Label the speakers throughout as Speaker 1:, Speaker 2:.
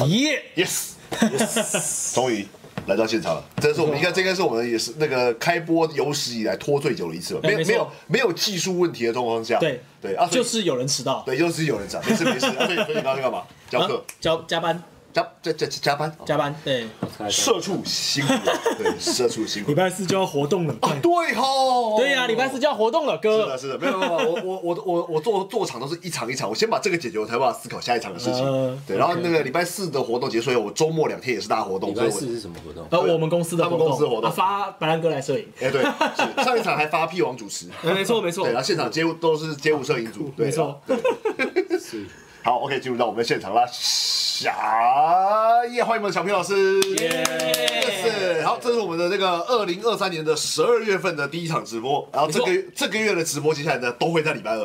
Speaker 1: 咦，
Speaker 2: Yes，, yes 终于来到现场了。这是我们应该，这应该是我们也是那个开播有史以来拖最久的一次吧？没
Speaker 1: 对
Speaker 2: 有
Speaker 1: 没错
Speaker 2: 没有没有技术问题的状况下，
Speaker 1: 对
Speaker 2: 对啊，所以
Speaker 1: 就是有人迟到，
Speaker 2: 对，又是有人讲，没事没事。啊所以所以你刚刚在干嘛？教课
Speaker 1: 啊，加加班
Speaker 2: 加加加加班，
Speaker 1: 加班，对，
Speaker 2: 社畜辛苦了，对，社畜辛苦
Speaker 3: 礼
Speaker 2: 了。
Speaker 3: 拜四就要活动了，
Speaker 2: 啊对吼，
Speaker 1: 对呀，礼拜四就要活动了，
Speaker 2: 是的，
Speaker 1: 哥，
Speaker 2: 是的，没有没有，没有我我我我我做做场都是一场一场，我先把这个解决，我才有办法思考下一场的事情
Speaker 3: 呃。
Speaker 2: 对，然后那个礼拜四的活动结束以后，我周末两天也是大活动，
Speaker 4: 礼
Speaker 2: 所以
Speaker 4: 拜
Speaker 2: 我
Speaker 4: 四是什么活动？
Speaker 1: 呃，我们公司的
Speaker 2: 他
Speaker 1: 活
Speaker 2: 们公司的活
Speaker 1: 动，
Speaker 2: 动
Speaker 1: 啊发白兰哥来摄影，
Speaker 2: 哎、对，是上一场还发屁王主持，
Speaker 1: 哎没错没错
Speaker 2: 对，然后现场街舞都是街舞摄影组，对啊
Speaker 1: 没错。
Speaker 2: 对
Speaker 4: 是
Speaker 2: 好，OK，进入到我们的现场啦。下夜欢迎我们的小平老师，是好，这是我们的这个二零二三年的十二月份的第一场直播，然后这个
Speaker 1: 没
Speaker 2: 月这个月的直播接下来呢都会在礼拜二，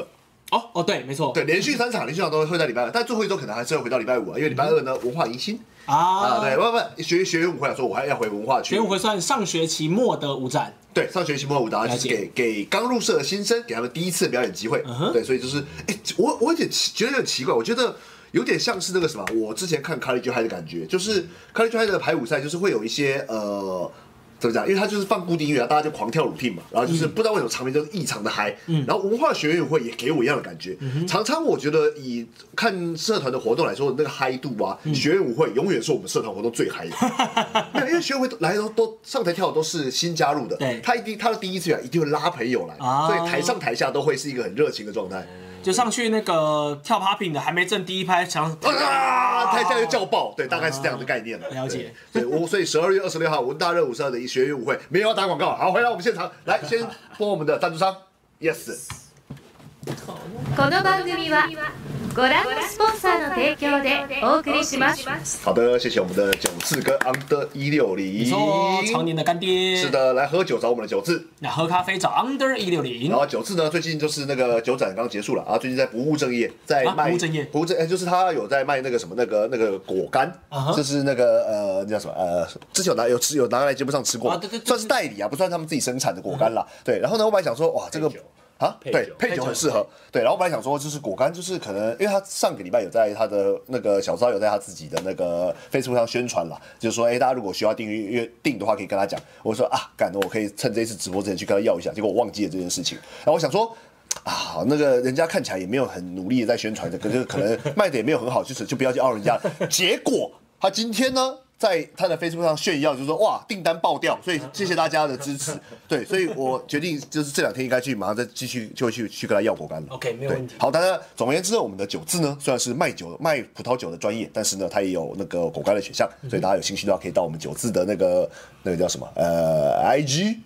Speaker 1: 哦哦对，没错，
Speaker 2: 对，连续三场连续场都会在礼拜二，但最后一周可能还是要回到礼拜五啊，因为礼拜二呢文化迎新啊，
Speaker 1: 啊，
Speaker 2: 对，不不，学学员舞会来说我还要回文化去
Speaker 1: 玄武，回算上学期末的舞展，
Speaker 2: 对，上学期末舞蹈就是
Speaker 1: 了
Speaker 2: 给给刚入社的新生，给他们第一次表演机会。对，所以就是，哎、我我有点奇觉得有点奇怪，我觉得有点像是那个什么，我之前看 College High 的感觉，就是 College High 的排舞赛，就是会有一些呃。怎么讲？因为它就是放固定音乐，大家就狂跳 routine 嘛，然后就是不知道为什么场面就是异常的嗨。然后文化学院会也给我一样的感觉。常常我觉得以看社团的活动来说，那个嗨度啊，学院舞会永远是我们社团活动最嗨的。 没有，因为学会来都都上台跳的都是新加入的，
Speaker 1: 对
Speaker 2: 他一定他的第一次演一定会拉朋友来，
Speaker 1: 啊
Speaker 2: 所以台上台下都会是一个很热情的状态。
Speaker 1: 就上去那个跳 popping 的，还没正第一拍，想
Speaker 2: 啊！台下就叫爆，对，大概是这样的概念了。
Speaker 1: 哦了解
Speaker 2: 对，所以我所以十二月二十六号文大热舞社的学员舞会，没有要打广告。好，回到我们现场，来先播我们的赞助商，Yes。
Speaker 5: この番組はご覧のスポンサーの提供でお送りします。
Speaker 2: 好的，谢谢我们的九字跟 Under 一六零
Speaker 1: 你说常年的干爹，
Speaker 2: 是，的，来喝酒找我们的九字。
Speaker 1: 那喝咖啡找 Under 一六零
Speaker 2: 然，后九次呢，最近就是那个九展刚结束了啊，最近在不务正业，在
Speaker 1: 啊
Speaker 2: 卖
Speaker 1: 不务正业
Speaker 2: 不务正哎就是他有在卖那个什么那个那个果干
Speaker 1: 啊哈，
Speaker 2: 就是那个呃那叫什么呃，之前有拿有吃有拿来节目上吃过
Speaker 1: 啊对对，对嗯
Speaker 2: 算是代理啊，不算他们自己生产的果干啦。对，然后呢，我本来想说哇这个
Speaker 4: 配酒。
Speaker 2: 啊，
Speaker 4: 配
Speaker 2: 对
Speaker 4: 酒，
Speaker 2: 配酒很适合。对，然后我本来想说，就是果干，就是可能，因为他上个礼拜有在他的那个小骚有在他自己的那个 Facebook 上宣传啦，就是说，哎，大家如果需要订阅订的话，可以跟他讲。我说啊，干，我可以趁这次直播之前去跟他要一下。结果我忘记了这件事情，然后我想说。啊，那个人家看起来也没有很努力的在宣传的，可是可 能卖的也没有很好，就是就不要去傲人家。结果他今天呢，在他的 Facebook 上炫耀，就说哇订单爆掉，所以谢谢大家的支 持。对，所以我决定就是这两天应该去马上再继续就去去跟他要果干了。
Speaker 1: OK，没有
Speaker 2: 对
Speaker 1: 问题，
Speaker 2: 好，当然总而言之呢，我们的酒字呢虽然是卖酒卖葡萄酒的专业，但是呢它也有那个果干的选项，所以大家有兴趣的话可以到我们酒字的那个那个叫什么呃 IG，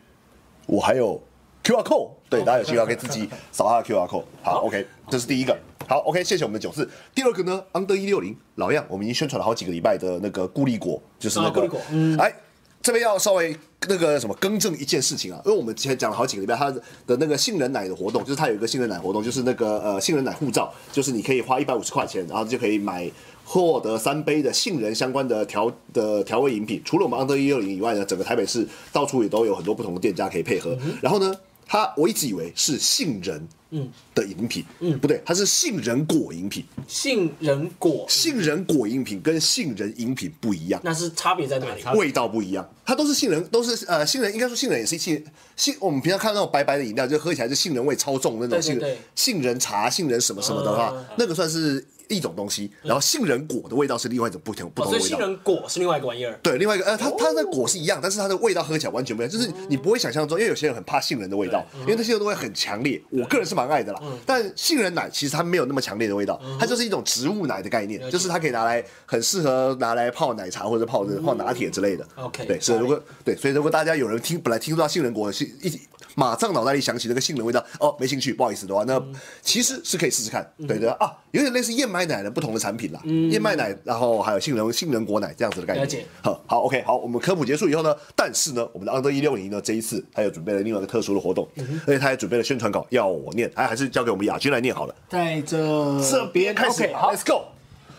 Speaker 2: 我还有 QR code，对，大家有兴趣的话可以 自己扫它的 QR code。好，OK，这是第一个。好，OK，谢谢我们的九字。第二个呢，Under 一六零，老样，我们已经宣传了好几个礼拜的那个固力果，就是那
Speaker 1: 啊固力
Speaker 2: 个
Speaker 1: 果，
Speaker 2: 哎，这边要稍微那个什么更正一件事情啊，因为我们之前讲了好几个礼拜，它的那个杏仁奶的活动，就是它有一个杏仁奶活动，就是那个呃杏仁奶护照，就是你可以花一百五十块钱，然后就可以买获得三杯的杏仁相关的调的调味饮品。除了我们安德一六零以外呢，整个台北市到处也都有很多不同的店家可以配
Speaker 1: 嗯
Speaker 2: 合。然后呢，它我一直以为是杏仁嗯的饮品，嗯不对，它是杏仁果饮品，
Speaker 1: 嗯杏仁果，
Speaker 2: 杏仁果饮品跟杏仁饮品不一样。
Speaker 1: 那是差别在哪里？
Speaker 2: 味道不一样，它都是杏仁，都是呃杏仁，应该说杏仁也是杏杏。我们平常看到那种白白的饮料，就喝起来就杏仁味超重的那
Speaker 1: 对对
Speaker 2: 种杏
Speaker 1: 对啊
Speaker 2: 仁杏仁茶、杏仁什么什么的话，那个算是一种东西。然后杏仁果的味道是另外一种不同不
Speaker 1: 哦，
Speaker 2: 同
Speaker 1: 所
Speaker 2: 的
Speaker 1: 以
Speaker 2: 味
Speaker 1: 杏
Speaker 2: 道。
Speaker 1: 仁果是另外一个玩意儿。
Speaker 2: 对，另外一个呃，它它的果是一样，但是它的味道喝起来完全不一样，就是你不会想象中，因为有些人很怕杏仁的味道，因为那杏仁都会很强烈。我个人是蛮爱的啦，但杏仁奶其实它没有那么强烈的味道，它就是一种植物奶的概念，就是它可以拿来很适合拿来泡奶茶或者泡泡拿铁之类的。
Speaker 1: OK，
Speaker 2: 对，是如果对，所以如果大家有人听本来听不到杏仁果，是一马上脑袋里想起那个杏仁味道，哦，没兴趣，不好意思的话，那
Speaker 1: 嗯
Speaker 2: 其实是可以试试看，对的啊，有点类似燕麦奶的不同的产品啦，燕麦奶，然后还有杏仁杏仁果奶这样子的概
Speaker 1: 了
Speaker 2: 念
Speaker 1: 解。
Speaker 2: 好，好，OK，好，我们科普结束以后呢，但是呢，我们的 Under 一六零呢，这一次他有准备了另外一个特殊的活动，
Speaker 1: 嗯
Speaker 2: 而且他还准备了宣传稿要我念，哎还还是交给我们雅君来念好了。
Speaker 1: 在这
Speaker 2: 这边开始
Speaker 1: OK，好
Speaker 2: ，Let's go。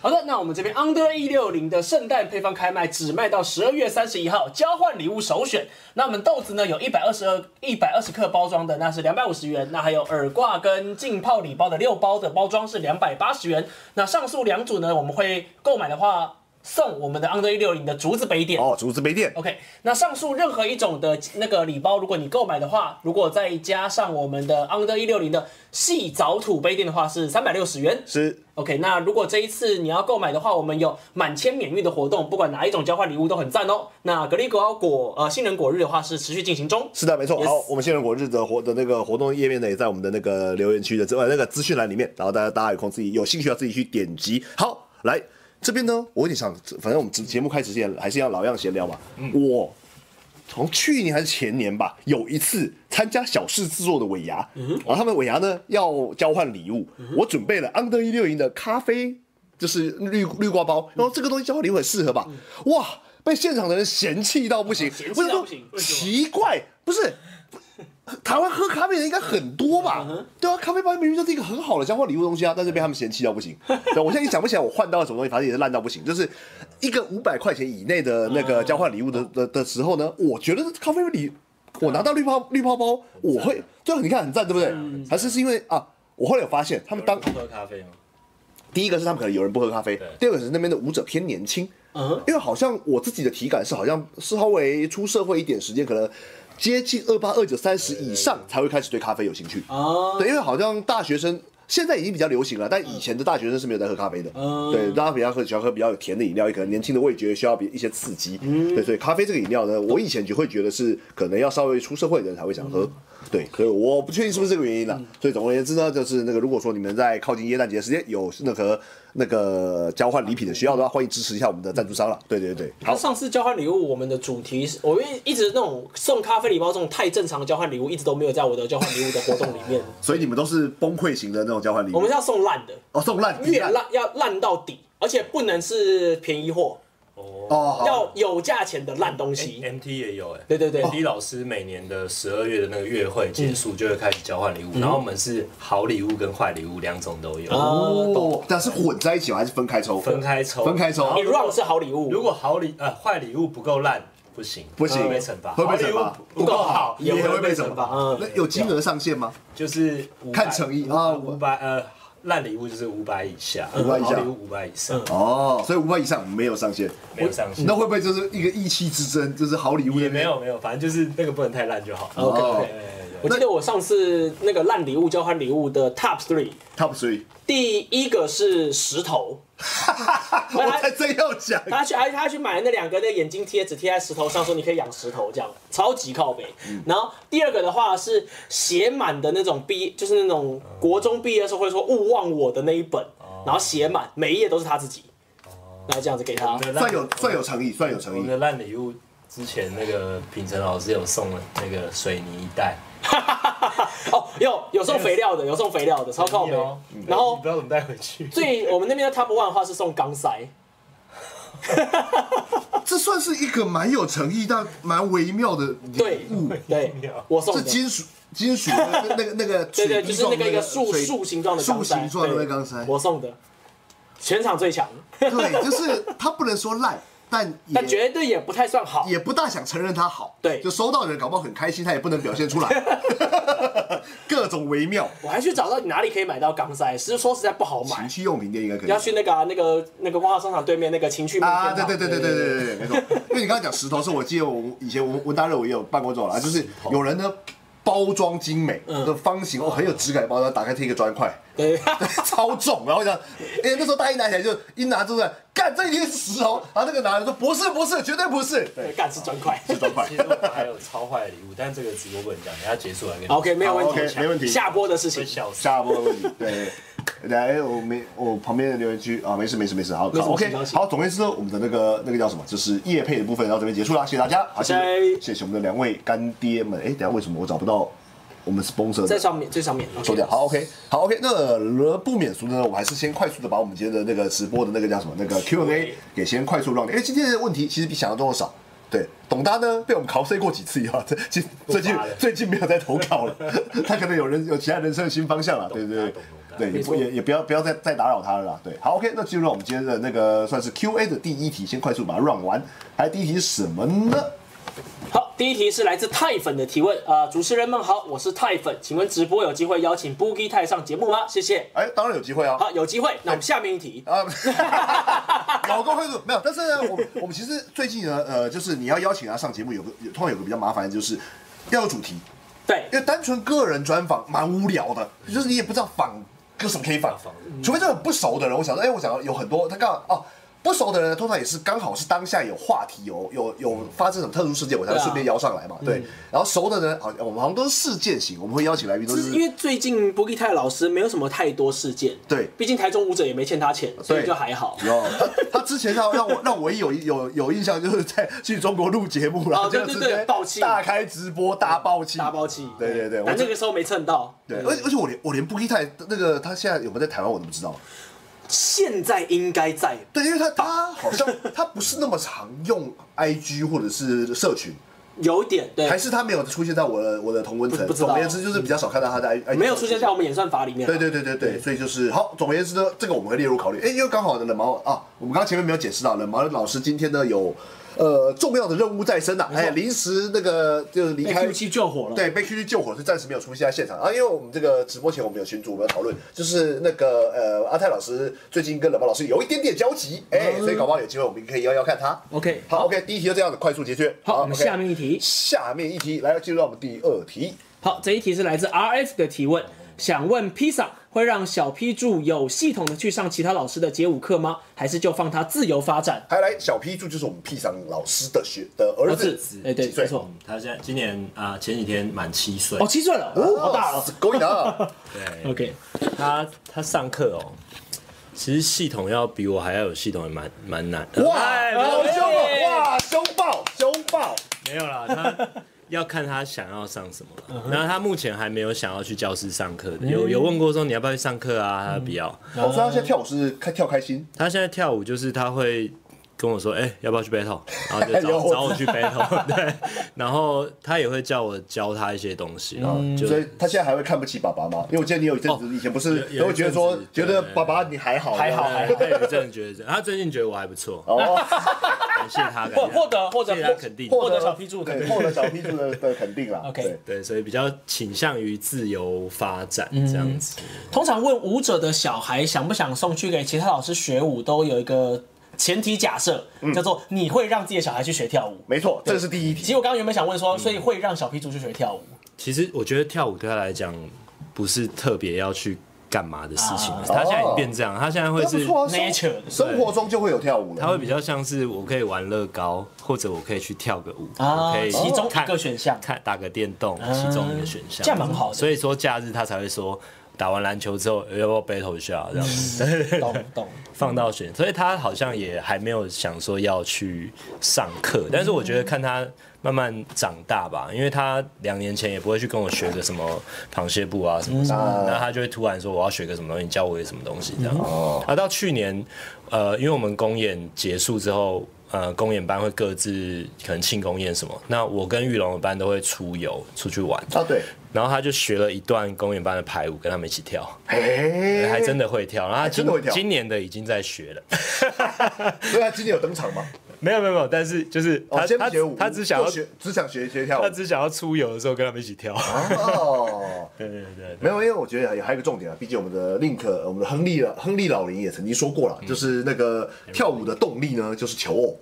Speaker 1: 好的，那我们这边 Under 一六零的圣诞配方开卖，只卖到十二月三十一号，交换礼物首选。那我们豆子呢有一百二十二、一百二十克包装的，那是两百五十元；那还有耳挂跟浸泡礼包的六包的包装是两百八十元。那上述两组呢，我们会购买的话。送我们的 Under 一六零的竹子杯垫。
Speaker 2: 哦，竹子杯垫，
Speaker 1: OK，那上述任何一种的那个礼包，如果你购买的话，如果再加上我们的 Under 一六零的细藻土杯垫的话，是三百六十元。
Speaker 2: 是
Speaker 1: OK，那如果这一次你要购买的话，我们有满千免运的活动，不管哪一种交换礼物都很赞哦。那格力果果呃杏仁果日的话是持续进行中。
Speaker 2: 是的，没错。
Speaker 1: Yes
Speaker 2: 好，我们现人果日的活的那个活动页面呢，也在我们的那个留言区的资呃那个资讯栏里面，然后大家大家有空自己有兴趣要自己去点击。好，来这边呢，我有点想，反正我们节节目开始之前还是要老样闲聊嘛。
Speaker 1: 嗯
Speaker 2: 我从去年还是前年吧，有一次参加小事制作的尾牙，
Speaker 1: 嗯
Speaker 2: 然后他们尾牙呢要交换礼物，我准备了安德一六零的咖啡，就是绿绿瓜包，
Speaker 1: 嗯
Speaker 2: 然后这个东西交换礼物很适合吧？哇，被现场的人嫌弃到不行，
Speaker 1: 啊嫌
Speaker 2: 我
Speaker 1: 弃
Speaker 2: 想
Speaker 1: 到
Speaker 2: 说
Speaker 1: 不行为什么
Speaker 2: 奇怪，不是。台湾喝咖啡的人应该很多吧？对啊，咖啡包明明就是一个很好的交换礼物的东西啊，但是被他们嫌弃到不行。对，我现在一想不起来我换到了什么东西，反正也是烂到不行。就是一个五百块钱以内的那个交换礼物的的的时候呢，我觉得咖啡礼，我拿到绿泡绿泡包，我会对啊，你看很赞，对不对？还是是因为啊，我后来有发现他们当
Speaker 3: 有人不喝咖啡吗？
Speaker 2: 第一个是他们可能有人不喝咖啡
Speaker 3: 对，
Speaker 2: 第二个是那边的舞者偏年轻，
Speaker 1: 嗯哼
Speaker 2: 因为好像我自己的体感是好像稍微出社会一点时间，可能接近二八二九三十以上才会开始对咖啡有兴趣。
Speaker 1: 啊，
Speaker 2: 对，因为好像大学生现在已经比较流行了，但以前的大学生是没有在喝咖啡的。
Speaker 1: 嗯
Speaker 2: 对，大家比较喝喜欢喝比较有甜的饮料，也可能年轻的味觉需要比一些刺激。
Speaker 1: 嗯
Speaker 2: 对，所以咖啡这个饮料呢，我以前就会觉得是可能要稍微出社会的人才会想
Speaker 1: 嗯
Speaker 2: 喝。对，所以我不确定是不是这个原因啦。所以总而言之呢，就是那个如果说你们在靠近耶诞节的时间有那个那个交换礼品的需要的话，欢迎支持一下我们的赞助商了。对对对，好
Speaker 1: 好，。上次交换礼物，我们的主题是，我一一直那种送咖啡礼包这种太正常的交换礼物，一直都没有在我的交换礼物的活动里 面。
Speaker 2: 所以你们都是崩溃型的那种交换礼
Speaker 1: 我
Speaker 2: 物
Speaker 1: 们是，要送烂的，
Speaker 2: 哦，送烂
Speaker 1: 越烂要烂到底，而且不能是便宜货，
Speaker 2: 哦，好，
Speaker 1: 要有价钱的烂东西。
Speaker 3: M T 也有哎、
Speaker 1: 对对对
Speaker 3: ，M T 老师每年的十二月的那个月会结束就会开始交换礼物，
Speaker 2: 嗯
Speaker 3: 然后我们是好礼物跟坏礼物两种都有，
Speaker 2: 哦，但是混在一起吗？还是分开抽？
Speaker 3: 分开抽，
Speaker 2: 分开抽
Speaker 3: 然后
Speaker 1: 你 run 是好礼物，
Speaker 3: 如果好礼呃坏礼物不够烂，不行，
Speaker 2: 不行
Speaker 3: 会被惩罚，
Speaker 2: 会被
Speaker 3: 好礼
Speaker 2: 惩
Speaker 3: 物
Speaker 2: 罚
Speaker 3: 不够好
Speaker 1: 也会
Speaker 2: 被
Speaker 1: 惩罚嗯
Speaker 2: 那有金额上限吗？
Speaker 3: 就是500
Speaker 2: 看诚意啊
Speaker 3: 五百呃烂礼物就是五百以下，
Speaker 2: 500以下
Speaker 3: 好礼物五百以上，
Speaker 2: 哦，所以五百以上没有上限。
Speaker 3: 没有上限
Speaker 2: 那。会不会就是一个意气之争，就是好礼物
Speaker 3: 嗯也
Speaker 2: 的
Speaker 3: 没？有没有，反正就是那个不能太烂就好。
Speaker 1: OK，
Speaker 2: 哦
Speaker 3: 对对对
Speaker 1: 我记得我上次那个烂礼物交换礼物的 Top Three，
Speaker 2: Top three，
Speaker 1: 第一个是石头，
Speaker 2: 我才真要讲。
Speaker 1: 他去还他去买那两个那个眼睛贴纸贴在石头上，说你可以养石头，这样超级靠北。
Speaker 3: 嗯
Speaker 1: 然后第二个的话是写满的那种毕，就是那种国中毕业的时候会说勿忘我的那一本，
Speaker 3: 哦
Speaker 1: 然后写满每一页都是他自己，然后这样子给他
Speaker 3: 我。们的烂
Speaker 2: 算有算有诚意，算有诚
Speaker 3: 我们
Speaker 2: 意。
Speaker 3: 的烂礼物之前那个秉承老师有送了那个水泥袋，
Speaker 1: 哦，有有送肥料的，有送肥料的，超靠北
Speaker 3: 没有。
Speaker 1: 然后
Speaker 3: 哦你不要怎么带回去。
Speaker 1: 最我们那边的 Top One 的话是送钢塞。
Speaker 2: 这算是一个蛮有诚意但蛮微妙的
Speaker 1: 对
Speaker 2: 礼
Speaker 3: 嗯
Speaker 2: 物。
Speaker 1: 对，我送
Speaker 2: 是
Speaker 1: 的。
Speaker 2: 金属金属的那个那个那个
Speaker 1: 对
Speaker 2: 水
Speaker 1: 对，
Speaker 2: 滴
Speaker 1: 就是
Speaker 2: 状
Speaker 1: 那
Speaker 2: 的
Speaker 1: 个一个树
Speaker 2: 水
Speaker 1: 树形状的钢
Speaker 2: 树
Speaker 1: 塞，
Speaker 2: 形状的那
Speaker 1: 对
Speaker 2: 个钢塞。
Speaker 1: 我送的，全场最强，
Speaker 2: 对，就是它不能说烂，但也
Speaker 1: 但绝对也不太算好。
Speaker 2: 也不大想承认他好，
Speaker 1: 对
Speaker 2: 就收到的人搞不好很开心，他也不能表现出来， 各种微妙。
Speaker 1: 我还去找到你哪里可以买到钢塞，是说实在不好买
Speaker 2: 情，趣用品店应该可以
Speaker 1: 要去那个啊、那个那个光华商场对面那个情趣面
Speaker 2: 啊，
Speaker 1: 店
Speaker 2: 对
Speaker 1: 嘛。
Speaker 2: 对对对对对对对，没错。因为你刚刚讲石头，是我记得我以前文文大热我也有办过这种啦，就是有人呢包装精美的方形哦，很有质感的包装，打开贴一个砖块，
Speaker 1: 对，
Speaker 2: 超重，然后我想，哎、那时候大一拿起来就一拿出来，干这一定是石头，然后那个男人说不是不是，绝对不是，对，
Speaker 1: 对，干是砖块。
Speaker 2: 是砖块
Speaker 3: 其。实我还有超坏的礼物，但这个直播不能讲，等一下结束来跟你讲。
Speaker 1: OK，没有问题
Speaker 2: OK，没问题
Speaker 1: 下播的事情
Speaker 3: 会，笑死。
Speaker 2: 下一波问题，对对。对来，我没我旁边的留言区啊，没事没事没事，好
Speaker 1: 没什么
Speaker 2: ，OK，
Speaker 1: 紧张性
Speaker 2: 好，总而言之呢，我们的那个那个叫什么，就是夜配的部分到这边结束啦，谢谢大家，好，谢
Speaker 1: 谢
Speaker 2: 谢谢谢我们的两位干爹们，哎，等一下为什么我找不到我们 sponsor
Speaker 1: 在
Speaker 2: 的？
Speaker 1: 上面最上面。OK
Speaker 2: 收掉，好，OK，好，OK，那呃不免俗的呢，我还是先快速的把我们今天的那个直播的那个叫什么那个 Q&A 给先快速 run，因为今天的问题其实比想象中的少。对，董大呢被我们 cos 过几次以后， 这最最近
Speaker 3: 不乏了
Speaker 2: 最近没有在投稿了， 他可能有人有其他人生的新方向了，对对对
Speaker 3: 懂懂
Speaker 2: 对，也不
Speaker 1: 没错
Speaker 2: 也也不要不要再再打扰他了啦。对，好，OK，那进入到我们今天的那个算是 Q&A 的第一题，先快速把它 run 完。还有第一题是什么呢？
Speaker 1: 好，第一题是来自泰粉的提问，呃，主持人们好，我是泰粉，请问直播有机会邀请 Boogie 泰上节目吗？谢谢。
Speaker 2: 哎，当然有机会啊。
Speaker 1: 好，有机会，那我们下面一题。
Speaker 2: 啊， 老公会说没有，但是呢，我们我们其实最近呢，呃，就是你要邀请他上节目，有个有通常有个比较麻烦的就是要有主题，
Speaker 1: 对，
Speaker 2: 因为单纯个人专访蛮无聊的，就是你也不知道访歌什么可以访
Speaker 3: 访，
Speaker 1: 嗯
Speaker 2: 除非这种不熟的人，我想说，哎、我想要有很多他刚好哦。不熟的人呢，通常也是刚好是当下有话题，有有有发生什么特殊事件，我才
Speaker 1: 嗯
Speaker 2: 会
Speaker 1: 对啊
Speaker 2: 顺便邀上来嘛。对，然后熟的人，好，我们好像都是事件型，我们会邀请来宾都
Speaker 1: 只
Speaker 2: 是
Speaker 1: 是因为最近 Boogie 泰老师没有什么太多事件，
Speaker 2: 对
Speaker 1: 毕竟台中舞者也没欠他钱，所以就还好。
Speaker 2: 有他他之前让让我让我一有有有印象，就是在去中国录节目然后
Speaker 1: 哦对
Speaker 2: 就
Speaker 1: 对
Speaker 2: 直
Speaker 1: 对
Speaker 2: 接
Speaker 1: 爆气
Speaker 2: 大开直播，大爆气，
Speaker 1: 大包气，
Speaker 2: 对对对，我
Speaker 1: 但那
Speaker 2: 这
Speaker 1: 个时候没蹭到。
Speaker 2: 对，而且而且我连我连布基泰那个他现在有没有在台湾，我都不知道。
Speaker 1: 现在应该在
Speaker 2: 对，因为他他好像他不是那么常用 IG 或者是社群，
Speaker 1: 有点对
Speaker 2: 还，是他没有出现在我的我的同温层。
Speaker 1: 不不知道
Speaker 2: 总而言之，就是比较少看到他在 IG
Speaker 1: 没有出现在我们演算法里面。啊
Speaker 2: 对对对对对，所以就是好。总而言之呢，这个我们会列入考虑。哎，因为刚好呢，冷毛啊，我们刚刚前面没有解释到，冷毛老师今天呢有呃重要的任务在身呐、哎，临时那个就是离
Speaker 1: 被
Speaker 2: 开
Speaker 1: 哎 Q 七救火了。，
Speaker 2: 对，被 QQ 救火是暂时没有出现在现场啊，因为我们这个直播前我们有群组，我们有讨论，就是那个呃阿泰老师最近跟冷毛老师有一点点交集，哎、所以搞不好有机会我们可以邀邀看他。
Speaker 1: 嗯 OK，
Speaker 2: 好 o k 第一题就这样子快速解决。
Speaker 1: 好，我们
Speaker 2: OK
Speaker 1: 下面一题。
Speaker 2: 下面一题来进入到我们第二题。
Speaker 1: 好，这一题是来自 RF 的提问，想问披萨会让小 P 柱有系统的去上其他老师的街舞课吗？还是就放他自由发展？
Speaker 2: 还来小 P 柱就是我们 P 上老师的学的儿
Speaker 1: 儿
Speaker 2: 子，
Speaker 1: 子，哎，对，
Speaker 2: 几岁
Speaker 1: 没错。
Speaker 3: 他现在今年啊，前几天满七岁
Speaker 1: 哦，。七岁了，哦，好大了。
Speaker 2: 勾引啊！
Speaker 3: 对，
Speaker 1: OK，
Speaker 3: 他他上课哦，其实系统要比我还要有系统，也蛮蛮难。
Speaker 2: 哇，
Speaker 3: 哎没
Speaker 2: 好
Speaker 3: 有
Speaker 2: 凶
Speaker 1: 哎
Speaker 2: 哦！哇，凶暴，凶暴！
Speaker 3: 没有啦，他要看他想要上什么啦。然后他目前还没有想要去教室上课的，有有问过说你要不要去上课啊？他不要。
Speaker 2: 我说他现在跳舞是开跳开心，
Speaker 3: 他现在跳舞就是他会跟我说，哎、要不要去 battle？然后 就
Speaker 2: 有
Speaker 3: 找找我去 battle，对。然后他也会叫我教他一些东西，然后
Speaker 1: 嗯
Speaker 3: 嗯就哦
Speaker 2: 所以他现在还会看不起爸爸吗？因为我记得你有一阵子以前不是
Speaker 3: 有有一
Speaker 2: 都会觉得说
Speaker 3: 阵子，
Speaker 2: 觉得爸爸你还好，
Speaker 1: 还好
Speaker 3: 哎他有一阵子觉得这样，他最近觉得我还不错，
Speaker 2: 哦，
Speaker 3: 感谢他，感
Speaker 1: 获
Speaker 3: 谢
Speaker 1: 获
Speaker 3: 他
Speaker 1: 得获
Speaker 3: 谢谢他
Speaker 1: 得
Speaker 3: 肯定。
Speaker 1: 获得小 P 柱
Speaker 2: 对，
Speaker 1: 的
Speaker 2: 获得小 P 柱的的肯定啦。
Speaker 1: OK
Speaker 2: 对
Speaker 3: 对，所以比较倾向于自由发展
Speaker 1: 嗯
Speaker 3: 这样子。
Speaker 1: 通常问舞者的小孩想不想送去给其他老师学舞，都有一个前提假设，叫做你会让自己的小孩去学跳舞。嗯
Speaker 2: 没错，这是第一
Speaker 1: 嗯其
Speaker 2: 题。
Speaker 1: 实我刚刚原本想问说，所以会让小 P 猪去学跳舞？
Speaker 3: 其实我觉得跳舞对他来讲不是特别要去干嘛的事情
Speaker 1: 啊，
Speaker 3: 他现在已经变这样，他现在会
Speaker 2: 那不
Speaker 3: 是。
Speaker 2: 错啊，
Speaker 1: nature
Speaker 2: 生生活中就会有跳舞
Speaker 3: 他
Speaker 2: 了。
Speaker 3: 会比较像是我可以玩乐高，或者我可以去跳个舞，
Speaker 1: 啊
Speaker 3: 我可以
Speaker 1: 其中
Speaker 3: 看
Speaker 1: 一个选项啊
Speaker 3: 看打个电动，其中一个选项，
Speaker 1: 这样蛮好的
Speaker 3: 所以说假日他才会说，打完篮球之后要不要 battle 一下这样
Speaker 1: 嗯
Speaker 3: 子，对对对
Speaker 1: 懂懂。
Speaker 3: 放到选，所以他好像也还没有想说要去上课，但是我觉得看他慢慢长大吧，因为他两年前也不会去跟我学个什么螃蟹步啊什么什么，
Speaker 2: 嗯
Speaker 3: 那他就会突然说我要学个什么东西，你教我个什么东西这样。啊，到去年，呃，因为我们公演结束之后。呃，公演班会各自可能庆功宴什么，那我跟玉龙的班都会出游出去玩，
Speaker 2: 啊， 对，
Speaker 3: 然后他就学了一段公演班的排舞，跟他们一起跳。
Speaker 2: 哎，
Speaker 3: 还真的会跳，然后他今
Speaker 2: 真的会跳
Speaker 3: 今年的已经在学了，
Speaker 2: 所以他今天有登场吗？
Speaker 3: 没有没有没有，但是就是他、
Speaker 2: 哦，先不
Speaker 3: 他
Speaker 2: 学舞，
Speaker 3: 他只想
Speaker 2: 就
Speaker 3: 要
Speaker 2: 学，只想学学跳舞
Speaker 3: 他。只想要出游的时候跟他们一起跳，
Speaker 2: 啊哦，
Speaker 3: 对对对
Speaker 2: 没有，因为我觉得也还有一个重点啊，毕竟我们的 Link，呃我们的亨利亨利老林也曾经说过了，就是那个跳舞的动力呢，就是求偶。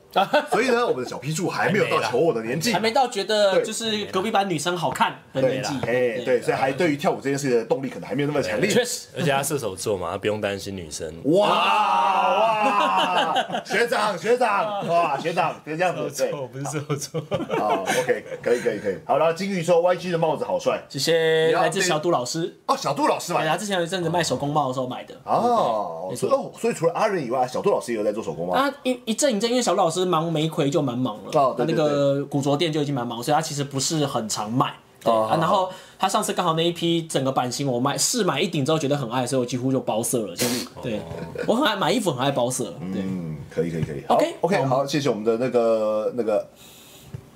Speaker 2: 所以呢，我们的小批注还没有到求偶的年纪，
Speaker 1: 还没到觉得
Speaker 2: 对
Speaker 1: 就是隔壁班女生好看的
Speaker 2: 对
Speaker 1: 年纪。
Speaker 2: 哎，对，所以还对于跳舞这件事情的动力可能还没有那么强烈。
Speaker 1: 确实，
Speaker 3: 而且他射手座嘛，他不用担心女生。
Speaker 2: 哇哇，学长学长哇学长，别这样子，对，
Speaker 3: 不是射手座，
Speaker 2: 好，OK，可以可以可以。好，然后金鱼说 YG 的帽子好帅
Speaker 1: 谢谢
Speaker 2: 要
Speaker 1: 来自小杜老师，
Speaker 2: 哦，小杜老师
Speaker 1: 哎，
Speaker 2: 买
Speaker 1: 他
Speaker 2: 的
Speaker 1: 之前有一阵子卖手工帽的时候买的。
Speaker 2: 哦，
Speaker 1: 没
Speaker 2: 所
Speaker 1: 错啊
Speaker 2: 以哦，所以除了阿仁以外，小杜老师也有在做手工吗？
Speaker 1: 他一一阵一阵，因为小杜老师忙玫瑰就蛮忙了，
Speaker 2: 哦对
Speaker 1: 那那
Speaker 2: 对
Speaker 1: 个古着店就已经蛮忙，所以他其实不是很常卖。对、
Speaker 2: 哦
Speaker 1: 啊，然后他上次刚好那一批整个版型我买试买一顶之后觉得很爱，所以我几乎就包色了，就是对我很爱买衣服，很爱包色，对。
Speaker 2: 嗯，可以可以可以。好
Speaker 1: OK，
Speaker 2: OK，
Speaker 1: 好
Speaker 2: 好，谢谢我们的那个那个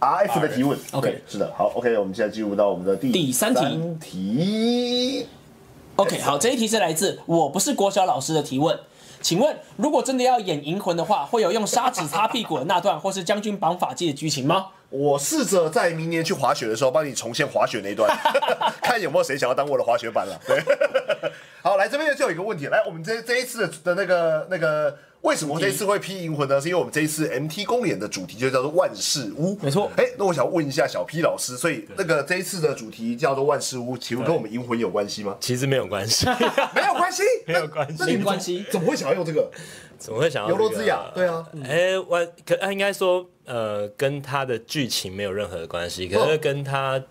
Speaker 2: RF 的提问。
Speaker 1: OK
Speaker 2: 对是的，好 OK，我们现在进入到我们的第
Speaker 1: 第三题
Speaker 2: 三题
Speaker 1: OK，好，这一题是来自我不是国小老师的提问，请问如果真的要演银魂的话，会有用砂纸擦屁股的那段，或是将军绑发髻的剧情吗？
Speaker 2: 我试着在明年去滑雪的时候帮你重现滑雪那 一段，看有没有谁想要当我的滑雪板了。对， 好，来这边就有一个问题，来，我们这这一次的那个那个。为什么这一次会批银魂呢？是因为我们这一次 MT 公演的主题就叫做万事屋，
Speaker 1: 没错
Speaker 2: 哎，那我想问一下小 P 老师，所以那个这一次的主题叫做万事屋，请问跟我们银魂有关系 吗？
Speaker 3: 其实没有 关系，
Speaker 2: 没有关系，
Speaker 3: 没有关系
Speaker 2: 那那你们
Speaker 1: 没关系
Speaker 2: 怎么会想要用这个？
Speaker 3: 怎么会想到
Speaker 2: 尤
Speaker 3: 这个
Speaker 2: 罗兹雅，对啊，
Speaker 3: 哎、我可呃应该说，呃，跟他的剧情没有任何的关系，
Speaker 2: 哦
Speaker 3: 可是跟他，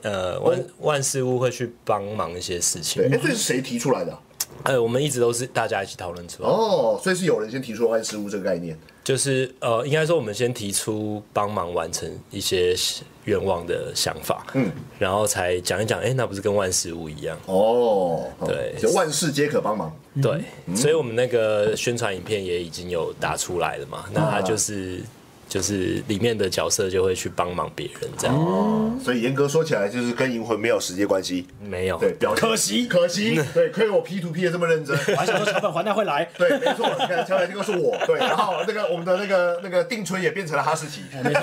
Speaker 3: 呃，万万事屋会去帮忙一些事情
Speaker 2: 对，。哎，这是谁提出来的啊？
Speaker 3: 呃，我们一直都是大家一起讨论出来，
Speaker 2: 哦，所以是有人先提出了万事屋这个概念。
Speaker 3: 就是呃，应该说我们先提出帮忙完成一些愿望的想法，嗯，然后才讲一讲，哎、那不是跟万事屋一样？
Speaker 2: 哦，
Speaker 3: 对
Speaker 2: 就万事皆可帮忙。
Speaker 3: 对，
Speaker 2: 嗯
Speaker 3: 所以我们那个宣传影片也已经有打出来了嘛，那他就是。就是里面的角色就会去帮忙别人，这样、
Speaker 2: 哦所以严格说起来，就是跟银魂没有直接关系。
Speaker 3: 没有
Speaker 2: 对，表
Speaker 1: 可惜
Speaker 2: 可惜，对，亏我 P to P 的这么认真。
Speaker 1: 我还想说小本还蛋会来，
Speaker 2: 对，没错，你看，乔来这个是我，对，然后那个我们的那个那个定春也变成了哈士奇，没错，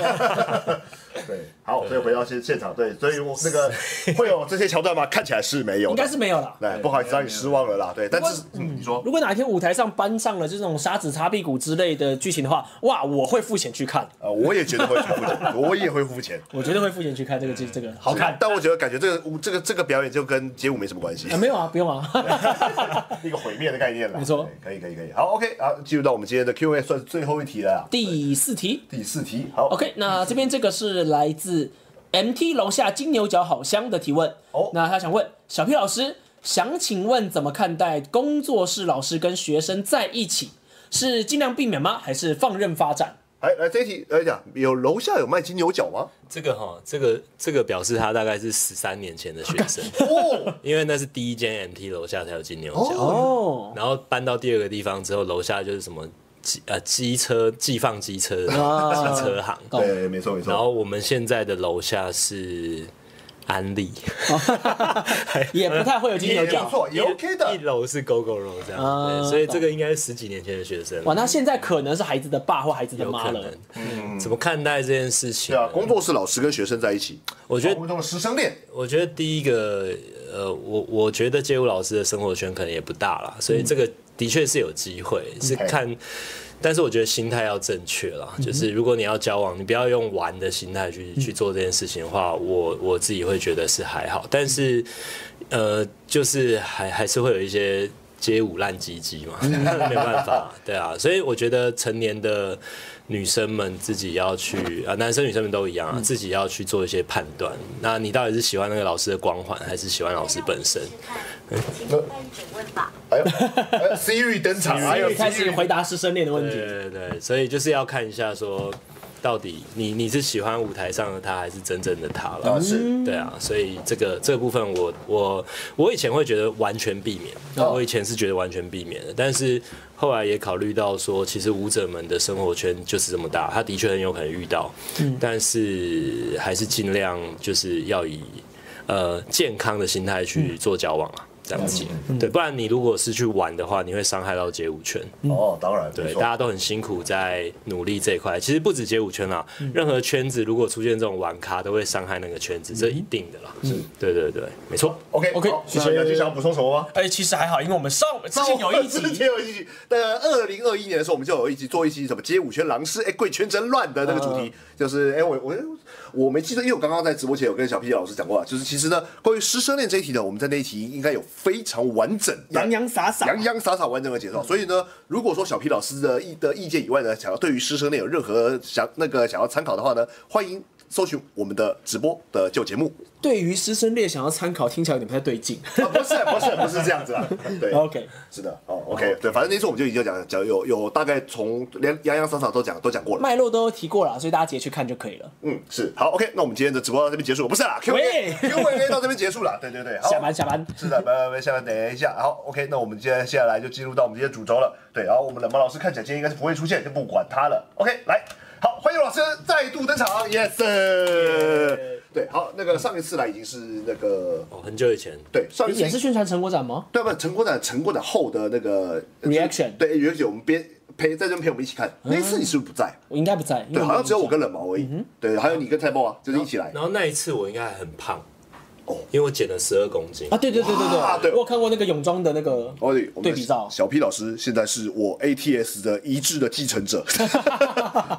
Speaker 2: 对，好，所以回到现现场，对，所以我那个会有这些桥段吗？看起来是没有
Speaker 1: 应
Speaker 2: 的，
Speaker 1: 该是没有了。
Speaker 2: 对，不好意思让你失望了啦，对，但是嗯，你说
Speaker 1: 如果哪一天舞台上搬上了这种沙子擦屁股之类的剧情的话，哇，我会付钱去看，
Speaker 2: 呃，我也觉得会去付钱，我也会付钱，
Speaker 1: 我绝对会付钱去看这个这这个好
Speaker 2: 好
Speaker 1: 看。
Speaker 2: 但我觉得感觉这个舞这个这个表演就跟街舞没什么关系
Speaker 1: 啊，，没有啊，不用啊。
Speaker 2: 一个毁灭的概念啦，
Speaker 1: 没错
Speaker 2: 对可以可以可以，好，OK，好，进入到我们今天的 Q&A，算是最后一题了啦，
Speaker 1: 第四题
Speaker 2: 第四题，好
Speaker 1: ，OK，那这边这个是来自 MT 楼下金牛角好香的提问。
Speaker 2: 哦
Speaker 1: 那他想问小 P 老师，想请问怎么看待工作室老师跟学生在一起，是尽量避免吗，还是放任发展？
Speaker 2: 来来这一题来讲，有楼下有卖金牛角 吗？
Speaker 3: 这个哈，这个这个表示他大概是十三年前的学生，
Speaker 2: 哦。
Speaker 3: 因为那是第一间 MT 楼下才有金牛角，
Speaker 1: 哦，
Speaker 3: 然后搬到第二个地方之后，楼下就是什么机呃机车寄放机车的
Speaker 1: 啊
Speaker 3: 机车行，
Speaker 1: 懂
Speaker 2: 对，没错没错。
Speaker 3: 然后我们现在的楼下是安 利，
Speaker 1: 也不太会有金牛
Speaker 2: 也
Speaker 1: 角
Speaker 2: 不。错，也 OK 的。
Speaker 3: 一楼是 GoGo 肉这样，
Speaker 1: 啊
Speaker 3: 对所以这个应该是十几年前的学生
Speaker 1: 哇，那现在可能是孩子的爸或孩子的
Speaker 3: 有
Speaker 1: 妈
Speaker 3: 可
Speaker 1: 了
Speaker 3: 能，，嗯，怎么看待这件事情
Speaker 2: 对
Speaker 3: 呢？
Speaker 2: 啊，工作室老师跟学生在一起，哦
Speaker 3: 我觉得
Speaker 2: 我们中的师生恋，
Speaker 3: 我觉得第一个，呃，我我觉得街舞老师的生活圈可能也不大啦，所以这个的确是有机会，是看。但是我觉得心态要正确啦，就是如果你要交往，你不要用玩的心态去去做这件事情的话，我我自己会觉得是还好，但是呃，就是还还是会有一些街舞烂鸡鸡嘛， 没办法，对啊，所以我觉得成年的女生们自己要去啊，男生女生们都一样啊，自己要去做一些判断。那你到底是喜欢那个老师的光环，还是喜欢老师本身？
Speaker 5: 请问主问吧。
Speaker 2: 哎呦哎呦，Siri 登场，哎呦
Speaker 1: 所以 开始回答师生恋的问
Speaker 3: 对
Speaker 1: 题。
Speaker 3: 对对，所以就是要看一下说，到底你你是喜欢舞台上的他，还是真正的他了？
Speaker 2: 啊是
Speaker 3: 对啊，所以这个这个部分我，我我以前会觉得完全避免，
Speaker 2: 哦
Speaker 3: 我以前是觉得完全避免的，但是后来也考虑到说，其实舞者们的生活圈就是这么大，他的确很有可能遇到，
Speaker 2: 嗯
Speaker 3: 但是还是尽量就是要以呃健康的心态去
Speaker 2: 嗯
Speaker 3: 做交往啊。这样子，对，不然你如果是去玩的话，你会伤害到街舞圈。
Speaker 2: 哦，当然，
Speaker 3: 对，
Speaker 2: 没
Speaker 3: 大
Speaker 2: 错
Speaker 3: 家都很辛苦在努力这一块。其实不止街舞圈啦，啊任何圈子如果出现这种玩咖，都会伤害那个圈子，这一定的啦。嗯是，对对对，没错。
Speaker 2: OK
Speaker 1: OK，
Speaker 2: 好，
Speaker 1: 谢
Speaker 2: 那
Speaker 1: 谢
Speaker 2: 有想要补充什么吗？
Speaker 1: 哎、其实还好，因为我们 上之前有一
Speaker 2: 之
Speaker 1: 集
Speaker 2: 前有一集，那二零二一年的时候，我们就有一集做一集什么街舞圈狼师，哎，贵圈真乱的那个主
Speaker 1: 嗯
Speaker 2: 题，就是哎，我我我没记错，因为我刚刚在直播前有跟小 P 老师讲过啊，就是其实呢，关于师生恋这一题呢，我们在那一题应该有非常完整的
Speaker 1: 洋洋洒洒。嗯
Speaker 2: 洋洋洒洒完整的介绍。所以呢，如果说小皮老师的意的意见以外呢，想要对于师生恋有任何想那个想要参考的话呢，欢迎搜寻我们的直播的旧节目。
Speaker 1: 对于师生恋想要参考，听起来有点不太对 劲。
Speaker 2: 啊，不是不是不是这样子啊，对
Speaker 1: OK，
Speaker 2: 是的哦，OK，对，反正那次我们就已经讲讲有有大概从连洋洋洒洒都讲都讲过了。
Speaker 1: 脉络都提过了，所以大家直接去看就可以了。
Speaker 2: 嗯，是好，OK，那我们今天的直播到这边结束，不是啦
Speaker 1: 喂
Speaker 2: ，Q&A Q&A 到这边结束了，对对对，好
Speaker 1: 下班下班，
Speaker 2: 是的，拜拜拜，下班等一下。好，OK，那我们接下来就进入到我们今天的主轴了。对，然后我们冷毛老师看起来今天应该是不会出现，就不管他了。OK，来，好，欢迎老师再度登场，Yes。对，好，那个上一次来已经是那个
Speaker 3: 哦，很久以前，
Speaker 2: 对上一次
Speaker 1: 也是宣传成果展吗？
Speaker 2: 对不？陈国展陈国展后的那个
Speaker 1: Reaction 嗯
Speaker 2: 对，也许我们编陪在这边陪我们一起看。那一次你是不是不在？
Speaker 1: 我应该不在，因为
Speaker 2: 对，
Speaker 1: 我
Speaker 2: 好像只有我跟冷毛而
Speaker 1: 嗯
Speaker 2: 已。对，还有你跟蔡波啊，就是一起来。
Speaker 3: 然后那一次我应该还很胖，因为我减了十二公斤
Speaker 1: 啊，。对对对对
Speaker 2: 哇对
Speaker 1: 我有看过那个泳装的那个
Speaker 2: 哦，对，我们的
Speaker 1: 对比照
Speaker 2: 小 P 老师现在是我 ATS 的一致的继承 者。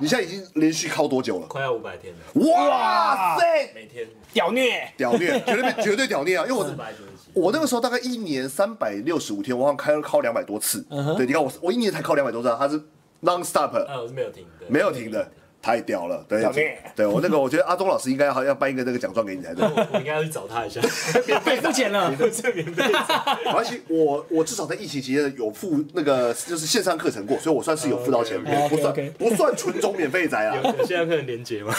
Speaker 2: 你现在已经连续靠多久了？
Speaker 3: 快要五百天了，
Speaker 2: 哇塞，
Speaker 3: 每天
Speaker 1: 屌虐，
Speaker 2: 屌 虐，绝对绝对屌虐啊！因为我
Speaker 3: 四百九十几。
Speaker 2: 我那个时候大概一年三百六十五天，我好像开靠两百多次。
Speaker 1: 嗯哼
Speaker 2: 对，你看我我一年才靠两百多次啊，他是 non stop，
Speaker 3: 啊，我是没有停的，
Speaker 2: 没有停的，太屌了。对
Speaker 1: 屌虐，
Speaker 2: 对我那个我觉得阿东老师应该好像颁一个那个奖状给你才对。
Speaker 3: 我。我应该要去找他一下，
Speaker 1: 被付钱 了，
Speaker 3: 这免费找
Speaker 2: 而且我我至少在疫情期间有付那个就是线上课程过，所以我算是有付到钱，
Speaker 1: OK，OK
Speaker 2: 不算
Speaker 1: OK，OK
Speaker 2: 不算纯种免费宅啊。
Speaker 3: 有现在可能连接吗？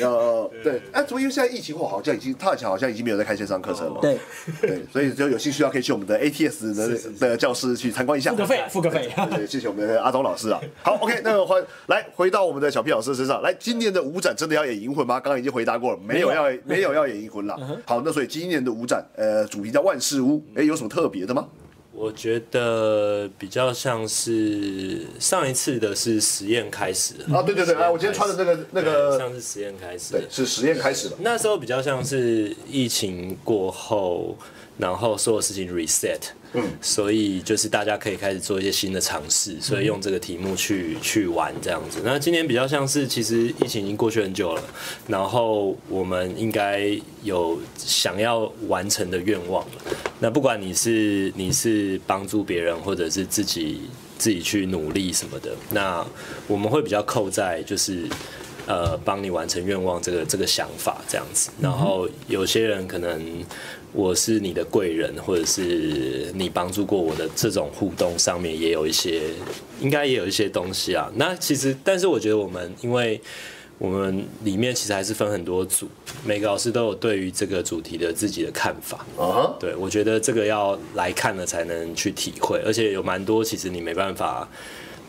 Speaker 2: 呃，对，哎，怎么因为现在疫情后好像已经，他好像好像已经没有在开线上课程了嘛。
Speaker 1: 对，
Speaker 2: 对，所以就有兴趣的话可以去我们的 ATS 的
Speaker 3: 是
Speaker 2: 的教室去参观一下。
Speaker 1: 付个费，啊付个费。
Speaker 2: 对，谢谢我们的阿东老 师啊。好，OK，那个欢来回到我们的小 P 老师身上。来，今年的舞展真的要演银魂吗？刚刚已经回答过了，没有要没有要演银 魂
Speaker 1: 嗯
Speaker 2: 啦。好，那所以今年的舞展，呃，主题叫万事屋，哎，有什么特别的吗？
Speaker 3: 我觉得比较像是上一次的是实验开始了
Speaker 2: 啊，对对对，啊，我今天穿的那个那
Speaker 3: 对
Speaker 2: 个，
Speaker 3: 上次实验开始
Speaker 2: 对，是实验开始了。
Speaker 3: 那时候比较像是疫情过后，然后所有事情 reset，嗯，所以就是大家可以开始做一些新的尝试，所以用这个题目去去玩这样子。那今年比较像是，其实疫情已经过去很久了，然后我们应该有想要完成的愿望了。那不管你是你是帮助别人，或者是自己自己去努力什么的，那我们会比较扣在就是。呃帮你完成愿望这个这个想法这样子。然后有些人可能我是你的贵人，或者是你帮助过我的这种互动上面也有一些，应该也有一些东西啊。那其实，但是我觉得我们因为。我们里面其实还是分很多组，每个老师都有对于这个主题的自己的看法。
Speaker 2: 啊哈，
Speaker 3: 对，我觉得这个要来看了才能去体会，而且有蛮多其实你没办法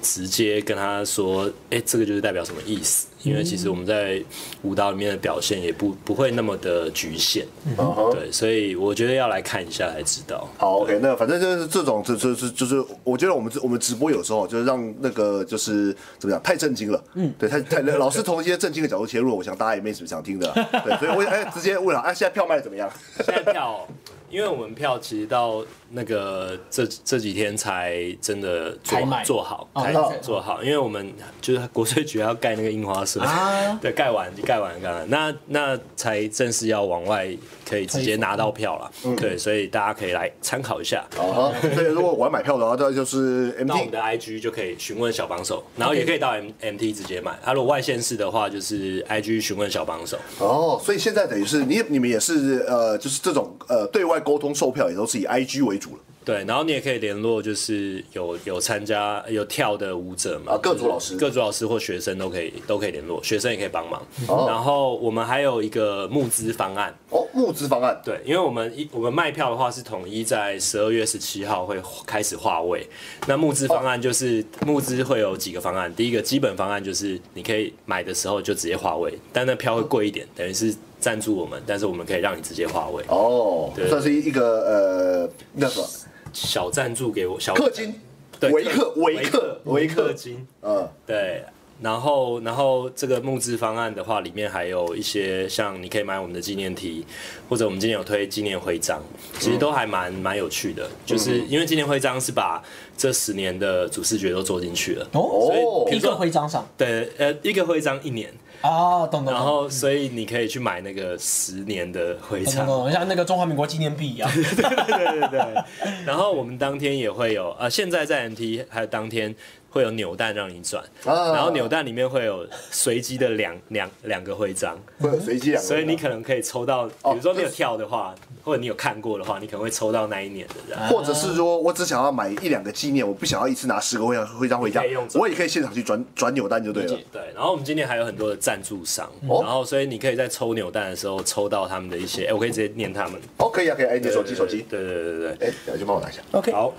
Speaker 3: 直接跟他说，哎、这个就是代表什么意思？因为其实我们在舞蹈里面的表现也不不会那么的局限，
Speaker 2: 啊哈。
Speaker 3: 对，所以我觉得要来看一下才知道。
Speaker 2: 好，OK，那反正就是这种，就就是就是，我觉得我们我们直播有时候就是让那个就是怎么讲，太震惊了，嗯，对，太太老师从一些震惊的角度切入，我想大家也没什么想听的啦，对，所以我哎直接问了，哎，现在票卖的怎么样？
Speaker 3: 现在票哦，因为我们票其实到那个这这几天才真的做
Speaker 1: 才买
Speaker 3: 做好，
Speaker 1: 哦
Speaker 3: 才
Speaker 1: 那才
Speaker 3: 做好，因为我们就是国税局要盖那个印花税，
Speaker 1: 啊
Speaker 3: 对，盖完就盖完盖完，那那才正式要往外可以直接拿到票了，对，所以大家可以来参考一下。
Speaker 2: 啊哈，所以如果我要买票的话，那就是
Speaker 3: 到我们
Speaker 2: MT
Speaker 3: 的 IG 就可以询问小帮手，然后也可以到 M MT 直接买。啊，如果外县市的话，就是 IG 询问小帮手。
Speaker 2: 哦，所以现在等于是你你们也是呃，就是这种呃对外沟通售票也都是以 IG 为主了
Speaker 3: 对，然后你也可以联络，就是有有参加有跳的舞者嘛，
Speaker 2: 啊各组老师
Speaker 3: 各组老师或学生都可以都可以联络，学生也可以帮忙。
Speaker 2: 哦
Speaker 3: 然后我们还有一个募资方案，
Speaker 2: 哦，募资方案，
Speaker 3: 对，因为我们一我们卖票的话是统一在十二月十七号会开始划位，那募资方案就是、募资会有几个方案，第一个基本方案就是你可以买的时候就直接划位，但那票会贵一点，等于是赞助我们，但是我们可以让你直接划位，
Speaker 2: 哦，
Speaker 3: 对
Speaker 2: 算是一个呃那什么
Speaker 3: 小赞助给我小
Speaker 2: 氪金，
Speaker 3: 对
Speaker 2: 维克维克维克
Speaker 3: 氪，金。
Speaker 2: 嗯。
Speaker 3: 对，然后然后这个募资方案的话，里面还有一些像你可以买我们的纪念 T，或者我们今年有推纪念徽章，其实都还蛮蛮有趣的，就是因为纪念徽章是把这十年的主视觉都做进去了。
Speaker 1: 哦，
Speaker 2: 哦
Speaker 3: 比
Speaker 1: 一
Speaker 3: 如说
Speaker 1: 个徽章上
Speaker 3: 对，呃，一个徽章一年，
Speaker 1: 哦，懂懂
Speaker 3: 然
Speaker 1: 懂
Speaker 3: 后所以你可以去买那个十年的徽
Speaker 1: 懂懂
Speaker 3: 章，
Speaker 1: 懂，像那个中华民国纪念币一样。
Speaker 3: 对对对。然后我们当天也会有，呃，现在在 MT 还有当天会有扭蛋让你转，
Speaker 2: 啊
Speaker 3: 然后扭蛋里面会有随机的两两两个徽章，
Speaker 2: 会有随机两个人啊，
Speaker 3: 所以你可能可以抽到，比如说
Speaker 2: 哦
Speaker 3: 你有跳的话，或者你有看过的话，你可能会抽到那一年的这样。
Speaker 2: 或者是说我只想要买一两个纪念，我不想要一次拿十个徽章徽章回家
Speaker 3: 你可以用，这
Speaker 2: 我也可以现场去转转扭蛋就对了
Speaker 1: 理解。
Speaker 3: 对，然后我们今天还有很多的赞助商，
Speaker 2: 哦
Speaker 3: 然后所以你可以在抽扭蛋的时候抽到他们的一些，哎，我可以直接念他们。
Speaker 2: 哦，可以啊，可以，哎，你的手机手机，
Speaker 3: 对对对对对。
Speaker 2: 哎，小去帮我拿一下。
Speaker 1: OK，
Speaker 3: 好，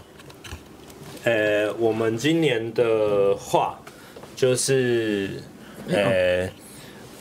Speaker 3: 呃，我们今年的话就是，呃，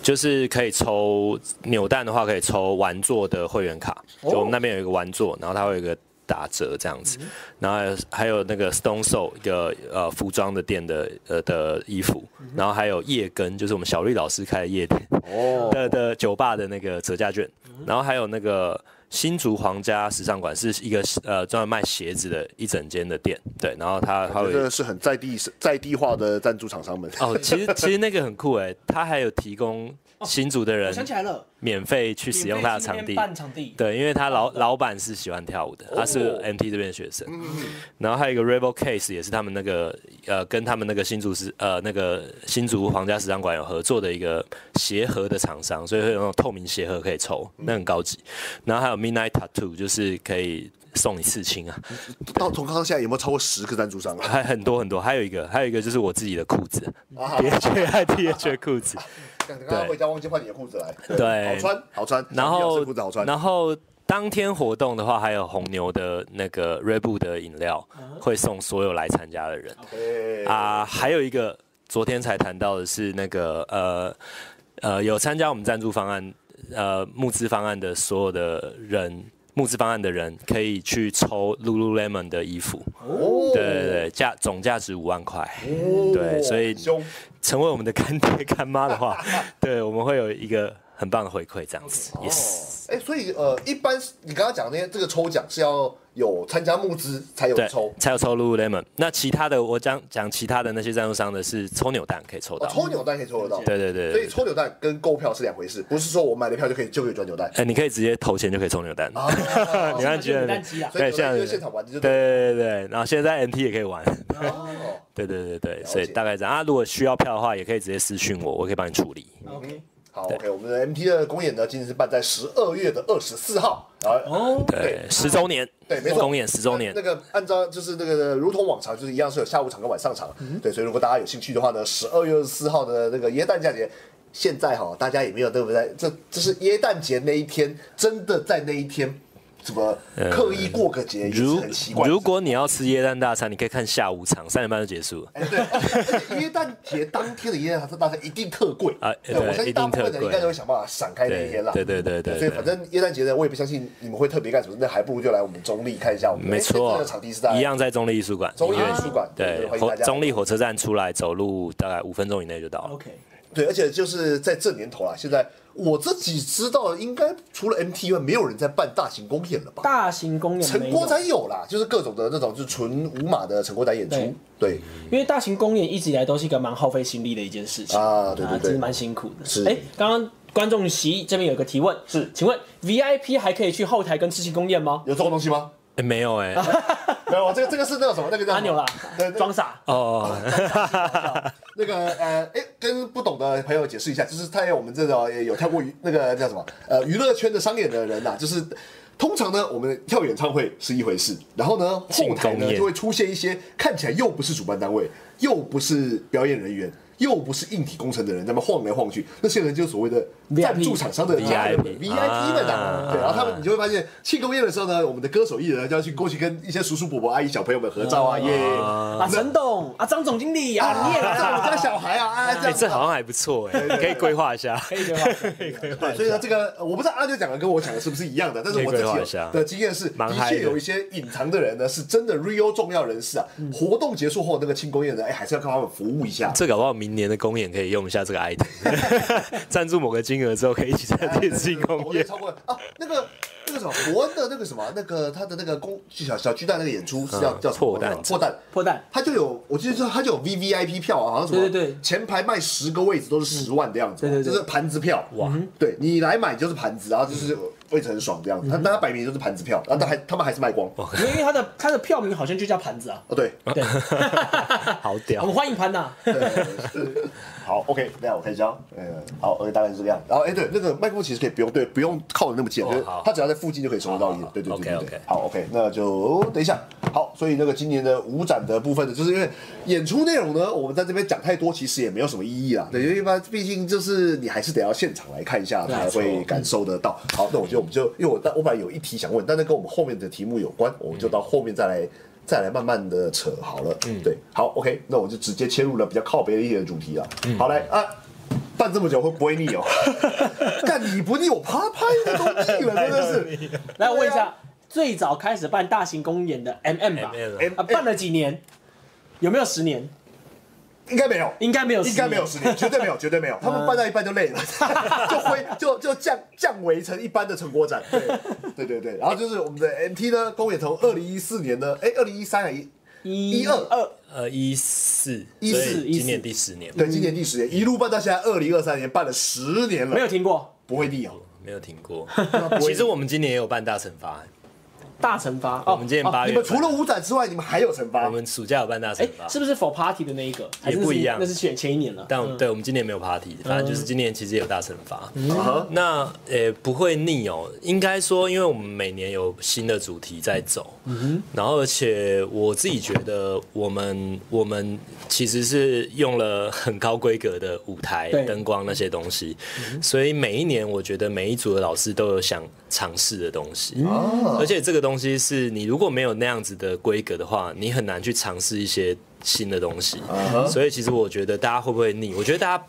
Speaker 3: 就是可以抽扭蛋的话，可以抽玩座的会员卡，就我们那边有一个玩座，然后它会有一个。打折这样子。然后还有还有那个 Stone Soul 一个呃服装的店的呃的衣服，然后还有夜根，就是我们小绿老师开的夜店
Speaker 2: 哦，
Speaker 3: 的的酒吧的那个折价券，然后还有那个新竹皇家时尚馆是一个呃专门卖鞋子的一整间的店，对，然后它它
Speaker 2: 真
Speaker 3: 会
Speaker 2: 的是很在地在地化的赞助厂商们。
Speaker 3: 哦，其实其实那个很酷哎，它还有提供新竹的
Speaker 1: 哦我
Speaker 3: 人
Speaker 1: 想起来了，
Speaker 3: 免费去 使用它的场地，
Speaker 1: 办场地，哦
Speaker 3: 对，因为他老老板是喜欢跳舞的，他是 MT 这边的学生。
Speaker 1: 嗯
Speaker 3: 然后还有一个 Rebel Case 也是他们那个呃跟他们那个新竹时呃那个新竹皇家时尚馆有合作的一个鞋盒的厂商，所以会有那种透明鞋盒可以抽，
Speaker 1: 嗯
Speaker 3: 那很高级。然后还有 Midnight Tattoo 就是可以送你刺青啊，
Speaker 2: 到同康现在有没有超过十个赞助商啊？
Speaker 3: 还很多很多。还有一个还有一个就是我自己的裤子，DHI
Speaker 1: 啊
Speaker 3: DH 裤子。
Speaker 2: 刚刚回家忘记换你的裤子来，
Speaker 3: 对
Speaker 2: 好穿啊好穿，
Speaker 3: 哎然
Speaker 2: 小弟老
Speaker 3: 后
Speaker 2: 师裤子好穿，
Speaker 3: 然后当天活动的话，还有红牛的那个 r e b o 的饮料会送所有来参加的人
Speaker 2: 对
Speaker 3: 啊，还有一个昨天才谈到的是那个呃呃有参加我们赞助方案呃募资方案的所有的人。募资方案的人可以去抽 Lululemon 的衣服，
Speaker 2: 哦，
Speaker 3: 对对对，价总价值五万块，对，所以
Speaker 2: 凶
Speaker 3: 成为我们的干爹干妈 的话，对我们会有一个很棒的回馈，这样子，yes。
Speaker 2: 哎，所以呃，一般你刚刚讲的那些这个抽奖是要有参加募资才有
Speaker 3: 对，
Speaker 2: 抽，
Speaker 3: 才有抽 Lululemon。那其他的，我讲讲其他的那些赞助商的是抽扭蛋可以抽
Speaker 2: 哦
Speaker 3: 到，，
Speaker 2: 抽扭蛋可以抽得到，
Speaker 3: 对对对
Speaker 2: 所以
Speaker 3: 对。
Speaker 2: 抽扭蛋跟购票是两回事，不是说我买了票就可以就可以转扭蛋。
Speaker 3: 哎，你可以直接投钱就可以抽扭
Speaker 2: 啊
Speaker 3: 蛋，
Speaker 2: 哦
Speaker 3: 你看觉
Speaker 1: 扭
Speaker 3: 得
Speaker 1: 蛋机啊
Speaker 2: 所以
Speaker 3: 对，
Speaker 2: 扭蛋就是
Speaker 3: 现
Speaker 2: 现
Speaker 3: 在
Speaker 2: 场玩的就
Speaker 3: 对对对对，然后现在 MT 也可以玩，
Speaker 2: 哦，
Speaker 3: 对对对对，
Speaker 2: 解
Speaker 3: 所以大概这样啊。如果需要票的话，也可以直接私讯我，我可以帮你处理。
Speaker 1: ，OK，
Speaker 2: 好，OK，我们的 MT 的公演呢，今天是办在十二月的二十四号，然后
Speaker 1: 哦，
Speaker 3: 对，十周年，
Speaker 2: 对，没错，
Speaker 3: 公演十周年
Speaker 2: 那，个按照就是那个如同往常，就是一样是有下午场跟晚上场。对，所以如果大家有兴趣的话呢，十二月二十四号的那个耶诞佳节。现在哈，大家也没有对不对？这这是耶诞节那一天，真的在那一天，什么刻意过个节也是
Speaker 3: 如
Speaker 2: 很奇怪的事情。
Speaker 3: 呃如果你要吃耶诞大餐，你可以看下午场，三点半就结束了。
Speaker 2: 哎，对，而且耶诞节当天的耶诞大餐一定特贵
Speaker 3: 啊
Speaker 2: 对，
Speaker 3: 对
Speaker 2: 我相信大部分
Speaker 3: 一定特
Speaker 2: 人
Speaker 3: 贵
Speaker 2: 应该都会想办法闪开那一天啦。
Speaker 3: 对对对对对
Speaker 2: 所以反正耶诞节呢，我也不相信你们会特别干什么，那还不如就来我们中立看一下我们。
Speaker 3: 没
Speaker 2: 哎这
Speaker 3: 错
Speaker 2: 个场地是在，
Speaker 3: 一样在中立艺术馆，
Speaker 2: 中立
Speaker 3: 因为
Speaker 2: 艺术馆对
Speaker 3: 对，
Speaker 2: 欢迎
Speaker 3: 火
Speaker 2: 大家
Speaker 3: 中立火车站出来走路大概五分钟以内就到了。
Speaker 1: OK，
Speaker 2: 对，而且就是在这年头啦，现在我自己知道的，应该除了 MT 以外，没有人在办大型公演了吧？
Speaker 1: 大型公演没
Speaker 2: 陈
Speaker 1: 有
Speaker 2: 郭展有啦，就是各种的那种，就是纯无码的陈郭展演出。对，
Speaker 1: 因为大型公演一直以来都是一个蛮耗费心力的一件事情
Speaker 2: 啊对对对
Speaker 1: 真的蛮辛苦的。
Speaker 2: 是
Speaker 1: 哎，刚刚观众席这边有个提问，是，请问 VIP 还可以去后台跟吃庆功宴吗？
Speaker 2: 有这种东西吗？
Speaker 3: 诶没有哎、
Speaker 2: 没有，啊这个这个是那个什么，那个叫
Speaker 1: 阿
Speaker 2: 什么
Speaker 1: 牛啊啦
Speaker 2: 啊对，那，个
Speaker 1: 装傻。
Speaker 3: 哦，
Speaker 2: 那个呃，哎，跟不懂的朋友解释一下，就是他有我们这种呃有跳过娱那个叫什么呃娱乐圈的商演的人呐、就是通常呢，我们跳演唱会是一回事，然后呢，后台
Speaker 3: 庆功
Speaker 2: 呢
Speaker 3: 宴
Speaker 2: 就会出现一些看起来又不是主办单位，又不是表演人员。又不是硬体工程的人，在那么晃来晃去，那些人就是所谓的
Speaker 1: VIP
Speaker 2: 赞助厂商的
Speaker 3: VIP
Speaker 2: VIP 们啊，对，然后他们你就会发现庆功宴的时候呢，我们的歌手艺人就要去过去跟一些叔叔伯伯、阿姨、小朋友们合照啊，耶！
Speaker 1: 啊，陈董啊，张总经理啊，你也来
Speaker 2: 这我
Speaker 1: 啦
Speaker 2: 们家小孩啊，哎，这
Speaker 3: 哎、
Speaker 2: 样
Speaker 3: 这好像还不错哎、可以规划一下。
Speaker 1: 可以的吧？可以的吧
Speaker 2: 对，所以呢，这个呃我不知道阿舅讲的跟我讲的是不是一样的，但是我自己
Speaker 3: 可以规划一
Speaker 2: 有
Speaker 3: 下
Speaker 2: 的经验是，
Speaker 3: 蛮
Speaker 2: 的
Speaker 3: 嗨的
Speaker 2: 确有一些隐藏的人呢，是真的 real 重要人士啊。活动结束后，那个庆功宴呢，哎，还是要靠他们服务一下。
Speaker 3: 这搞不好明年的公演可以用一下这个 item，赞助某个金额之后可以一起参
Speaker 2: 哎
Speaker 3: 加庆功
Speaker 2: 我觉得
Speaker 3: 宴。
Speaker 2: 超过啊，那个那个什么，伯恩的那个什么，那个他的那个公小小巨蛋那个演出是叫
Speaker 3: 嗯
Speaker 2: 叫什么
Speaker 3: 破蛋
Speaker 2: 破蛋。
Speaker 1: 破蛋，
Speaker 2: 他就有，我记得是他就有 V V I P 票啊，好像什么，
Speaker 1: 对对对
Speaker 2: 前排卖十个位置都是十万的样子，
Speaker 1: 对对对
Speaker 2: 就是盘子票，
Speaker 3: 嗯
Speaker 2: 哇，对你来买就是盘子，然后就是位置很爽这样子，
Speaker 1: 嗯
Speaker 2: 他那他摆明就是盘子票，然后他还他们还是卖光，哦，
Speaker 1: 因为因为他的他的票名好像就叫盘子啊。
Speaker 2: 对，
Speaker 1: 对，
Speaker 3: 好
Speaker 1: 我
Speaker 3: 屌
Speaker 1: 们！欢迎盘呐。
Speaker 2: 好，OK，那我开销，嗯，好，OK，大概是这个样。然后，哎，对，那个麦克风其实可以不用，对，不用靠的那么近，就是
Speaker 3: 哦好
Speaker 2: 它只要在附近就可以收得到音
Speaker 3: 好好。
Speaker 2: 对对对对
Speaker 3: OK，OK
Speaker 2: 对。好，OK，那就等一下。好，所以那个今年的舞展的部分呢，就是因为演出内容呢，我们在这边讲太多，其实也没有什么意义啦。对，因为一般毕竟就是你还是得要现场来看一下，才会感受得到。好，那我觉得我们就因为我但我本来有一题想问，但是跟我们后面的题目有关，我们就到后面再来。再来慢慢的扯好了，嗯，对，好，OK，那我就直接切入了比较靠北的一点的主题了。好，来啊，办这么久会不会腻 哦？干你不腻，我啪啪一个都腻了，真的是。
Speaker 1: 来，我问一
Speaker 2: 对
Speaker 1: 下
Speaker 2: 啊，
Speaker 1: 最早开始办大型公演的 MM 吧
Speaker 3: MM
Speaker 1: 啊，办了几年？有没有十年？
Speaker 2: 应该没有，
Speaker 1: 应该没有，
Speaker 2: 应该没有。十年，绝对没有，绝对 没有。他们办到一半就累了， 就灰就就降降维成一般的成果展。对对对对，然后就是我们的 MT 呢，公演从二零一四年的，哎，二零一三还一
Speaker 1: 一
Speaker 2: 一二
Speaker 1: 二，
Speaker 3: 呃，一四，
Speaker 2: 14
Speaker 3: 所以今
Speaker 1: 14
Speaker 3: 年第十年，
Speaker 2: 对，今年第十年，一路办到现在二零二三年，办了十年了，
Speaker 1: 没有听过
Speaker 2: 不会腻哦。
Speaker 3: 没有停过。
Speaker 2: 不会腻
Speaker 3: 其实我们今年也有办大惩罚，
Speaker 1: 大惩罚哦。
Speaker 3: 我们今年八
Speaker 2: 你
Speaker 3: 月
Speaker 2: 们
Speaker 3: 办，
Speaker 2: 除了舞展之外，你哎们还有惩罚
Speaker 3: 我？们暑假有办大
Speaker 1: 哎
Speaker 3: 惩罚，，
Speaker 1: 是不是 for party 的那一个？还是那
Speaker 3: 也不
Speaker 1: 是
Speaker 3: 一样
Speaker 1: 那是前前一年了。
Speaker 3: 但我们对我们今年没有 party，反正就是今年其实也有大惩罚。
Speaker 1: 嗯
Speaker 2: 啊哈
Speaker 3: 那呃、不会腻哦，应该说，因为我们每年有新的主题在走，
Speaker 1: 嗯
Speaker 3: 然后而且我自己觉得，我们我们其实是用了很高规格的舞台
Speaker 1: 对、嗯
Speaker 3: 灯光那些东西，所以每一年我觉得每一组的老师都有想尝试的东西，
Speaker 1: 嗯
Speaker 3: 而且这个东西是你如果没有那样子的规格的话，你很难去尝试一些新的东西。
Speaker 1: 哦
Speaker 3: 所以其实我觉得大家会不会腻？我觉得大家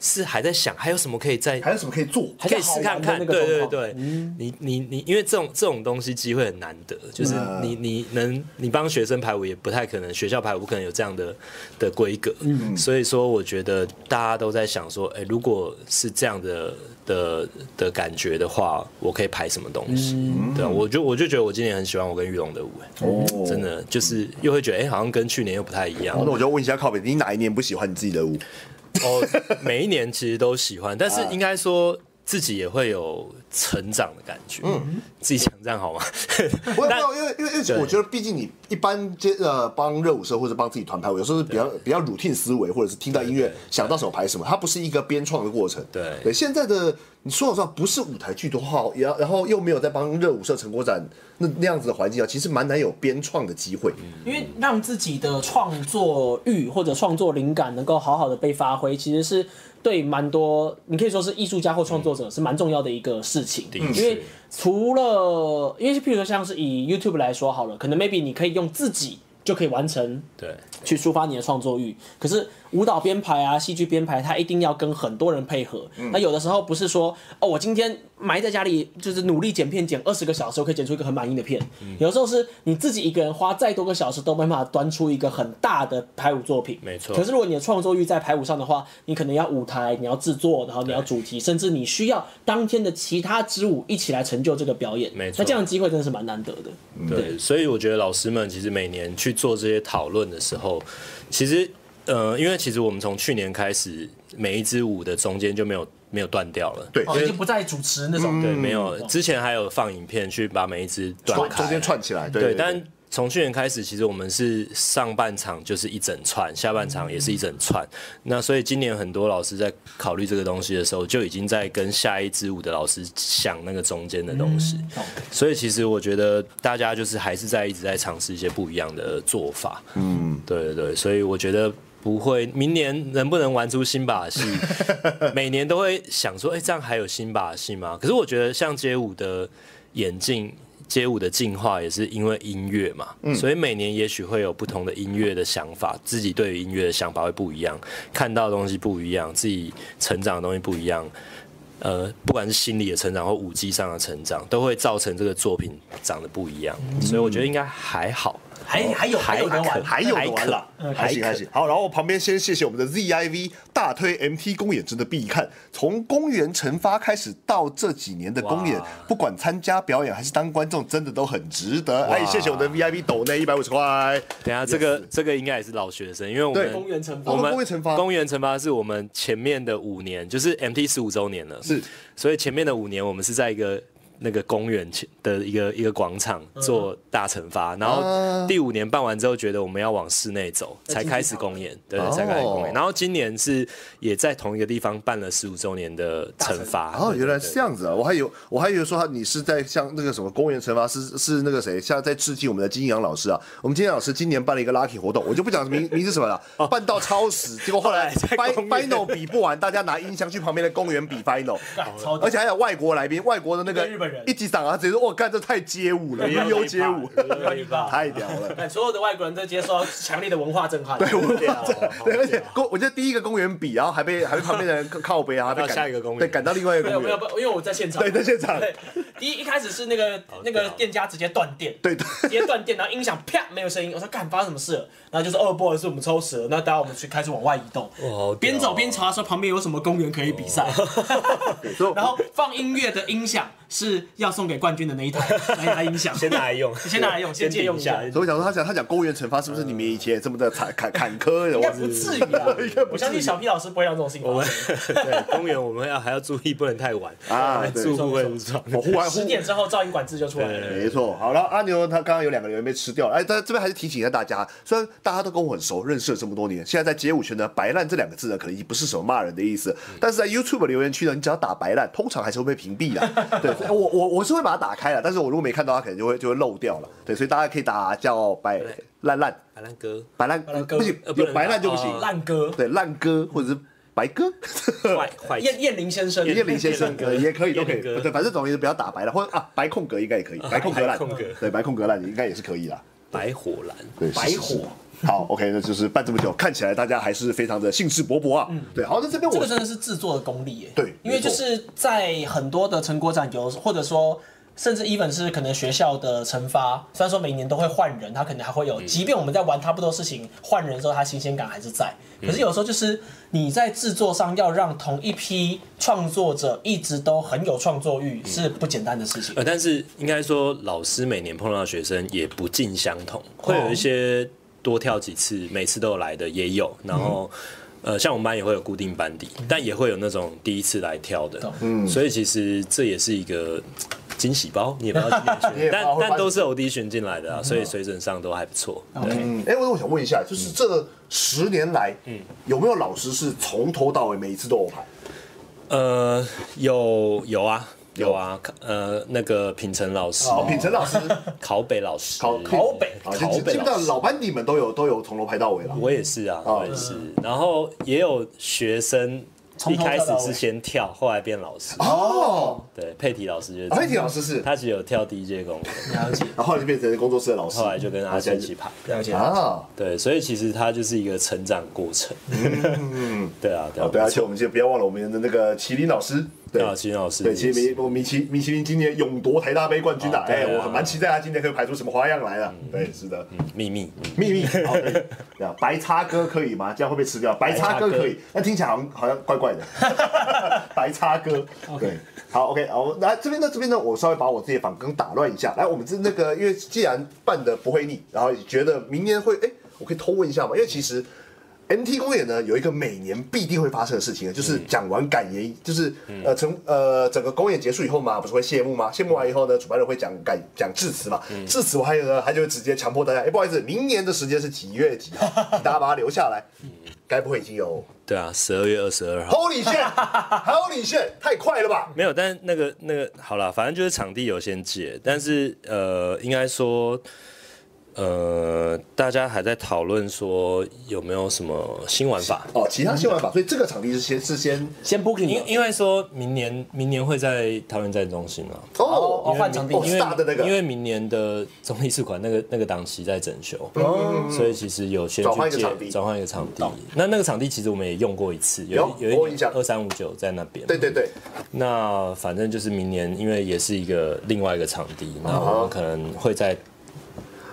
Speaker 3: 是还在想还有什么可以再
Speaker 2: 还有什么可以做？
Speaker 1: 还
Speaker 3: 可
Speaker 1: 是
Speaker 3: 以
Speaker 1: 好
Speaker 3: 试看
Speaker 1: 玩的
Speaker 3: 看，
Speaker 1: 那
Speaker 3: 对
Speaker 1: 个状
Speaker 3: 对
Speaker 1: 况嗯
Speaker 3: 对，你你你，因为这种这种东西机会很难得，就是
Speaker 2: 嗯
Speaker 3: 你你能你帮学生排舞也不太可能，学校排舞不可能有这样的的规格，
Speaker 1: 嗯
Speaker 3: 所以说我觉得大家都在想说，哎，如果是这样的的的感觉的话，我可以排什么东西？
Speaker 1: 嗯
Speaker 3: 对啊，我就我就觉得我今年很喜欢我跟玉龙的舞，哎
Speaker 2: 哦
Speaker 3: 真。的就是又会觉得哎，好像跟去年又不太一样
Speaker 2: 那。我就问一下靠北，你哪一年不喜欢你自己的舞？
Speaker 3: 哦，每一年其实都喜欢，但是
Speaker 2: 啊
Speaker 3: 应该说自己也会有成长的感觉。嗯，自己讲这样好 吗？
Speaker 2: 不会，没
Speaker 3: 那
Speaker 2: 有，因为因为因为我觉得，毕竟你一般接呃帮热舞社或者帮自己团排舞，有时候是比较比较 routine 思维，或者是听到音乐想到什么排什么，它不是一个编创的过程。
Speaker 3: 对
Speaker 2: 对，现在的你说老实话，不是舞台剧的话，然后然后又没有在帮热舞社成果展那那样子的环境啊，其实蛮难有编创的机会。
Speaker 1: 因为让自己的创作欲或者创作灵感能够好好的被发挥，其实是对蛮多，你可以说是艺术家或创作者是蛮重要的一个事情。因为除了，因为譬如说像是以 YouTube 来说好了，可能 maybe 你可以用自己就可以完成
Speaker 3: 对，
Speaker 1: 去抒发你的创作欲。可是舞蹈编排啊、戏剧编排，它一定要跟很多人配合。
Speaker 3: 嗯
Speaker 1: 那有的时候不是说哦，我今天埋在家里就是努力剪片，剪二十个小时，我可以剪出一个很满意的片。
Speaker 3: 嗯
Speaker 1: 有的时候是你自己一个人花再多个小时都没办法端出一个很大的排舞作品。
Speaker 3: 没错
Speaker 1: 可是如果你的创作欲在排舞上的话，你可能要舞台，你要制作，然后你要主题，甚至你需要当天的其他支舞一起来成就这个表演。
Speaker 3: 没错嗯
Speaker 1: 那这样的机会真的是蛮难得的。
Speaker 3: 对，所以我觉得老师们其实每年去做这些讨论的时候，其实呃，因为其实我们从去年开始，每一支舞的中间就没有没有断掉了。
Speaker 2: 对，
Speaker 1: 哦，已经不再主持那种。
Speaker 3: 嗯
Speaker 1: 哦
Speaker 3: 对，没有，之前还有放影片去把每一支断
Speaker 2: 中
Speaker 3: 开
Speaker 2: 中，间串起来。对，
Speaker 3: 对，
Speaker 2: 对
Speaker 3: 但从去年开始，其实我们是上半场就是一整串，下半场也是一整串。那所以今年很多老师在考虑这个东西的时候，就已经在跟下一支舞的老师想那个中间的东
Speaker 2: 嗯
Speaker 3: 西。所以其实我觉得大家就是还是在一直在尝试一些不一样的做法。嗯，对对对，所以我觉得。不会，明年能不能玩出新把戏？每年都会想说，哎、这样还有新把戏吗？可是我觉得像街舞的眼镜。街舞的进化也是因为音乐嘛，所以每年也许会有不同的音乐的想法，自己对于音乐的想法会不一样，看到的东西不一样，自己成长的东西不一样，呃，不管是心理的成长或舞技上的成长，都会造成这个作品长得不一样，所以我觉得应该还好，
Speaker 1: 嗯
Speaker 3: 哦
Speaker 1: 还还有还有得玩，
Speaker 2: 还有的玩了，还行还行。好，然后旁边先谢谢我们的 ZIV 大推 MT 公演，真的必看。从公园惩罚开始到这几年的公演
Speaker 3: 哇，
Speaker 2: 不管参加表演还是当观众，真的都很值得。
Speaker 3: 哇
Speaker 2: 哎，谢谢我们的 VIP 抖内一百五十块。
Speaker 3: 等一下，这个这个应该也是老学生，因为我
Speaker 2: 对
Speaker 3: 们
Speaker 1: 公园惩罚
Speaker 3: 我们
Speaker 2: 公园惩罚
Speaker 3: 公园惩罚是我们前面的五年，就是 MT 十五周年了，
Speaker 2: 是，
Speaker 3: 所以前面的五年我们是在一个那个公园前的一个一个广场做大惩罚，然
Speaker 2: 啊
Speaker 3: 后第五年办完之后，觉得我们要往室内走，才开始公演，对，
Speaker 2: 哦
Speaker 3: 才开始公演。然后今年是也在同一个地方办了十五周年的惩罚，
Speaker 2: 哦，
Speaker 3: 对
Speaker 2: 原来是这样子啊！我还有我还以为说他你是在像那个什么公园惩罚是是那个谁，像在致敬我们的金阳老师啊。我们金阳老师今年办了一个 lucky 活动，我就不讲名名字什么了，办到超时，结果后来 final final 比不完，大家拿音箱去旁边的公园比 final，
Speaker 1: 干超屌
Speaker 2: 而且还有外国来宾，外国的那个
Speaker 1: 跟日本本人
Speaker 2: 一，级赏啊，直接说哇，干这太街舞了，悠悠街舞，
Speaker 3: 一把
Speaker 2: 太屌 了。
Speaker 1: 哎，所有的外国人都接受到强烈的文化震撼。对，啊
Speaker 2: 对，而且公，我记得第一个公园比，然后还被还被旁边的人靠背啊，被
Speaker 3: 到
Speaker 2: 赶
Speaker 3: 下一个公园
Speaker 2: 对，赶到另外一个
Speaker 1: 没有
Speaker 2: 公
Speaker 1: 没
Speaker 2: 园
Speaker 1: 有，，因为我在现场。
Speaker 2: 对，在现场，
Speaker 1: 对，第一一开始是那个那个
Speaker 3: 啊
Speaker 1: 店家直接断电，
Speaker 2: 对对
Speaker 1: 直接断电，然后音响啪没有声音，我说干发生什么事了？然后就说哦，不好意思，我们抽死了，那待会我们去开始往外移动
Speaker 3: 好屌，啊
Speaker 1: 边走边查说旁边有什么公园可以比赛，
Speaker 3: 哦
Speaker 2: 所以我
Speaker 1: 然后放音乐的音响是要送给冠军的那一台 那一台音响，
Speaker 3: 先拿来用，
Speaker 1: 先拿来用先借用一下
Speaker 2: 所以我想说，他讲他讲公园惩罚是不是你们以前也这么的惨坎坎坷的？
Speaker 1: 应该
Speaker 2: 我
Speaker 1: 不
Speaker 2: 是
Speaker 1: 至于 啦，我相信小 P 老师不会让这种事情
Speaker 3: 我
Speaker 1: 发
Speaker 3: 们
Speaker 1: 生。
Speaker 3: 对公园我们要还要注意，不能太晚
Speaker 2: 啊
Speaker 3: 不然
Speaker 2: 对
Speaker 3: 住户会误 撞。
Speaker 2: 我忽然忽
Speaker 1: 十点之后噪音管制就出来了。
Speaker 2: 没错，好了，阿牛他刚刚有两个留言被吃掉了，哎，但这边还是提醒一下大家，虽然大家都跟我很熟，认识了这么多年，现在在街舞圈呢，白烂这两个字呢，可能已经不是什么骂人的意思，
Speaker 1: 嗯
Speaker 2: 但是在 YouTube 留言区呢，你只要打白烂，通常还是会被屏蔽的。对，我我我是会把它打开了，但是我如果没看到，它可能就会就会漏掉了。对，所以大家可以打叫白烂烂
Speaker 3: 海浪哥，
Speaker 2: 白烂，
Speaker 1: 烂哥
Speaker 2: 不行
Speaker 3: 呃，不
Speaker 2: 有
Speaker 3: 能
Speaker 2: 白烂就不行，
Speaker 3: 哦
Speaker 1: 烂哥，
Speaker 2: 对烂哥或者是白哥。
Speaker 3: 坏坏
Speaker 1: 燕燕玲先生，
Speaker 2: 叶林先生
Speaker 3: 哥
Speaker 2: 呃也可以，都可以，
Speaker 3: 叶林哥
Speaker 2: 对，反正总之不要打白了，或者啊白空格应该也可以，白空格烂
Speaker 3: 白空格，
Speaker 2: 对，白空格烂应该也是可以啦，
Speaker 3: 白火蓝，
Speaker 2: 对，
Speaker 1: 白
Speaker 2: 是是是
Speaker 1: 火
Speaker 2: 好，OK，那就是办这么久，看起来大家还是非常的兴致勃勃啊，
Speaker 3: 嗯
Speaker 2: 对，好，那这边
Speaker 1: 这个
Speaker 2: 我
Speaker 1: 真的是制作的功力耶。
Speaker 2: 对
Speaker 1: 因为就是在很多的成果展有，或者说。甚至 even 是可能学校的惩罚，虽然说每年都会换人，他可能还会有，
Speaker 2: 嗯
Speaker 1: 即便我们在玩差不多事情，换人之后他新鲜感还是在。
Speaker 2: 嗯
Speaker 1: 可是有时候就是你在制作上要让同一批创作者一直都很有创作
Speaker 2: 嗯
Speaker 1: 欲，是不简单的事情。
Speaker 3: 呃，但是应该说，老师每年碰到的学生也不尽相同，会
Speaker 2: 哦
Speaker 3: 有一些多跳几次，每次都有来的也有，然
Speaker 2: 嗯
Speaker 3: 后。呃，像我们班也会有固定班底，但也会有那种第一次来跳的
Speaker 1: 懂，
Speaker 3: 嗯，所以其实这也是一个惊喜包，你也不 知道今年选
Speaker 2: 你也不知
Speaker 3: 但
Speaker 2: 道会
Speaker 3: 但
Speaker 2: 发
Speaker 3: 都是 audition 进来的啊，所以水准上都还不错。对，
Speaker 2: 嗯，哎，我我想问一下，就是这十年来，嗯，有没有老师是从头到尾每一次都有排？
Speaker 3: 呃，有有啊有啊，呃，那个品成老师、
Speaker 2: 哦，品成老师，
Speaker 3: 考北老师、
Speaker 2: 考
Speaker 1: 考北
Speaker 2: 好
Speaker 3: 考
Speaker 2: 基
Speaker 3: 北
Speaker 2: 基本
Speaker 3: 老
Speaker 2: 上
Speaker 3: 师
Speaker 2: 老班底们都有都有从头排到尾了。
Speaker 3: 我也是啊，
Speaker 2: 哦
Speaker 3: 我也
Speaker 2: 嗯
Speaker 3: 是。然后也有学生
Speaker 1: 从
Speaker 3: 一
Speaker 1: 头
Speaker 3: 开
Speaker 1: 跳
Speaker 3: 始
Speaker 1: 到尾
Speaker 3: 是先跳，后来变老师。
Speaker 2: 哦，
Speaker 3: 对，佩提老师就是这
Speaker 2: 啊
Speaker 3: 样
Speaker 2: 佩婷老师啊是，
Speaker 3: 他只有跳第一届 公演，
Speaker 1: 了解，
Speaker 2: 然后后来就变成工作室的老师，
Speaker 3: 后来就跟阿
Speaker 2: 现
Speaker 3: 珍
Speaker 2: 在
Speaker 3: 一
Speaker 2: 就
Speaker 3: 起排。
Speaker 1: 了解。
Speaker 2: 啊。
Speaker 3: 对，所以其实他就是一个成长过 程。 对啊，对啊
Speaker 2: 哦，，对啊，而且我们今天不要忘了我们的那个麒麟老师，对
Speaker 3: 啊麒麟老师
Speaker 2: 对，
Speaker 3: 也
Speaker 2: 麒
Speaker 3: 是
Speaker 2: 麟，我米其米其林今年勇夺台大杯冠军的，
Speaker 3: 哦对
Speaker 2: 哎，
Speaker 3: 啊嗯
Speaker 2: 我很蛮期待他今天可以排出什么花样来了。对，是的，
Speaker 3: 秘密。
Speaker 2: 秘密，好对 对啊，白叉哥可以吗？这样会被吃掉？白叉哥
Speaker 3: 白叉哥
Speaker 2: 可以，那听起来好像好像怪怪的，白叉哥，对。好，OK，好，那这边呢，这边呢，我稍微把我自己的访纲打乱一下。来，我们这那个，因为既然办的不会腻，然后也觉得明年会，哎，我可以偷问一下嘛？因为其实 MT 公演呢有一个每年必定会发生的事情呢，就是讲完感言，就是呃成呃整个公演结束以后嘛，不是会谢幕吗？谢幕完以后呢，主办人会讲感讲致辞嘛，致辞完以后呢，他就会直接强迫大家，哎、不好意思，明年的时间是几月几号，大家把它留下来。该不会已经有
Speaker 3: 对啊，十二月二十二号。
Speaker 2: Holy shit，Holy shit，太快了吧？
Speaker 3: 没有，但那个那个好了，反正就是场地有先借，但是呃，应该说，呃，大家还在讨论说有没有什么新玩法，
Speaker 2: 哦，其他新玩法，所以这个场地是先是先
Speaker 1: 先 booking
Speaker 3: 因因为说明年明年会在桃园站中心啊，
Speaker 1: 哦
Speaker 2: 哦
Speaker 1: 换场地
Speaker 2: 哦
Speaker 3: 因为
Speaker 2: 大的那个，
Speaker 3: 因为明年的中立试馆那个那个档期在整修，所以其实有先
Speaker 2: 嗯转换
Speaker 3: 去
Speaker 2: 一个场地
Speaker 3: 借转换一个场地。那那个场地其实我们也用过一次，
Speaker 2: 有
Speaker 3: 有
Speaker 2: 我
Speaker 3: 一有
Speaker 2: 有
Speaker 3: 一
Speaker 2: 印象
Speaker 3: 二三五九在那边。
Speaker 2: 对对对，
Speaker 3: 那反正就是明年，因为也是一个另外一个场地，那
Speaker 2: 啊
Speaker 3: 我们可能会再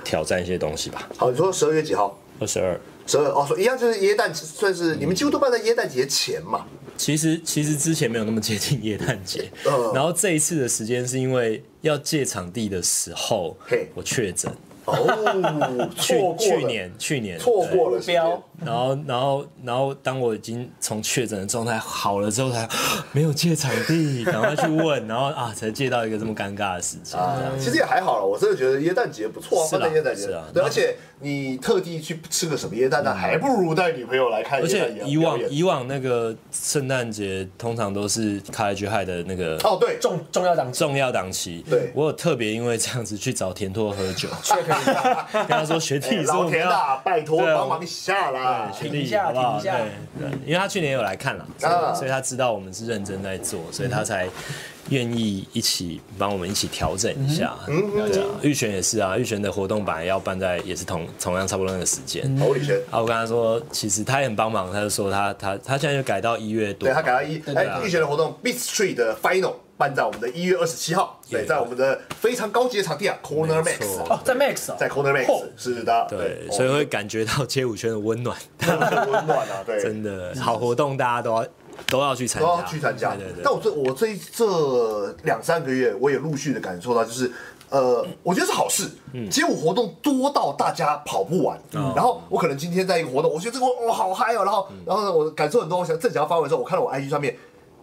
Speaker 3: 挑战一些东西吧。
Speaker 2: 好，你说十二月几号？
Speaker 3: 二十二，
Speaker 2: 十二哦，所以一样就是耶诞，算是你们几乎都办在耶诞节前嘛。
Speaker 3: 其实其实之前没有那么接近耶诞节
Speaker 2: 嗯，
Speaker 3: 然后这一次的时间是因为要借场地的时候
Speaker 2: 嘿，
Speaker 3: 我确诊，
Speaker 2: 哦，
Speaker 3: 去
Speaker 2: 错过了
Speaker 3: 去年去年
Speaker 2: 错
Speaker 3: 对
Speaker 2: 过了时间
Speaker 1: 标
Speaker 3: 然后，然后，然后，当我已经从确诊的状态好了之后才，没有借场地，赶快去问，然后啊，才借到一个这么尴尬的时间。
Speaker 2: 啊，其实也还好了，我真的觉得耶诞节不错啊，
Speaker 3: 是
Speaker 2: 放
Speaker 3: 啦
Speaker 2: 在耶诞节
Speaker 3: 是啦，
Speaker 2: 对，而且你特地去吃个什么耶诞蛋，还不如带女朋友来看
Speaker 3: 而
Speaker 2: 耶
Speaker 3: 且
Speaker 2: 诞节
Speaker 3: 以往
Speaker 2: 表演
Speaker 3: 以往那个圣诞节通常都是 College High 的那个
Speaker 2: 哦对，
Speaker 1: 重重要档期，
Speaker 3: 重要档期，
Speaker 2: 对
Speaker 3: 我有特别因为这样子去找田拓喝酒，
Speaker 1: 缺可以
Speaker 3: 跟他说学弟，说
Speaker 2: 老
Speaker 3: 我们
Speaker 2: 田
Speaker 3: 要
Speaker 2: 啊，拜托
Speaker 3: 对
Speaker 2: 帮忙一下啦！
Speaker 3: 学
Speaker 1: 停一
Speaker 3: 弟
Speaker 1: 下
Speaker 3: 好不好？
Speaker 1: 停一下
Speaker 3: 对对，因为他去年有来看了，所
Speaker 2: 啊嗯
Speaker 3: 以所以他知道我们是认真在做，所以他才愿意一起帮我们一起调整一下。
Speaker 2: 嗯
Speaker 3: 对啊，玉璇也是啊，玉璇的活动本来要办在也是同同样差不多那个时间。
Speaker 2: 侯礼轩，
Speaker 3: 啊，我跟他说，其实他也很帮忙，他就说他他他现在就改到一月多
Speaker 2: 对，他改到一哎，预选的活动 Beat Street 的 Final 办在我们的一月二十七号，对，
Speaker 3: Yeah
Speaker 2: 在我们的非常高级的场地啊，Corner
Speaker 3: 没错
Speaker 2: Max
Speaker 1: 哦，在 Max 哦，
Speaker 2: 在 Corner
Speaker 1: 嚯
Speaker 2: Max 是的，
Speaker 3: 对，
Speaker 2: 哦
Speaker 3: 所以会感觉到街舞圈的温暖，
Speaker 2: 很 温暖啊，对，
Speaker 3: 真的好活动，大家都要都要去参
Speaker 2: 都
Speaker 3: 加，
Speaker 2: 哦要去参加。
Speaker 3: 对对
Speaker 2: 但
Speaker 3: 对，
Speaker 2: 我这我这这两三个月，我也陆续的感受到，就是呃，我觉得是好事。
Speaker 3: 嗯
Speaker 2: 街舞活动多到大家跑不完，然后我可能今天在一个活动，我觉得这个我、哦、好嗨哦，然后
Speaker 3: 嗯
Speaker 2: 然后呢，我感受很多。我想正想要发文的时候，我看到我 IG 上面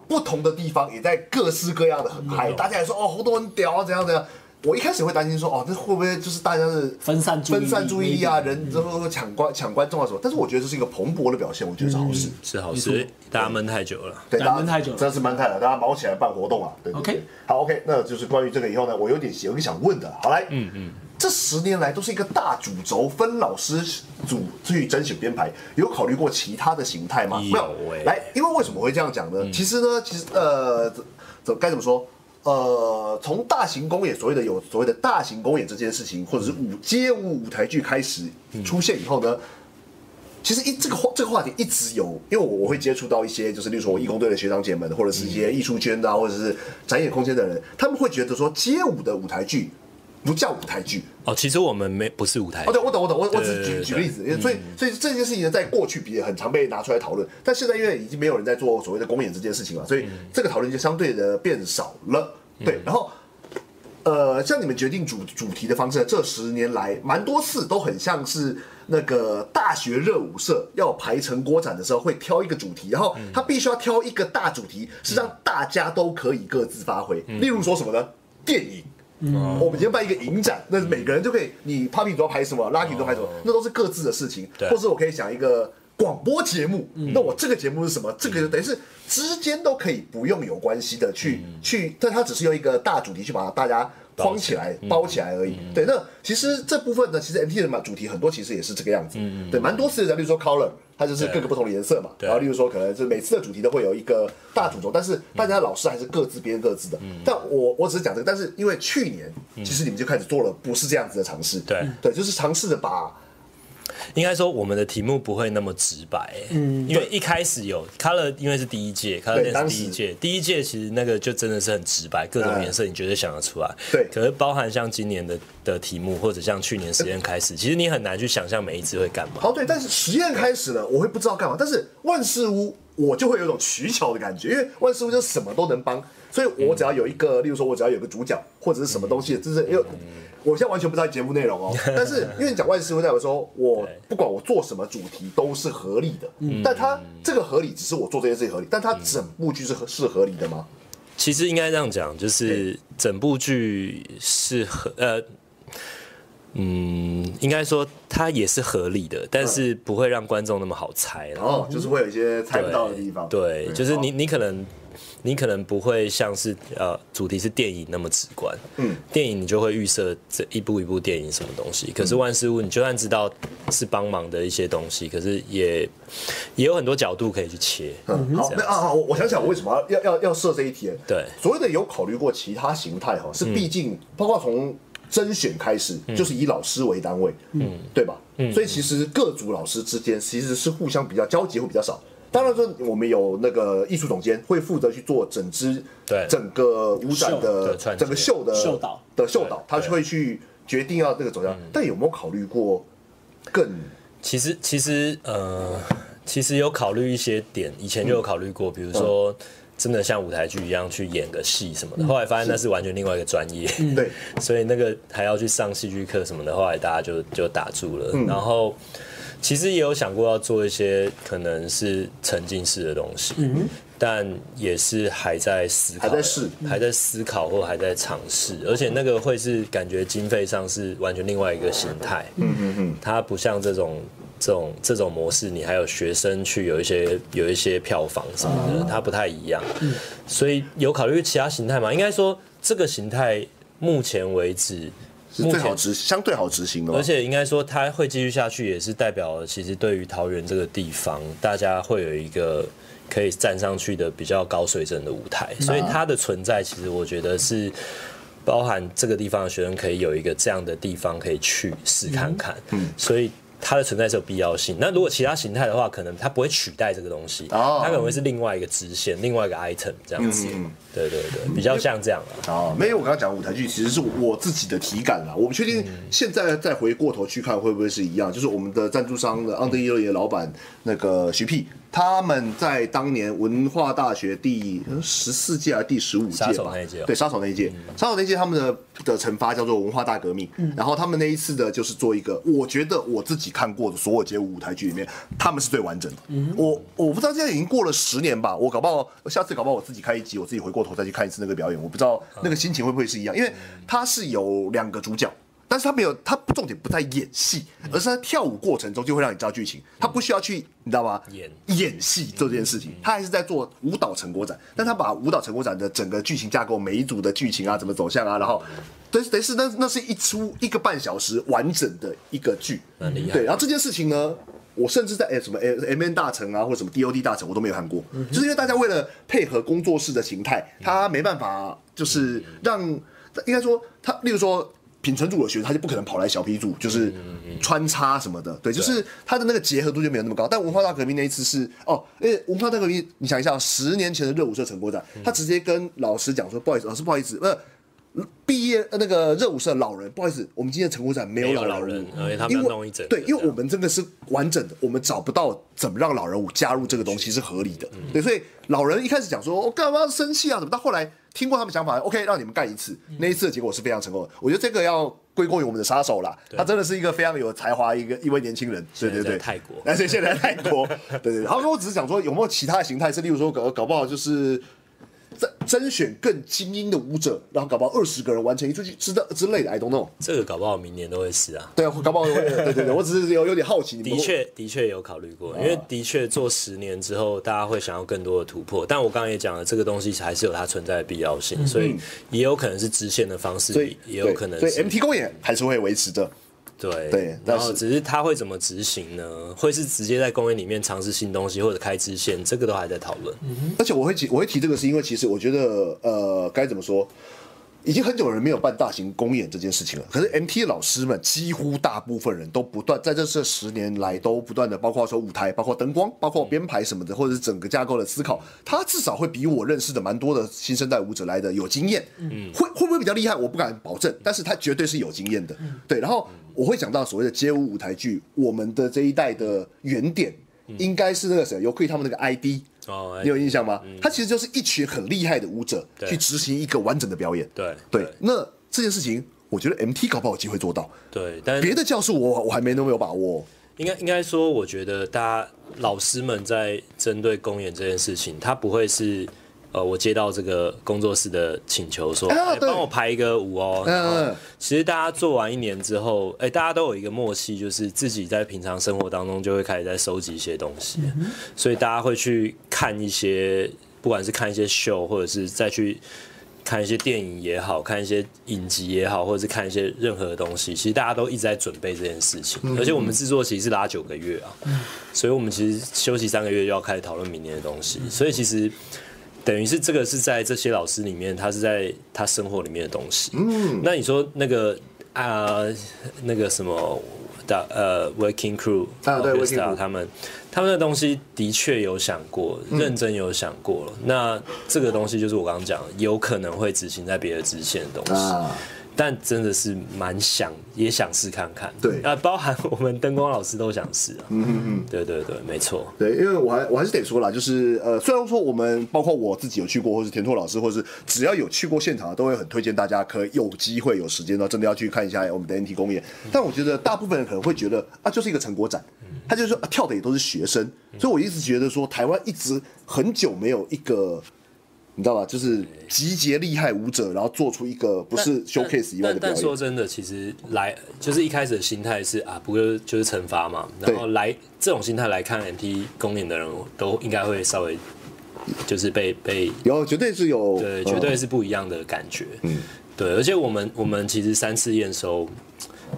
Speaker 2: 不同的地方也在各式各样的很
Speaker 3: 嗯
Speaker 2: 嗨，大家也说哦活动很屌啊，怎样怎样。我一开始会担心说，哦，那会不会就是大家是
Speaker 1: 分散注意力
Speaker 2: 分散注意力啊，
Speaker 3: 嗯
Speaker 2: 人之后抢观抢观众啊什么？但是我觉得这是一个蓬勃的表现，我觉得是好事。
Speaker 3: 是好事，大家闷太久了。
Speaker 2: 对，
Speaker 1: 对
Speaker 2: 大家
Speaker 1: 闷太久了
Speaker 2: 真的是闷太了，大家忙起来办活动啊。对对
Speaker 1: OK
Speaker 2: 对好 OK，那就是关于这个以后呢，我有点有点想问的，好来，嗯嗯，这十年来都是一个大主轴，分老师组去甄选编排，有考虑过其他的形态吗？
Speaker 3: 有
Speaker 2: 没
Speaker 3: 欸
Speaker 2: 来，因为为什么会这样讲呢？其实呢，其实呃，怎怎该怎么说？呃，从大型公演所谓的有所谓的大型公演这件事情，或者是舞街舞舞台剧开始出现以后呢，其实一这个话这个话题一直有，因为我我会接触到一些，就是例如说我义工队的学长姐们，或者是一些艺术圈的、啊，或者是展演空间的人，他们会觉得说街舞的舞台剧不叫舞台剧。
Speaker 3: 哦，其实我们没不是舞台
Speaker 2: 哦，对，我懂，我懂，我我只是
Speaker 3: 对
Speaker 2: 举
Speaker 3: 对嗯
Speaker 2: 举个例子，因为所以所以这件事情呢，在过去比也很常被拿出来讨论，但现在因为已经没有人在做所谓的公演这件事情了，所以
Speaker 3: 嗯
Speaker 2: 这个讨论就相对的变少了。对，然后。呃，像你们决定主主题的方式，这十年来蛮多次都很像是那个大学热舞社要排成果展的时候，会挑一个主题，然后
Speaker 3: 嗯
Speaker 2: 他必须要挑一个大主题，是让大家都可以各自发挥。
Speaker 3: 嗯
Speaker 2: 例如说什么呢？电影。哦我们今天办一个影展，那每个人就可以，你 Papi 主要拍什么，Lucky 主要拍什么，那都是各自的事情。
Speaker 3: 嗯对嗯
Speaker 2: 或是我可以想一个广播节目，那我这个节目是什么？这个就等于是之间都可以不用有关系的去
Speaker 3: 嗯
Speaker 2: 去，但它只是用一个大主题去把大家框起来、
Speaker 3: 嗯
Speaker 2: 包起来而已。对，那其实这部分呢，其实 MT 的嘛主题很多其实也是这个样子，对，蛮多次的，例如说 color。它就是各个不同的颜色嘛，
Speaker 3: 嗯对
Speaker 2: 然后例如说，可能是每次的主题都会有一个大主轴，但是大家的老师还是各自编各自的。但我我只是讲这个，但是因为去年其实你们就开始做了不是这样子的尝试，
Speaker 3: 对
Speaker 2: 对，就是尝试着把
Speaker 3: 应该说我们的题目不会那么直白，嗯，因为一开始有 Color，因为是第一届 Color
Speaker 2: 对
Speaker 3: Dance
Speaker 2: 当
Speaker 3: 第
Speaker 2: 时
Speaker 3: 一届，第一届其实那个就真的是很直白，各种颜色你绝对想得出来。
Speaker 2: 对
Speaker 3: 可是包含像今年的的题目，或者像去年实验开始，其实你很难去想象每一支会干嘛。
Speaker 2: 好，对，但是实验开始了，我会不知道干嘛。但是万事屋我就会有一种取巧的感觉，因为万事屋就什么都能帮，所以我只要有一个，例如说我只要有个主角或者是什么东西，就是因为
Speaker 3: 嗯
Speaker 2: 我现在完全不知道节目内 容哦。但是因为你讲万事屋，代表说我不管我做什么主题都是合理的，
Speaker 3: 嗯
Speaker 2: 但它这个合理只是我做这件事情合理，但它整部剧是合是合理的吗？
Speaker 3: 其实应该这样讲，就是整部剧是合呃，嗯，应该说它也是合理的，但是不会让观众那么好猜啦。
Speaker 2: 然后就是会有一些猜不哦
Speaker 3: 对
Speaker 2: 到的地方，哦
Speaker 3: 对，就是
Speaker 2: 好
Speaker 3: 你你可能你可能不会像是呃主题是电影那么直观，嗯，电影你就会预设这一部一部电影什么东西，可
Speaker 2: 嗯
Speaker 3: 是万事屋你就算知道是帮忙的一些东西，可是也也有很多角度可以去切，
Speaker 2: 嗯好，那啊，好我我想想，我为什么要要要要设这一题？
Speaker 3: 对嗯
Speaker 2: 所谓的有考虑过其他形态哈，是毕竟包括从甄选开始，就是以老师为单位，嗯，对吧？嗯，所以其实各组老师之间其实是互相比较交集会比较少。当然说，我们有那个艺术总监会负责去做整支
Speaker 3: 对
Speaker 2: 整个舞展
Speaker 3: 秀
Speaker 2: 的
Speaker 3: 的串接
Speaker 2: 整个秀的
Speaker 1: 秀导
Speaker 2: 的秀导，他
Speaker 3: 对嗯
Speaker 2: 就会去决定要那个走向。但有没有考虑过更
Speaker 3: 其实其实呃，其实有考虑一些点，以前就有考虑
Speaker 2: 嗯
Speaker 3: 过，比如说。真的像舞台剧一样去演个戏什么
Speaker 2: 嗯
Speaker 3: 的，后来发现那是完全另外一个专业。
Speaker 2: 对？
Speaker 3: 所以那个还要去上戏剧课什么的，后来大家就就打住了。
Speaker 2: 嗯
Speaker 3: 然后其实也有想过要做一些可能是沉浸式的东西，但也是还在思考，
Speaker 2: 嗯还在试，嗯
Speaker 3: 还在思考或还在尝试，而且那个会是感觉经费上是完全另外一个形态，嗯嗯嗯，它不像这种。这种这种模式，你还有学生去有一些有一些票房什么的，它不太一样。所以有考虑其他形态吗？应该说这个形态目前为止
Speaker 2: 是最好执相对好执行的嘛
Speaker 3: 而。且应该说，它会继续下去，也是代表了其实对于桃园这个地方，大家会有一个可以站上去的比较高水准的舞台，所以它的存在，其实我觉得是。包含这个地方的学生可以有一个这样的地方可以去试看看，所以它的存在是有必要性。那如果其他形态的话，可能它不会取代这个东西，
Speaker 2: 哦
Speaker 3: 它可能会是另外一个支线、另外一个 item 这样子。对对对，比较像这样了。
Speaker 2: 啊，没有，我刚刚讲舞台剧其实是我自己的体感啦，我不确定现在再回过头去看会不会是一样，就是我们的赞助商
Speaker 3: 嗯
Speaker 2: 的 Under 一六的老板那个徐屁，他们在当年文化大学第十四届还是第十五届
Speaker 3: 杀手
Speaker 2: 吧
Speaker 3: 那一届哦，
Speaker 2: 对，杀手那一届，杀手那一届他们的的惩罚叫做文化大革命，然后他们那一次的就是做一个，我觉得我自己看过的所有街舞舞台剧里面，他们是最完整的。我我不知道现在已经过了十年吧，我搞不好下次搞不好我自己开一集，我自己回过头再去看一次那个表演，我不知道那个心情会不会是一样，因为它是有两个主角。但是他没有，他重点不在演戏，而是在跳舞过程中就会让你知道剧情，他不需要去，你知道吗？
Speaker 3: 演
Speaker 2: 演戏这件
Speaker 3: 嗯
Speaker 2: 事情，他还是在做舞蹈成果展，但他把舞蹈成果展的整个剧情架构，每一组的剧情啊，怎么走向
Speaker 3: 嗯
Speaker 2: 啊，然后，对，等于是那那是一出一个半小时完整的一个剧，
Speaker 3: 蛮厉害
Speaker 2: 对，然后这件事情呢。我甚至在哎什么 M N 大城啊，或者什么 D O D 大城，我都没有看过，就是因为大家为了配合工作室的形态，他没办法，就是让应该说他，例如说品城组的学生，他就不可能跑来小 P 组，就是穿插什么的，对，就是他的那个结合度就没有那么高。但文化大革命那一次是哦，因为文化大革命，你想一下，十年前的热舞社成果展，
Speaker 3: 嗯
Speaker 2: 他直接跟老师讲说，不好意思，老师不好意思，不、是毕业呃那个热舞社老人，不好意思，我们今天的成果展没有
Speaker 3: 没有
Speaker 2: 老
Speaker 3: 老人
Speaker 2: 舞
Speaker 3: 而且他们
Speaker 2: 因
Speaker 3: 要
Speaker 2: 为
Speaker 3: 弄一整个
Speaker 2: 对，因为我们真的是完整的，我们找不到怎么让老人舞加入这个东西是合理的，对，所以老人一开始讲说我、干嘛要生气啊，怎么到后来听过他们想法，OK，让你们干一次，那一次的结果是非常成功的，我觉得这个要。归功于我们的杀手啦，他真的是一个非常有才华一个一位年轻人，对对
Speaker 3: 在
Speaker 2: 对，
Speaker 3: 泰国
Speaker 2: 而且现在在泰国， 对对对。然后我只是想说，有没有其他形态是，例如说搞搞不好就是甄甄选更精英的舞者，然后搞不好二十个人完成一出去之的之类的，I don't know。
Speaker 3: 这个搞不好明年都会是啊。
Speaker 2: 对啊，搞不好我对对对，我只是有有点好奇你们。
Speaker 3: 的，确，的确有考虑过，因
Speaker 2: 哦
Speaker 3: 为的确做十年之后，大家会想要更多的突破。但我刚刚也讲了，这个东西还是有它存在的必要性，所以也有可能是支线的方式
Speaker 2: 嗯所以，
Speaker 3: 也有可能
Speaker 2: 对
Speaker 3: 是
Speaker 2: 所以 MT 公演还是会维持着。
Speaker 3: 对
Speaker 2: 对但
Speaker 3: 然后
Speaker 2: 是
Speaker 3: 只是它会怎么执行呢？会是直接在公园里面尝试新东西，或者开支线，这个都还在讨论。
Speaker 2: 而且我会提我会提这个，是因为其实我觉得呃该怎么说，已经很久有人没有办大型公演这件事情了。可是 MT 老师们几乎大部分人都不断在这这十年来都不断的，包括说舞台、包括灯光、包括编排什么的，或者是整个架构的思考，他至少会比我认识的蛮多的新生代舞者来的有经验。嗯，会会不会比较厉害？我不敢保证，但是他绝对是有经验的。对，然后我会讲到所谓的街舞舞台剧，我们的这一代的原点。应该是那个谁，尤克里他们那个 ID，
Speaker 3: 哦哎
Speaker 2: 你有印象吗？他其实就是一群很厉害的舞者
Speaker 3: 对
Speaker 2: 去执行一个完整的表演。
Speaker 3: 对
Speaker 2: 对
Speaker 3: 对，
Speaker 2: 那这件事情，我觉得 MT 搞不好有机会做到，
Speaker 3: 对，但
Speaker 2: 别的教室我我还没那么有把握。
Speaker 3: 应该应该说，我觉得大家老师们在针对公演这件事情，他不会是呃，我接到这个工作室的请求说，
Speaker 2: 啊
Speaker 3: 哎
Speaker 2: 对
Speaker 3: 帮、我排一个舞哦。
Speaker 2: 嗯
Speaker 3: 然后
Speaker 2: 嗯
Speaker 3: 其实大家做完一年之后，哎、大家都有一个默契，就是自己在平常生活当中就会开始在收集一些东西，所以大家会去看一些，不管是看一些秀，或者是再去。看一些电影也好看一些影集也好，或者是看一些任何的东西，其实大家都一直在准备这件事情。而且我们制作期是拉九个月啊，所以我们其实休息三个月就要开始讨论明年的东
Speaker 2: 嗯
Speaker 3: 西。所以其实等于是这个是在这些老师里面，他是在他生活里面的东西。嗯，那你说那个啊、那个什么的呃，Working Crew
Speaker 2: 啊对
Speaker 3: Orchestra，
Speaker 2: Waking Crew
Speaker 3: 他们他们的东西的确有想过，
Speaker 2: 嗯
Speaker 3: 认真有想过了。那这个东西就是我刚刚讲的，有可能会执行在别的支线的东西。
Speaker 2: 啊
Speaker 3: 但真的是蛮想，也想试看看。
Speaker 2: 对
Speaker 3: 啊，包含 我们灯光老师都想试啊。嗯嗯嗯，对对对，没错。
Speaker 2: 对，因为我还我还是得说啦，就是呃，虽然说我们包括我自己有去过，或是田拓老师，或是只要有去过现场的，都会很推荐大家可以有机会有时间呢，真的要去看一下我们的 NT 公演。但我觉得大部分人可能会觉得啊，就是一个成果展，他就是说、啊、跳的也都是学生，所以我一直觉得说台湾一直很久没有一个。你知道吧？就是集结厉害舞者，然后做出一个不是
Speaker 3: 但
Speaker 2: showcase 以外的表
Speaker 3: 但但
Speaker 2: 演
Speaker 3: 说。真的，其实来就是一开始的心态是啊，不过就是惩罚嘛。然后
Speaker 2: 对
Speaker 3: 来这种心态来看 MT 公演的人，都应该会稍微就是被被
Speaker 2: 有，绝对是有，
Speaker 3: 对，
Speaker 2: 嗯
Speaker 3: 绝对是不一样的感觉。嗯，对，而且我们我们其实三次验收，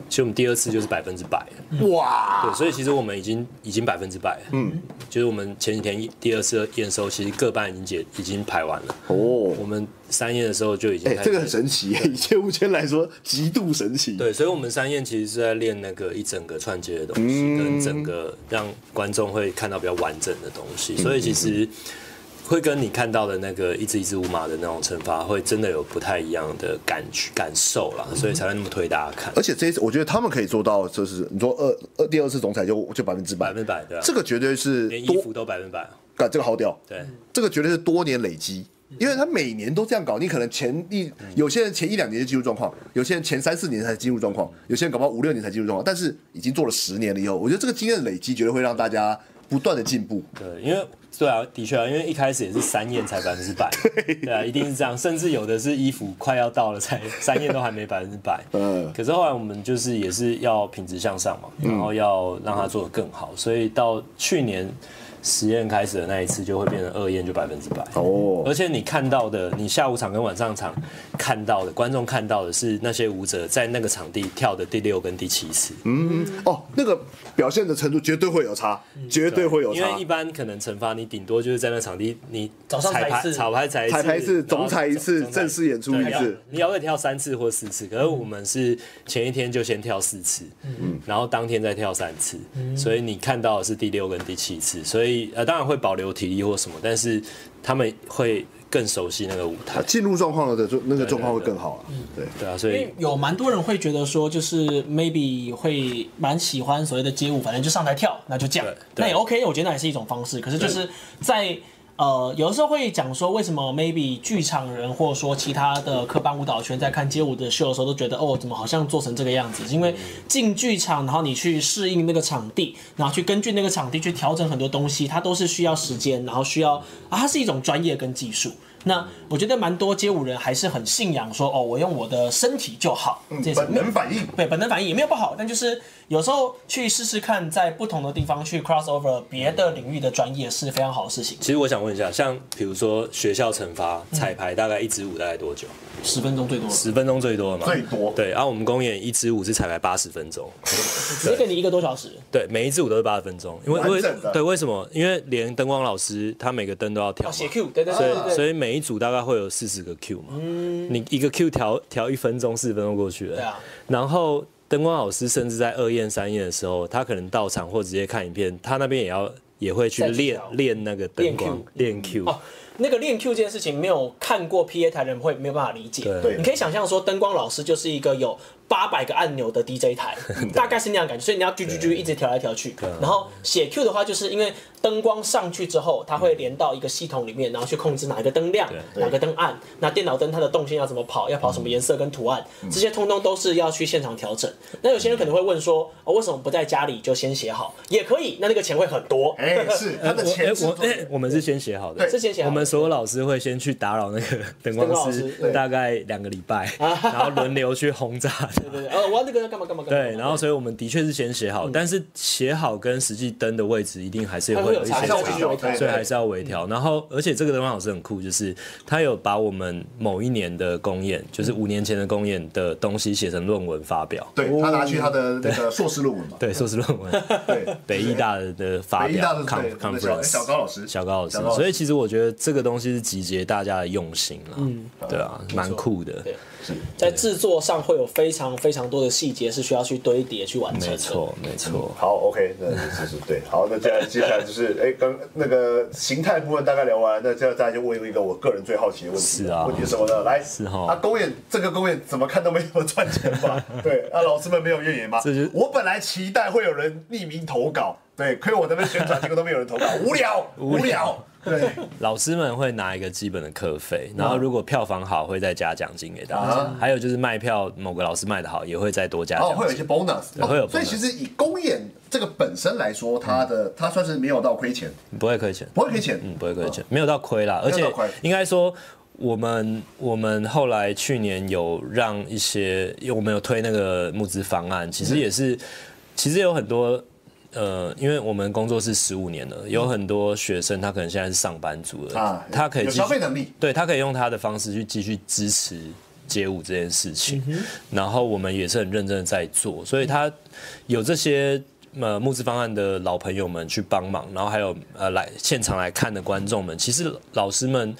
Speaker 3: 其实我们第二次就是百分之百，
Speaker 2: 呃哇，
Speaker 3: 对，所以其实我们已经已经百分之百了。嗯，就是我们前几天第二次验收，其实各班已经解已经排完了。
Speaker 2: 哦
Speaker 3: 我们三验的时候就已经
Speaker 2: 哎、
Speaker 3: 开始
Speaker 2: 这个很神奇耶，以切物圈来说极度神奇。，
Speaker 3: 对，所以我们三验其实是在练那个一整个串接的东西，
Speaker 2: 嗯
Speaker 3: 跟整个让观众会看到比较完整的东西，所以其
Speaker 2: 嗯
Speaker 3: 实。会跟你看到的那个一只一只五马的那种惩罚，会真的有不太一样的感觉感受啦，所以才会那么推大家看
Speaker 2: 而。且这一次我觉得他们可以做到，就是你说二二第二次总裁就就百分之百，
Speaker 3: 百分之百对啊
Speaker 2: 这个绝对是
Speaker 3: 连衣
Speaker 2: 多
Speaker 3: 服都百分百，
Speaker 2: 干这个好屌，
Speaker 3: 对，嗯
Speaker 2: 这个绝对是多年累积，因为他每年都这样搞，你可能前一有些人前一两年就进入状况，有些人前三四年才进入状况，有些人搞不好五六年才进入状况，但是已经做了十年了以后，我觉得这个经验的累积绝对会让大家不断的进步。
Speaker 3: 对，因为对啊，的确啊，因为一开始也是三验才百分 之百，对啊，一定是这样，甚至有的是衣服快要到了才三验都还没百分之百。
Speaker 2: 嗯
Speaker 3: 可是后来我们就是也是要品质向上嘛，然后要让它做得更好，所以到去年实验开始的那一次就会变成二验就百分之百。
Speaker 2: 哦
Speaker 3: 而且你看到的，你下午场跟晚上场看到的，观众看到的是那些舞者在那个场地跳的第六跟第七次，
Speaker 2: 哦，那个表现的程度绝对会有差，绝对会有
Speaker 3: 嗯因
Speaker 2: 差
Speaker 3: 为一。般可能惩罚你顶多就是在那场地你
Speaker 1: 早上
Speaker 3: 彩
Speaker 1: 排一
Speaker 3: 排
Speaker 1: 次
Speaker 3: 彩排才
Speaker 2: 彩排一次
Speaker 3: 然后
Speaker 2: 总彩一次
Speaker 3: 总总彩
Speaker 2: 正式演出
Speaker 3: 对
Speaker 2: 一次
Speaker 3: 你要你要会跳三次或四次，可
Speaker 1: 嗯
Speaker 3: 是我们是前一天就先跳四次，然后当天再跳三次，
Speaker 1: 嗯
Speaker 3: 所以你看到的是第六跟第七次，所以呃当然会保留体力或什么，但是他们会更熟悉那个舞台
Speaker 2: 啊，进入状况了的就那个状况会更好啊。对，
Speaker 3: 对啊，所
Speaker 1: 因
Speaker 3: 以
Speaker 1: 为有蛮多人会觉得说，就是 maybe 会蛮喜欢所谓的街舞，反正就上台跳，那就这样
Speaker 3: 对，对
Speaker 1: 那也 OK，我觉得那也是一种方式。可是就是在呃，有的时候会讲说，为什么 maybe 剧场人或者说其他的科班舞蹈圈在看街舞的秀的时候，都觉得哦，怎么好像做成这个样子？是因为进剧场，然后你去适应那个场地，然后去根据那个场地去调整很多东西，它都是需要时间，然后需要啊，它是一种专业跟技术。那我觉得蛮多街舞人还是很信仰说，哦，我用我的身体就好，
Speaker 3: 嗯
Speaker 1: 这也是
Speaker 2: 嗯本能反应。
Speaker 1: 对本能反应也没有不好，但就是有时候去试试看，在不同的地方去 cross over 别的领域的专业是非常好的事情。
Speaker 3: 其实我想问一下，像比如说学校惩罚彩排大概一支舞大概多久？
Speaker 1: 十分钟最多了，
Speaker 3: 十分钟最多了
Speaker 2: 嗯
Speaker 3: 嘛？
Speaker 2: 最多
Speaker 3: 对，然、啊后我们公演一支舞是彩排八十分钟，
Speaker 1: 直接给你一个多小时。
Speaker 3: 对，每一支舞都是八十分钟，因为
Speaker 2: 完
Speaker 3: 为
Speaker 2: 整的
Speaker 3: 对为什么？因为连灯光老师他每个灯都要
Speaker 1: 哦，
Speaker 3: 调嘛，
Speaker 1: 写 Q，对对
Speaker 3: 所
Speaker 1: 对对
Speaker 3: 以所
Speaker 1: 对。
Speaker 3: 以每一组大概会有四十个 Q 嘛，你一个 Q 调调一分钟，四十分钟过去了，
Speaker 1: 对啊
Speaker 3: 然后灯光老师甚至在二验三验的时候，他可能到场或直接看影片，他那边也要也会去
Speaker 1: 再去
Speaker 3: 练
Speaker 1: 调
Speaker 3: 练那个灯光练 Q，
Speaker 1: 哦，那个练 Q 这件事情，没有看过 PA 台的人会没有办法理解。
Speaker 3: 对
Speaker 2: 对
Speaker 1: 你可以想象说，灯光老师就是一个有八百个按钮的 DJ 台，大概是那样感觉，所以你要 G G G 一直调来调去。然后写 Q 的话，就是因为灯光上去之后，它会连到一个系统里面，然后去控制哪一个灯亮，哪个灯暗，那电脑灯它的动线要怎么跑，要跑什么颜色跟图案，
Speaker 3: 嗯
Speaker 1: 这些通通都是要去现场调整。那有些人可能会问说，哦，为什么不在家里就先写好？也可以，那那个钱会很多。
Speaker 2: 哎， 是他的
Speaker 3: 我哎
Speaker 2: 前置
Speaker 3: 我
Speaker 2: 作业
Speaker 3: 哎我们是先写好的，
Speaker 2: 对
Speaker 1: 是先写好
Speaker 3: 我们所有老师会先去打扰那个 灯光
Speaker 1: 灯光
Speaker 3: 师
Speaker 1: 老师，
Speaker 3: 大概两个礼 拜，然后轮流去轰炸他。
Speaker 1: 对，呃，我要这个要干嘛干嘛嗯干嘛。
Speaker 3: 对，然后所以我们的确是先写好，但是写好跟实际灯的位置一定还是
Speaker 1: 它
Speaker 3: 会
Speaker 1: 会
Speaker 3: 有
Speaker 1: 有
Speaker 3: 一
Speaker 1: 差
Speaker 3: 些
Speaker 1: 异，像
Speaker 2: 效
Speaker 3: 差
Speaker 1: 我
Speaker 2: 果
Speaker 1: 去有一条
Speaker 3: 所以还是要
Speaker 1: 嗯
Speaker 3: 微调。然后，而且这个灯光老师很酷，就是他有把我们某一年的公演，
Speaker 1: 嗯
Speaker 3: 就是五年前的公演的东西写成论文发表，哦
Speaker 2: 对他拿去他的那个硕士论文嘛，
Speaker 3: 对，硕士论 文。
Speaker 2: 对，
Speaker 3: 北医大的的发
Speaker 2: 北医大的
Speaker 3: 表
Speaker 2: 对
Speaker 3: con-
Speaker 2: 那小小
Speaker 3: conference，
Speaker 2: 高老师
Speaker 3: 小高老师
Speaker 2: 小高老，师
Speaker 3: 所以其实我觉得这个东西是集结大家的用心了，对啊，蛮酷的，
Speaker 1: 嗯对，在制作上会有非常非常多的细节是需要去堆叠去完成
Speaker 3: 没
Speaker 1: 的。
Speaker 3: 错没错。
Speaker 2: 好，OK，那就是对。好，那接下来接下来就是，哎，刚那个形态部分大概聊完，那接下来大家就问一个我个人最好奇的问题，
Speaker 3: 是啊
Speaker 2: 问题是什么呢？来，
Speaker 3: 是哦
Speaker 2: 啊，公演这个公演怎么看都没什么赚钱吧？对，啊，老师们没有怨言吗？
Speaker 3: 这就是
Speaker 2: 我本来期待会有人匿名投稿，对，亏我那边宣传，结果都没有人投稿，无聊， 无聊，对，
Speaker 3: 老师们会拿一个基本的课费，
Speaker 2: 嗯
Speaker 3: 然后如果票房好会再加奖金给大
Speaker 2: 啊
Speaker 3: 家，还有就是卖票某个老师卖的好也会再多加
Speaker 2: 哦，会
Speaker 3: 奖
Speaker 2: 有一些
Speaker 3: 金。
Speaker 2: bonus，
Speaker 3: 对会有
Speaker 2: 哦所以
Speaker 3: bonus
Speaker 2: 其实以公演这个本身来说，它的它算是没有到亏钱，
Speaker 3: 不会亏钱，
Speaker 2: 不会亏钱，
Speaker 3: 嗯，不会亏钱，没有到亏啦，而
Speaker 2: 哦没有
Speaker 3: 且
Speaker 2: 到亏
Speaker 3: 应该说。我们我们后来去年有让一些，因为我们有推那个募资方案，
Speaker 2: 嗯
Speaker 3: 其实也是，其实有很多呃，因为我们工作室十五年了，有很多学生他可能现在是上班族了，
Speaker 2: 嗯啊
Speaker 3: 他可以
Speaker 2: 有
Speaker 3: 继续
Speaker 2: 消费能力
Speaker 3: 对他可以用他的方式去继续支持街舞这件事情，然后我们也是很认真的在做，所以他有这些。呃，募资方案的老朋友们去帮忙，然后还有呃来现场来看的观众们，其实老师们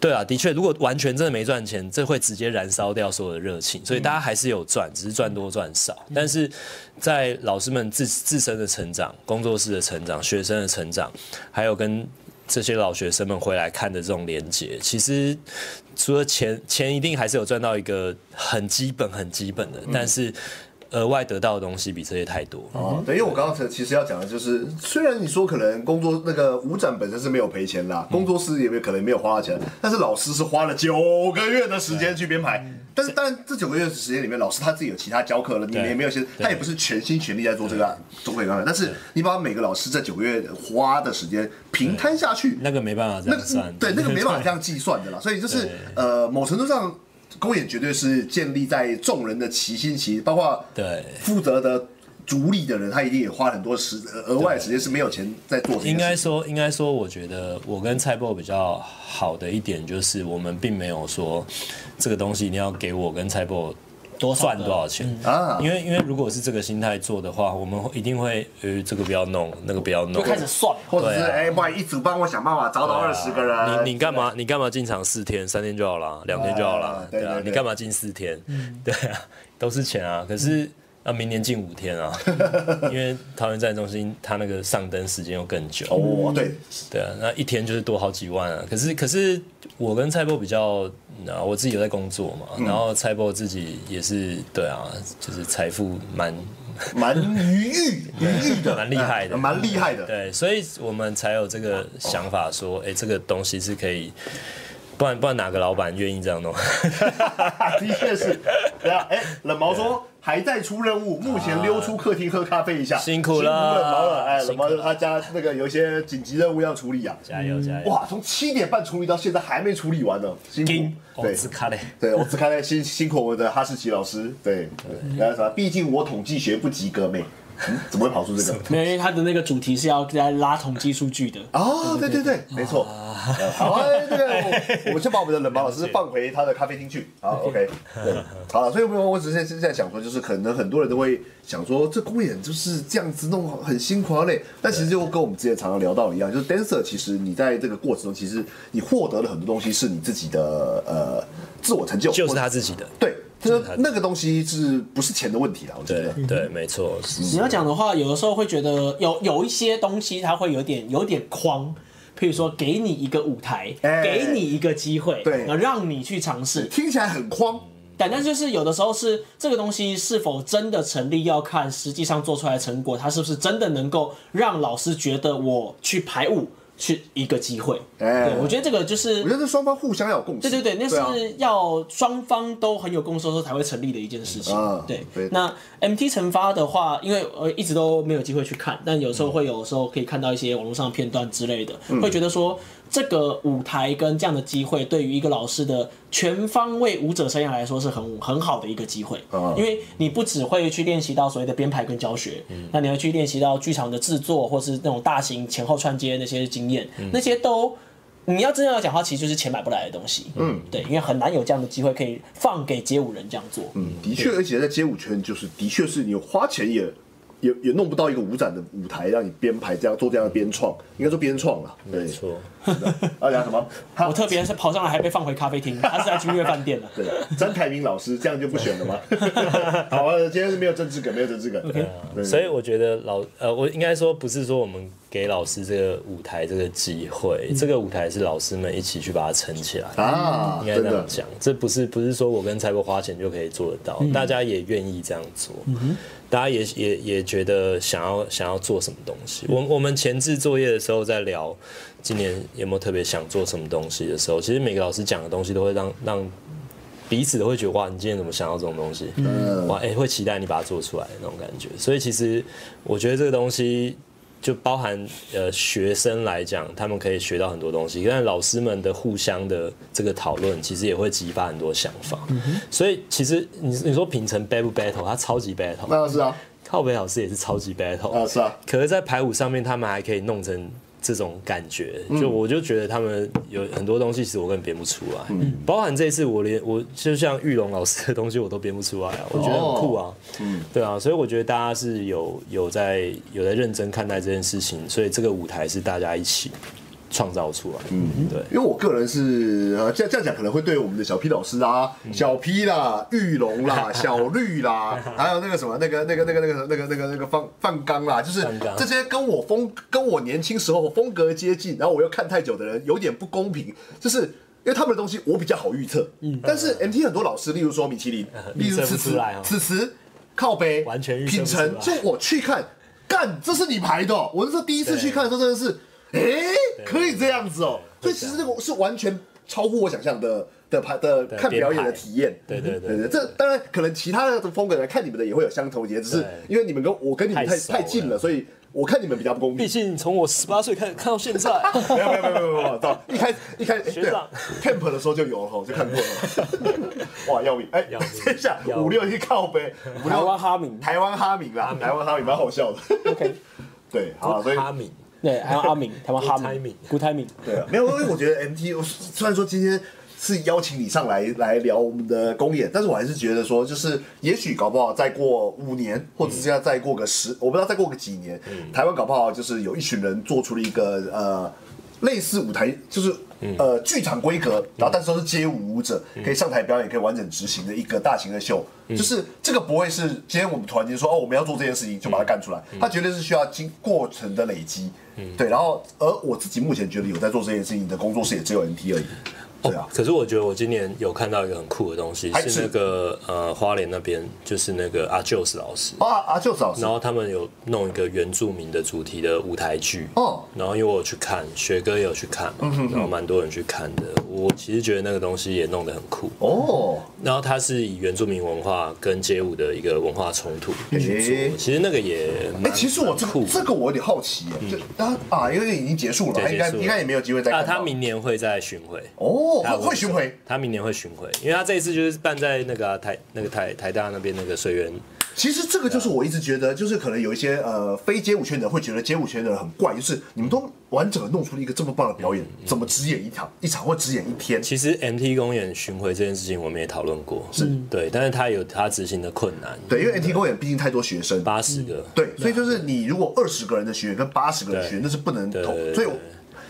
Speaker 3: 对啊，的确，如果完全真的没赚钱，这会直接燃烧掉所有的热
Speaker 2: 嗯
Speaker 3: 情，所以大家还是有赚，只是赚多赚少。但是在老师们自自身的成长、工作室的成长、学生的成长，还有跟这些老学生们回来看的这种连接，其实除了钱，钱一定还是有赚到一个很基本、很基本的，但是额外得到的东西比这些太多。
Speaker 2: 嗯哦，对，因为我刚刚其实要讲的就是，虽然你说可能工作那个舞展本身是没有赔钱
Speaker 3: 嗯
Speaker 2: 啦，工作室也没有可能没有花到钱，但是老师是花了九个月的时间去编排。
Speaker 3: 嗯
Speaker 2: 但是当然，这九个月的时间里面，老师他自己有其他教课了，你们也没有先，他也不是全心全力在做这个啊做这个案。但是你把每个老师这九个月花的时间平摊下去，
Speaker 3: 那个没办法这
Speaker 2: 那
Speaker 3: 样
Speaker 2: 个
Speaker 3: 算
Speaker 2: 嗯，对那个没办法这样计算的啦。所以就是呃，某程度上，公演绝对是建立在众人的齐心齐，包括
Speaker 3: 对
Speaker 2: 负责的主力的人，他一定也花很多时呃额外的时间是没有钱在做这件
Speaker 3: 应该
Speaker 2: 事。
Speaker 3: 说，应该说，我觉得我跟蔡波比较好的一点就是，我们并没有说这个东西一定要给我跟蔡波多赚多少钱
Speaker 2: 啊
Speaker 3: 因为因为如果是这个心态做的话，我们一定会呃这个不要弄，那个不要弄
Speaker 1: 就。开始算
Speaker 2: 或者是
Speaker 3: 对啊啊
Speaker 2: 哎，不然一组帮我想办法找到二十个人。
Speaker 3: 你你干嘛？你干嘛进场四天？三天就好了，两天就好了
Speaker 2: 啊，对
Speaker 3: 对啊
Speaker 2: 对。对
Speaker 3: 你干嘛进四天？ 对啊，都是钱啊。可是啊，明年进五天啊，因为桃园站中心它那个上灯时间又更久。
Speaker 2: 哦，对，
Speaker 3: 对啊，那一天就是多好几万啊。可是可是我跟蔡波比较，啊，我自己有在工作嘛，
Speaker 2: 嗯
Speaker 3: 然后蔡波自己也是对啊，就是财富蛮
Speaker 2: 蛮余裕余裕的，
Speaker 3: 蛮厉害的
Speaker 2: 嗯 蛮厉害的。
Speaker 3: 对，所以我们才有这个想法说，哎、这个东西是可以。不然不然哪个老板愿意这样弄？
Speaker 2: 的确是。对啊，哎，冷毛说还在出任务，目前溜出客厅喝咖啡一下，
Speaker 3: 啊辛苦了
Speaker 2: 冷毛了。哎，冷
Speaker 3: 辛苦
Speaker 2: 毛他家那个有一些紧急任务要处理啊。
Speaker 3: 加油加油！
Speaker 2: 哇，从七点半处理到现在还没处理完呢，辛
Speaker 3: 金
Speaker 2: 苦。
Speaker 3: 哦，
Speaker 2: 对，
Speaker 3: 斯卡嘞，
Speaker 2: 对，我只看了辛辛苦我们的哈士奇老师，对，然后什么？毕竟我统计学不及格妹，嗯怎么会跑出这个？
Speaker 1: 没有，因为他的那个主题是要来拉统计数据的。
Speaker 2: 哦，对对对，没错。呃好，哎这个我我们先把我们的冷毛老师放回他的咖啡厅去。好，OK。对，好了，所以我我只是现在想说，就是可能很多人都会想说，这公演就是这样子弄，很辛苦啊累。但其实就跟我们之前常常聊到的一样，就是 dancer，其实你在这个过程中，其实你获得了很多东西，是你自己的呃自我成就，
Speaker 3: 就是
Speaker 2: 或者
Speaker 3: 他自己的。
Speaker 2: 对，就是那个东西是不是钱的问题啦？我觉得。
Speaker 3: 对对，没错。是
Speaker 1: 你要讲的话，有的时候会觉得有有一些东西它会有点有点框。譬如说，给你一个舞台，
Speaker 2: 哎
Speaker 1: 给你一个机会，
Speaker 2: 对
Speaker 1: 然后让你去尝试。
Speaker 2: 听起来很框，
Speaker 1: 但但就是有的时候是这个东西是否真的成立，要看实际上做出来的成果，它是不是真的能够让老师觉得我去排舞去一个机会。
Speaker 2: 哎
Speaker 1: 对，我觉得这个就是
Speaker 2: 我觉得这双方互相要有共识。
Speaker 1: 对对对，那
Speaker 2: 啊
Speaker 1: 是要双方都很有共识的时候才会成立的一件事情。
Speaker 2: 啊
Speaker 1: 对
Speaker 2: 对，
Speaker 1: 那 MT 惩罚的话，因为呃一直都没有机会去看，但有时候会有时候可以看到一些网络上的片段之类的，
Speaker 2: 嗯
Speaker 1: 会觉得说这个舞台跟这样的机会，对于一个老师的全方位舞者生涯来说是很很好的一个机会
Speaker 2: 啊，
Speaker 1: 因为你不只会去练习到所谓的编排跟教学，
Speaker 2: 嗯
Speaker 1: 那你会去练习到剧场的制作，或是那种大型前后串接那些经验，
Speaker 2: 嗯
Speaker 1: 那些都。你要真的要讲的话，其实就是钱买不来的东西。嗯，对，因为很难有这样的机会可以放给街舞人这样做。嗯，
Speaker 2: 的确，而且在街舞圈，就是的确是你花钱也也也弄不到一个舞展的舞台，让你编排这样做这样的编创，应该说编创啊。对
Speaker 3: 没，错。
Speaker 2: 要讲什么？他
Speaker 1: 哦我特别是跑上来还被放回咖啡厅，他是来去音乐饭店的。啊
Speaker 2: 对詹台明老师，这样就不选 了吗？好啊，今天是没有政治梗，没有政治梗。对
Speaker 3: 所以我觉得老呃，我应该说不是说我们给老师这个舞台这个机会，这个舞台是老师们一起去把它撑起来。
Speaker 2: 嗯啊，
Speaker 3: 嗯应该
Speaker 2: 真
Speaker 3: 这样
Speaker 2: 的，
Speaker 3: 讲，这不是不是说我跟蔡伯花钱就可以做得到，
Speaker 2: 嗯
Speaker 3: 大家也愿意这样做，大家也也也觉得想要想要做什么东西。我我们前置作业的时候在聊今年有没有特别想做什么东西的时候，其实每个老师讲的东西都会让让彼此都会觉得哇，你今天怎么想到这种东西？哇，哎、会期待你把它做出来的那种感觉。所以其实我觉得这个东西就包含呃学生来讲，他们可以学到很多东西，但老师们的互相的这个讨论，其实也会激发很多想法。所以其实你你说平成 battle 不 battle，它超级 battle，
Speaker 2: 那是啊，
Speaker 3: 靠北老师也是超级 battle，、
Speaker 2: 啊是啊，
Speaker 3: 可是，在排舞上面，他们还可以弄成这种感觉，
Speaker 2: 嗯
Speaker 3: 就我就觉得他们有很多东西，其实我根本编不出来，
Speaker 2: 嗯
Speaker 3: 包含这一次我连我就像玉龙老师的东西我都编不出来
Speaker 2: 哦
Speaker 3: 啊，我觉得很酷啊，
Speaker 2: 嗯
Speaker 3: 对啊，所以我觉得大家是有有在有在认真看待这件事情，所以这个舞台是大家一起创造出来，嗯，对。
Speaker 2: 因为我个人是呃，这样这样讲可能会对我们的小 P 老师啦、
Speaker 3: 嗯
Speaker 2: 小 P 啦、玉龙 啦、小绿啦，还有那个什么那个那个那个那个那个那个那个范范刚啦，就是
Speaker 3: 范刚
Speaker 2: 这些跟我风跟我年轻时候风格接近，然后我又看太久的人有点不公平，就是。因为他们的东西我比较好预测，但是 MT 很多老师，例如说米其林，例如
Speaker 3: 嗯 预测不
Speaker 2: 此
Speaker 3: 出
Speaker 2: 词
Speaker 3: 来哦
Speaker 2: 此词靠北，
Speaker 3: 完全预测
Speaker 2: 品
Speaker 3: 不出
Speaker 2: 城，
Speaker 3: 来
Speaker 2: 就我去看，干，这是你排的哦、我那时候第一次去看的时候真的是，哎、可以这样子哦、所以其实这个是完全超乎我想象的的排的看表演的体验。
Speaker 3: 对对对
Speaker 2: 对
Speaker 3: 对
Speaker 2: 这当然可能其他的风格来看你们的也会有相同结，只是
Speaker 3: 对
Speaker 2: 因为你们跟我跟你们
Speaker 3: 太
Speaker 2: 太
Speaker 3: 熟了
Speaker 2: 太近了，所以我看你们比较不公
Speaker 4: 毕
Speaker 2: 平。
Speaker 4: 竟从我十八岁看看到现在，
Speaker 2: 没有没有没有没有没有，到一开一开始
Speaker 4: 学长
Speaker 2: camp 的时候就有了吼，就看过了。哇，要命！哎
Speaker 3: 要命，
Speaker 2: 等一下，
Speaker 3: 要命
Speaker 2: 五六一靠背，五
Speaker 1: 台
Speaker 2: 六
Speaker 1: 湾哈明，
Speaker 2: 台湾哈明啦，台湾哈明蛮好笑的。
Speaker 1: OK，
Speaker 2: 对，好啊，所以
Speaker 3: 哈敏，
Speaker 1: 对，还有阿明，台湾哈
Speaker 3: Good
Speaker 1: 明
Speaker 3: timing
Speaker 1: ，Good timing，
Speaker 2: 对啊，没有，因为我觉得 MT，我虽然说今天是邀请你上来来聊我们的公演，但是我还是觉得说，就是也许搞不好再过五年，或者是要再过个十，我不知道再过个几年，台湾搞不好就是有一群人做出了一个呃类似舞台，就是。
Speaker 3: 嗯
Speaker 2: 呃，剧场规格，然后但是都是街舞舞者，可以上台表演，可以完整执行的一个大型的秀，
Speaker 3: 嗯
Speaker 2: 就是这个不会是今天我们突然间说哦，我们要做这件事情就把它干出
Speaker 3: 嗯
Speaker 2: 来，它绝对是需要经过程的累积，对。然后，而我自己目前觉得有在做这件事情的工作室也只有 NT 而已，
Speaker 3: 嗯
Speaker 2: 对啊。
Speaker 3: 哦可是我觉得我今年有看到一个很酷的东西，
Speaker 2: 还
Speaker 3: 是
Speaker 2: 是
Speaker 3: 那个呃花莲那边，就是那个阿 j o s 老师，
Speaker 2: 啊啊，就是老师
Speaker 3: 然，后他们有弄一个原住民的主题的舞台剧，
Speaker 2: 哦嗯
Speaker 3: 然后因为我有去看，学哥也有去看嘛，然后蛮多人去看的。我其实觉得那个东西也弄得很酷。
Speaker 2: 哦，
Speaker 3: 然后它是以原住民文化跟街舞的一个文化冲突去
Speaker 2: 诶
Speaker 3: 做，其实那个也
Speaker 2: 嗯哎，
Speaker 3: 蛮
Speaker 2: 其实我这
Speaker 3: 嗯蛮酷
Speaker 2: 个
Speaker 3: 的
Speaker 2: 这个我有点好奇耶，就啊啊，因为已经结束了，
Speaker 3: 对
Speaker 2: 应该
Speaker 3: 结束了
Speaker 2: 应该也没有机会再
Speaker 3: 啊，
Speaker 2: 看到。
Speaker 3: 他明年会再巡回。
Speaker 2: 哦
Speaker 3: 他
Speaker 2: 会会巡回，
Speaker 3: 他明年会巡回，因为他这一次就是办在那个啊、台那个台台大那边那个水源
Speaker 2: 其实这个就是
Speaker 3: 啊
Speaker 2: 我一直觉得，就是可能有一些呃非街舞圈的人会觉得街舞圈的人很怪，就是你们都完整的弄出了一个这么棒的
Speaker 3: 嗯
Speaker 2: 表演，怎么只演一场一场或只演一天？
Speaker 3: 其实 MT 公演巡回这件事情我们也讨论过，是对，但是他有他执行的困难，
Speaker 2: 对，因为 NT 公演毕竟太多学生，
Speaker 3: 八十个，
Speaker 2: 对，所以就是你如果二十个人的学员跟八十个人的学员，
Speaker 3: 对
Speaker 2: 那是不能同
Speaker 3: 对对。对
Speaker 2: 所以我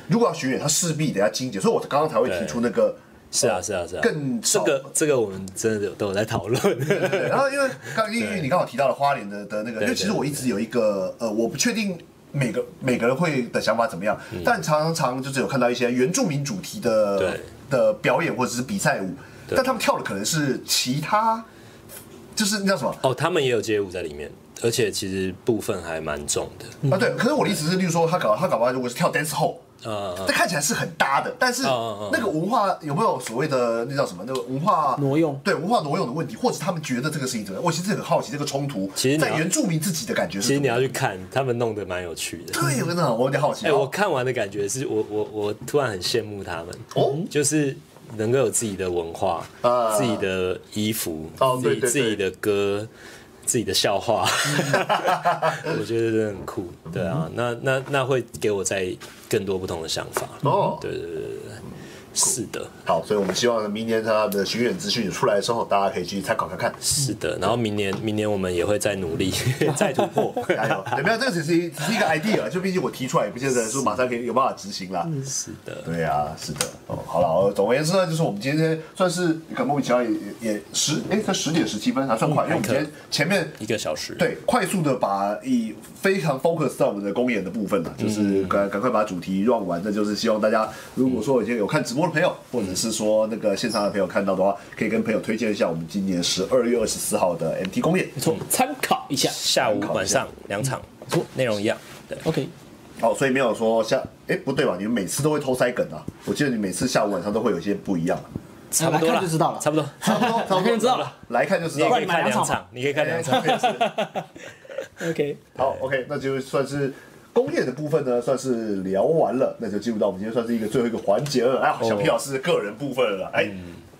Speaker 2: 如果要学员，他势必得要精简，所以我刚刚才会提出那个。
Speaker 3: 是啊是啊是啊，
Speaker 2: 哦更
Speaker 3: 这
Speaker 2: 少
Speaker 3: 个这个我们真的有都有在 讨论，
Speaker 2: 对，然后因为刚因为你刚好提到了花莲的的那个，因为其实我一直有一个呃，我不确定每个每个人会的想法怎么样，但常常就是有看到一些原住民主题的
Speaker 3: 嗯对
Speaker 2: 的表演或者是比赛舞，
Speaker 3: 对
Speaker 2: 但他们跳的可能是其他，就是那叫什么？
Speaker 3: 哦，他们也有街舞在里面，而且其实部分还蛮重的，
Speaker 2: 啊，对，可是我的意思是，例如说他搞他搞不好如果是跳 dance hall，
Speaker 3: 呃，
Speaker 2: 那看起来是很搭的，但是
Speaker 3: 嗯嗯嗯
Speaker 2: 那个文化有没有所谓的那叫什么？那个文化
Speaker 1: 挪用
Speaker 2: 对文化挪用的问题，或者他们觉得这个事情怎么样？我其实很好奇这个冲突
Speaker 3: 其实，你要
Speaker 2: 在原住民自己的感觉是
Speaker 3: 其实
Speaker 2: 怎么
Speaker 3: 你
Speaker 2: 样。
Speaker 3: 要去看，他们弄得蛮有趣的。
Speaker 2: 对，我真的我有点好奇。啊
Speaker 3: 哎、我看完的感觉是我我我突然很羡慕他们，
Speaker 2: 哦
Speaker 3: 就是能够有自己的文化、
Speaker 2: 啊
Speaker 3: 自己的衣服、
Speaker 2: 哦
Speaker 3: 自
Speaker 2: 对对
Speaker 3: 己
Speaker 2: 对
Speaker 3: 自己的歌、自己的 笑话，我觉得真的很酷。对啊，
Speaker 2: 嗯
Speaker 3: 那那那会给我在更多不同的想法。
Speaker 2: 哦
Speaker 3: 对对对对对，是的，
Speaker 2: 好，所以我们希望明年他的巡演资讯出来之后，大家可以去参考看 看。
Speaker 3: 是的。然后明年明年我们也会再努力，再突破。
Speaker 2: 加油！对没有，这个只是只是一个 idea，就毕竟我提出来，也不见得说马上可以有办法执行啦。
Speaker 3: 是的，
Speaker 2: 对啊，是的。哦，好了，哦总而言之呢，就是我们今天算是很莫名其妙也也也十哎，才十点十七分，还算
Speaker 3: 嗯
Speaker 2: 快，因为我们今天前面
Speaker 3: 一个小时。
Speaker 2: 对，快速的把以非常 focus 在我们的公演的部分了，啊
Speaker 3: 嗯
Speaker 2: 就是赶赶快把主题 run 完。那就是希望大家，如果说已经有看直播的朋友，或者是说那个线上的朋友看到的话，可以跟朋友推荐一下我们今年十二月二十四号的 MT 公演。
Speaker 1: 没错，参考一下。
Speaker 3: 下午晚上两场，内容一样。对。
Speaker 1: OK，
Speaker 2: 哦，所以没有说下，哎，不对吧？你们每次都会偷塞梗啊？我记得你每次下午晚上都会有一些不 一样。
Speaker 3: 差不多
Speaker 1: 来
Speaker 3: 了，
Speaker 1: 看就知道了
Speaker 3: 差不多。
Speaker 2: 差不多，差不
Speaker 1: 看
Speaker 2: 多
Speaker 1: 就知道了，
Speaker 2: 来看就知
Speaker 3: 你也
Speaker 2: 道
Speaker 3: 可
Speaker 2: 了
Speaker 3: 以。看两场，你可以看两场。
Speaker 2: 也是
Speaker 1: OK，
Speaker 2: 好，OK，那就算是工业的部分呢，算是
Speaker 3: 哦嗯
Speaker 2: 聊完了，那就进入到我们今天算是一个最后一个环节了。哎，小皮老师个人部分了，哎，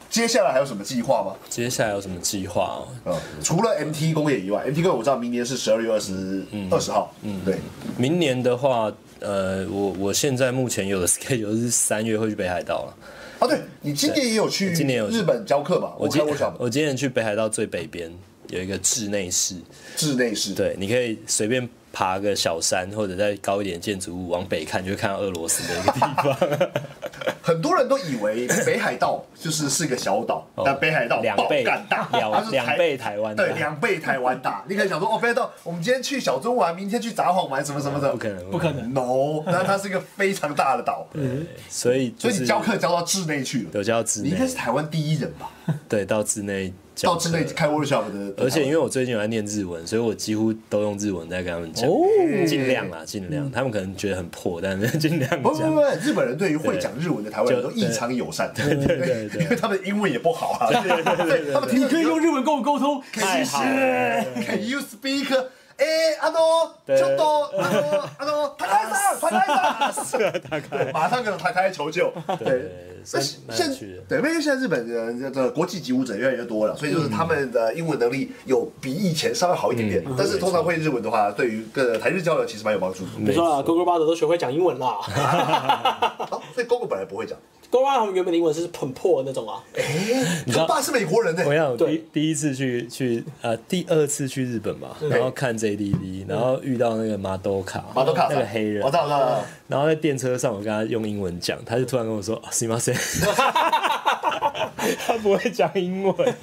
Speaker 2: 接下来还有什么计划吗？
Speaker 3: 接下来有什么计划哦？
Speaker 2: 嗯，除了 MT 公演以外，MT 公演我知道明年是十二月二十二十号，嗯，对，
Speaker 3: 明年的话，呃，我我现在目前有的 schedule 是三月会去北海道了。
Speaker 2: 啊，对你今年也有去
Speaker 3: 今年有去
Speaker 2: 日本教课嘛？我
Speaker 3: 今
Speaker 2: 看我想
Speaker 3: 我今年去北海道最北边有一个志内市，
Speaker 2: 室内是，
Speaker 3: 对，你可以随便爬个小山，或者再高一点建筑物往北看，就会看到俄罗斯的一个地方，
Speaker 2: 很多人都以为北海道 就是是个小岛，但北海道
Speaker 3: 哦两
Speaker 2: 爆
Speaker 3: 倍
Speaker 2: 干大，
Speaker 3: 两
Speaker 2: 它是
Speaker 3: 两倍台湾大
Speaker 2: 对，两倍台湾 大。你可能想说，哦，北海道，我们今天去小樽玩，明天去札幌玩，什么什么的，
Speaker 3: 不可能，
Speaker 1: 不可能。
Speaker 2: No，那它是一个非常大的 岛，
Speaker 3: 所以就
Speaker 2: 所以
Speaker 3: 是
Speaker 2: 你教课教到志内去了。
Speaker 3: 有教志
Speaker 2: 你
Speaker 3: 内
Speaker 2: 应该，是台湾第一人吧？
Speaker 3: 对，到志内教
Speaker 2: 到志内
Speaker 3: 课
Speaker 2: 开 workshop 的，
Speaker 3: 而且因为我最近有在念日文，所以我几乎都用日文在跟他们讲，
Speaker 2: 哦
Speaker 3: 尽量啦，尽量。他们可能觉得很破，但是 尽量
Speaker 2: 嗯不不不
Speaker 3: 讲
Speaker 2: 不。，日本人对于会讲日文的台湾人都
Speaker 3: 就
Speaker 2: 异常友善，对
Speaker 3: 对对 对
Speaker 2: 因为他们英文也不好啊，对，他们听
Speaker 1: 你可以用日文跟我沟通，
Speaker 3: 太好了，
Speaker 2: Can you speak？哎，阿诺，
Speaker 3: 对
Speaker 2: ちょっと阿诺，阿诺，啊他开上，他开上，
Speaker 3: 大概
Speaker 2: 马上跟他开求救。对，那
Speaker 3: 算蛮有
Speaker 2: 现
Speaker 3: 趣的。
Speaker 2: 对，因为现在日本的这个国际级舞者越来越多了，所以
Speaker 3: 嗯
Speaker 2: 就是他们的英文能力有比以前稍微好一点
Speaker 3: 嗯
Speaker 2: 点，但是通常会日文的话，对于个台日交流其实蛮有帮助的。
Speaker 1: 没错啦，Go Go 巴啊德都学会讲英文啦。
Speaker 2: 好，所以公公本来不会讲，
Speaker 1: Go Go 巴德他们原本的英文是很破的那种啊，
Speaker 2: 哎，
Speaker 3: 知道
Speaker 2: 他爸是美国人呢
Speaker 3: 我，想第
Speaker 1: 对
Speaker 3: 第一次去去呃第二次去日本吧，然后看 JDD，然后遇到那个马多卡，
Speaker 2: 马多卡
Speaker 3: 那个黑人
Speaker 2: 我，知道，我知道我知道。
Speaker 3: 然后在电车上我跟他用英文讲，他就突然跟我说 s i m a s e 他不会讲英 文，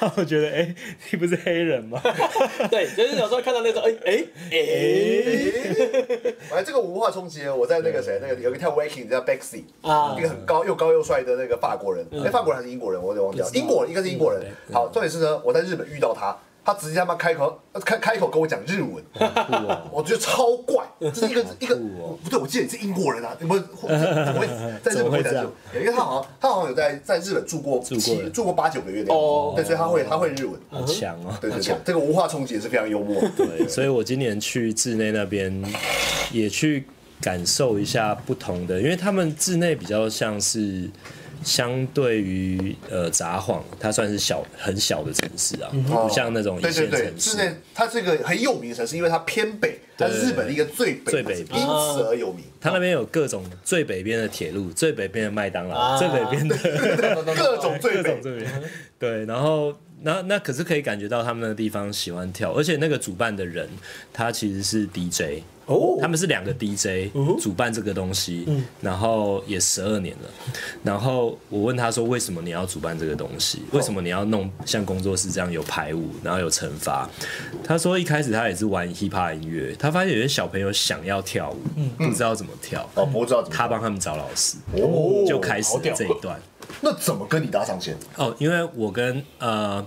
Speaker 3: 然后我觉得哎、你不是黑人吗？
Speaker 1: 对，就是有时候看到那种，哎哎
Speaker 2: 嗯
Speaker 1: 哎，
Speaker 2: 哎，这个文化冲击呢，我在那个谁，那个有个跳 Waking 叫 Bexy
Speaker 1: 啊
Speaker 2: 一个很高又高又帅的那个法国人，哎，法国人还是英国人，我有点忘记了，英国人应该是英国人。好，重点是呢，我在日本遇到他，他直接他妈开口开开口跟我讲日文，我觉得超怪，这是一个一个不对，我记得你是英国人啊，你们怎么会在日本会讲日文？因为他好像他好像有在在日本住过
Speaker 3: 过
Speaker 2: 七住过八九个月的样子
Speaker 1: 哦
Speaker 2: 对，所以他会他会日文。
Speaker 3: 好强哦、
Speaker 2: 对对对，这个文化冲击也是非常幽默。对
Speaker 3: 所以我今年去志内那边也去感受一下不同的，因为他们志内比较像是相对于呃札幌，它算是小很小的城市啊，不像那种一
Speaker 2: 对嗯对
Speaker 3: 线
Speaker 2: 对，
Speaker 3: 城
Speaker 2: 是
Speaker 3: 市。
Speaker 2: 那它是一个很有名的城市，因为它偏北，它是日本的一个最北，
Speaker 3: 最北
Speaker 2: 因此而有名。
Speaker 3: 它那边有各种最北边的铁路、最北边的麦当
Speaker 2: 啊
Speaker 3: 劳、最北边的
Speaker 2: 各种最
Speaker 3: 各
Speaker 2: 北
Speaker 3: 种，这边，对，然后那那可是可以感觉到他们那个地方喜欢跳，而且那个主办的人他其实是 DJ 哦，他们是两个 DJ 主办这个东西，然后也十二年了，然后我问他说为什么你要主办这个东西，为什么你要弄像工作室这样有排舞，然后有惩罚？他说一开始他也是玩 hip hop 音乐，他发现有些小朋友想要跳舞，不知道怎么跳，
Speaker 2: 哦，不知道怎么
Speaker 3: 他帮他们找老师，
Speaker 2: 哦，
Speaker 3: 就开始了这一段。
Speaker 2: 那怎么跟你搭上线？
Speaker 3: 哦，因为我跟呃，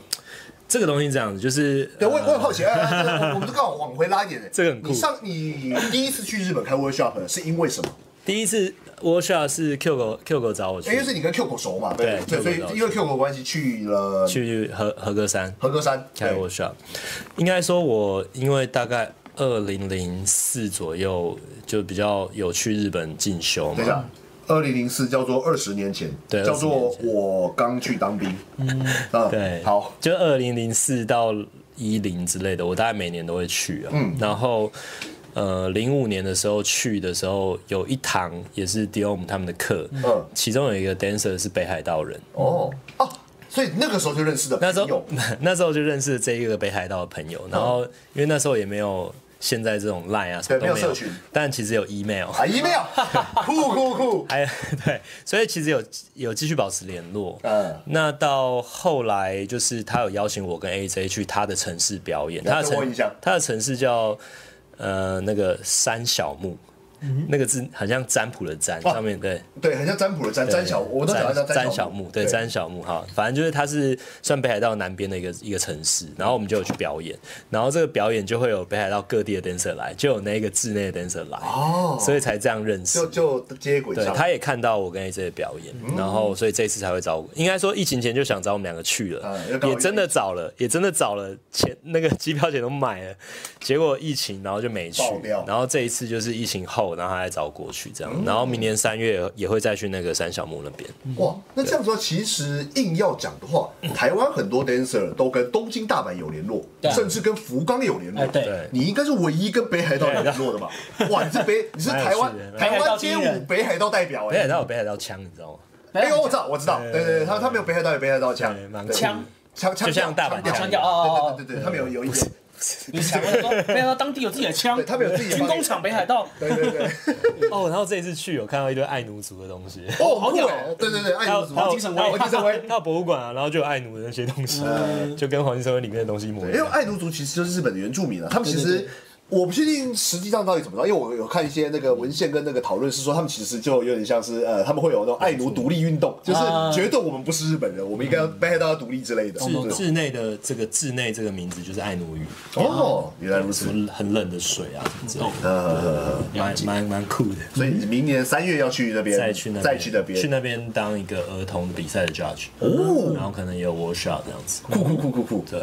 Speaker 3: 这个东西是这样子，就是
Speaker 2: 对，我也我也好奇，哎哎这个我们就刚好往回拉一点，哎
Speaker 3: 这个很酷
Speaker 2: 你上你第一次去日本开 workshop 是因为什么？
Speaker 3: 第一次 workshop 是 Q 狗 Q 狗找我
Speaker 2: 哎因为是
Speaker 3: 去
Speaker 2: 你跟 Q 狗熟嘛，对对，
Speaker 3: 对
Speaker 2: 所以
Speaker 3: Kyoko 熟
Speaker 2: 因为 Q 狗关系去了
Speaker 3: 去和和歌山
Speaker 2: 和歌山，
Speaker 3: 开
Speaker 2: 对
Speaker 3: workshop，应该说我因为大概二零零四左右就比较有去日本进修
Speaker 2: 等一下
Speaker 3: 嘛，。
Speaker 2: 二零零四叫做二十年前，
Speaker 3: 对
Speaker 2: 叫做
Speaker 3: 20年前
Speaker 2: 我刚去当兵，嗯，
Speaker 3: 对，
Speaker 2: 好，，
Speaker 3: 就二零零四到一零之类的，我大概每年都会去啊，
Speaker 2: 嗯
Speaker 3: 然后。呃，零五年的时候去的时候，有一堂也是 Diom 他们的课，
Speaker 2: 嗯
Speaker 3: 其中有一个 dancer 是北海道人，
Speaker 2: 哦，哦，所以那个时候就认识的
Speaker 3: 那时
Speaker 2: 朋
Speaker 3: 候
Speaker 2: 友， 嗯
Speaker 3: 那时候就认识了这一个北海道的朋友，然后因为那时候也没有现在这种 Line 啊什
Speaker 2: 对没
Speaker 3: 么都
Speaker 2: 有
Speaker 3: 没
Speaker 2: 社
Speaker 3: 有
Speaker 2: 群，
Speaker 3: 但其实有 email，
Speaker 2: 啊，email，酷酷酷，
Speaker 3: 还 对，所以其实有有继续保持联络。
Speaker 2: 嗯，
Speaker 3: 那到后来就是他有邀请我跟 AJ 去他的城市表演，
Speaker 2: 要
Speaker 3: 他的
Speaker 2: 跟我一
Speaker 3: 城
Speaker 2: 样
Speaker 3: 他的城市叫呃那个三小木，
Speaker 2: 嗯
Speaker 3: 那个字很像占卜的占，上面对。
Speaker 2: 对，很像占卜的占占小，我都想到
Speaker 3: 詹
Speaker 2: 占
Speaker 3: 詹小木，对，詹小木哈，反正就是它是算北海道南边的一个一个城市，然后我们就有去表演，然后这个表演就会有北海道各地的 dancer 来，就有那个志内的 dancer 来，
Speaker 2: 哦
Speaker 3: 所以才这样认识
Speaker 2: 就。就接轨
Speaker 3: 对，
Speaker 2: 上，嗯
Speaker 3: 他也看到我跟 AJ 的表演，然后所以这一次才会找我。应该说疫情前就想找我们两个去了
Speaker 2: 嗯要，搞
Speaker 3: 也真的找了，也真的找了，钱 那个机票钱都买了，结果疫情然后就没去
Speaker 2: 爆掉。嗯
Speaker 3: 然后这一次就是疫情后我，然后他再找我过去这样。然后明年三月也会再去那个三小木那边。
Speaker 2: 哇，那这样说，其实硬要讲的话，台湾很多 dancer 都跟东京、大阪有联络，
Speaker 1: 对啊
Speaker 2: 甚至跟福冈有联络。
Speaker 1: 哎对
Speaker 2: 你应该是唯一跟北海道有联络的吧？哇，你是北，你是台湾
Speaker 3: 蛮有趣的
Speaker 1: 北
Speaker 2: 台
Speaker 1: 海道
Speaker 2: 湾
Speaker 1: 第一
Speaker 2: 街
Speaker 1: 人
Speaker 2: 舞北海道代表
Speaker 3: 北
Speaker 2: 哎
Speaker 3: 海。道有北海道腔，你知道吗？
Speaker 2: 哎呦，我知道，我知道，对对对，他他没有北海道，有北海道腔
Speaker 3: 对，蛮
Speaker 2: 对
Speaker 1: 腔
Speaker 2: 腔腔
Speaker 3: 就像大阪
Speaker 1: 腔
Speaker 2: 腔
Speaker 1: 调哦哦哦
Speaker 2: 对对对对，他们有有一点，
Speaker 1: 你想说没想到当地有自己的枪，
Speaker 2: 对他们有自己的
Speaker 1: 军工厂北海道，
Speaker 2: 对对对，
Speaker 3: 哦，然后这一次去有看到一堆爱奴族的东西，
Speaker 2: 哦，
Speaker 1: 好
Speaker 2: 好
Speaker 1: 屌
Speaker 2: 屌
Speaker 1: 哦，
Speaker 2: 对对对，爱
Speaker 3: 还有
Speaker 2: 有什么
Speaker 3: 还有
Speaker 1: 精神
Speaker 3: 还有
Speaker 1: 威
Speaker 2: 黄金神威
Speaker 3: 还有博物馆啊，然后就有爱奴的那些东西，
Speaker 2: 嗯
Speaker 3: 就跟黄金社会里面的东西一模一
Speaker 2: 因为
Speaker 3: 样。
Speaker 2: 爱奴族其实就是日本的原住民啊，他们其
Speaker 1: 对对
Speaker 2: 实我不确定实际上到底怎么着，因为我有看一些那个文献跟那个讨论是说，他们其实就有点像是呃，他们会有那种爱奴独立运动，就是
Speaker 1: 啊
Speaker 2: 觉得我们不是日本人，我们应该要北海道要独立之类的。
Speaker 3: 志
Speaker 2: 对
Speaker 3: 志哦内的这个志内这个名字就是爱奴语，
Speaker 2: 哦，原来如此
Speaker 3: 什。么很冷的水啊什么之
Speaker 1: 哦
Speaker 3: 类的，
Speaker 2: 呃，
Speaker 3: 蛮蛮蛮酷的。
Speaker 2: 所以你明年三月要去那边，
Speaker 3: 再去那
Speaker 2: 再去那边，
Speaker 3: 去那边当一个儿童比赛的 judge，
Speaker 2: 哦
Speaker 3: 然后可能也有 workshop 这样子。
Speaker 2: 酷酷酷酷酷。
Speaker 3: 对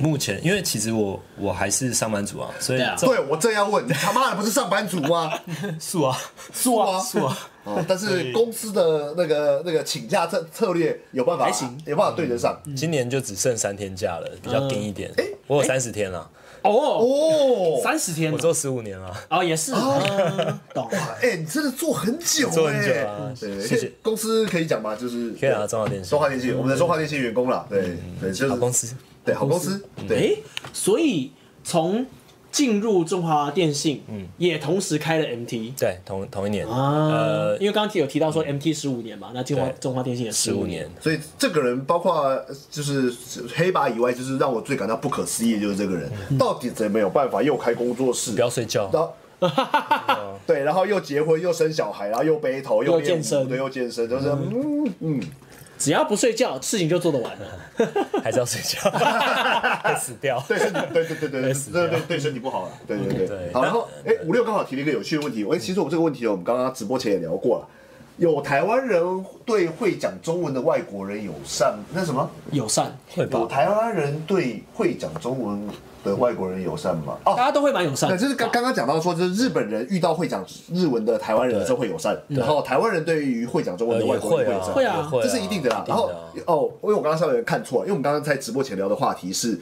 Speaker 3: 目前因为其实我我还是上班族啊，所以
Speaker 1: 对啊
Speaker 3: 这
Speaker 2: 对，我正要问你，他妈的不是上班族吗？
Speaker 3: 素啊
Speaker 2: 素啊
Speaker 3: 素啊，
Speaker 2: 哦，但是公司的那个那个请假策策略有办法，
Speaker 1: 还行
Speaker 2: 有办法对得上。
Speaker 3: 今年就只剩三天假了，比较硬一
Speaker 2: 嗯
Speaker 3: 点。我有三十天了，
Speaker 1: 哦，
Speaker 2: 哦，
Speaker 3: 嗯
Speaker 1: 三十天
Speaker 3: 我，做十五年了，
Speaker 1: 哦也是，嗯懂，
Speaker 2: 哎、你真的做很久、欸，
Speaker 3: 做很久啊
Speaker 2: 对，
Speaker 3: 谢谢
Speaker 2: 公司可以讲吗？就是
Speaker 3: 可以啊中华电信嗯
Speaker 2: 中华电信，我们的中华电信员工啦，对对，就是
Speaker 3: 好公，司。嗯
Speaker 2: 对好公司，对，
Speaker 1: 哎，所以从进入中华电信，嗯，也同时开了 MT。
Speaker 3: 对，同同一年，
Speaker 1: 啊，
Speaker 3: 呃，
Speaker 1: 因为刚刚有提到说 MT 十五年嘛，那中华
Speaker 3: 对
Speaker 1: 中华电信也
Speaker 3: 十五
Speaker 1: 五
Speaker 3: 年，。
Speaker 2: 所以这个人包括呃就是黑白以外，就是让我最感到不可思议的就是这个人，到底怎么有办法又开工作室，
Speaker 3: 嗯不要睡觉，
Speaker 2: 然后。对，然后 又结婚，又生小孩，然后又背头，
Speaker 1: 又
Speaker 2: 又练
Speaker 1: 健身
Speaker 2: 舞对，又健身，就是嗯嗯，
Speaker 1: 只要不睡觉，事情就做得完了。
Speaker 3: 还是要睡 觉，会死掉。
Speaker 2: 对身体，对对对 对对
Speaker 3: 死掉
Speaker 2: 对对对身体不 好了，对对
Speaker 3: 对
Speaker 2: 对。好，然后哎，五六刚好提了一个有趣的问题，我其实我们这个问题我们刚刚直播前也聊过了，有台湾人对会讲中文的外国人友善，那什么？
Speaker 1: 友善，
Speaker 3: 会吧
Speaker 2: 有台湾人对会讲中文的外国人友善吗？哦。
Speaker 1: 大家都会蛮友善
Speaker 2: 对，
Speaker 1: 的。
Speaker 2: 就是刚刚刚讲到说，就是日本人遇到会讲日文的台湾人的时候会友善，然后台湾人对于会讲中文
Speaker 3: 呃
Speaker 2: 的
Speaker 3: 也
Speaker 2: 外国
Speaker 3: 会
Speaker 2: 人会
Speaker 3: 啊
Speaker 2: 友，善，
Speaker 1: 会啊
Speaker 3: 也会
Speaker 2: 这是一定的啦。然后
Speaker 3: 啊
Speaker 2: 哦，因为我刚刚稍微看错了，因为我们刚刚在直播前聊的话题是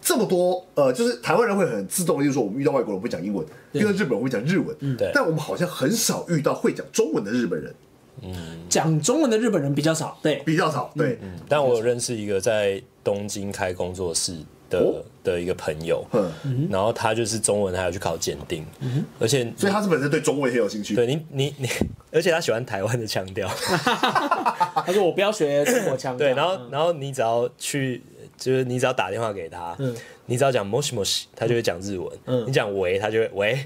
Speaker 2: 这么多，呃，就是台湾人会很自动，就是说我们遇到外国人会讲英文，遇到日本人会讲日文，
Speaker 3: 对
Speaker 2: 但我们好像很少遇到会讲中文的日本人，
Speaker 1: 讲中文的日本人比较少，对，
Speaker 2: 比较少。对，
Speaker 3: 但我有认识一个在东京开工作室的、
Speaker 2: 哦
Speaker 3: 的一个朋友，
Speaker 2: 嗯，
Speaker 3: 然后他就是中文还要去考鉴定，而且
Speaker 2: 所以他是本身对中文很有兴趣。
Speaker 3: 对你你你，而且他喜欢台湾的腔调，
Speaker 1: 他说我不要学中国腔。
Speaker 2: 嗯
Speaker 3: 对，
Speaker 1: 这
Speaker 3: 然
Speaker 1: 样
Speaker 3: 后然后你只要去。就是你只要打电话给他，
Speaker 2: 嗯
Speaker 3: 你只要讲 moshi moshi，他就会讲日文；你讲喂，他就会喂，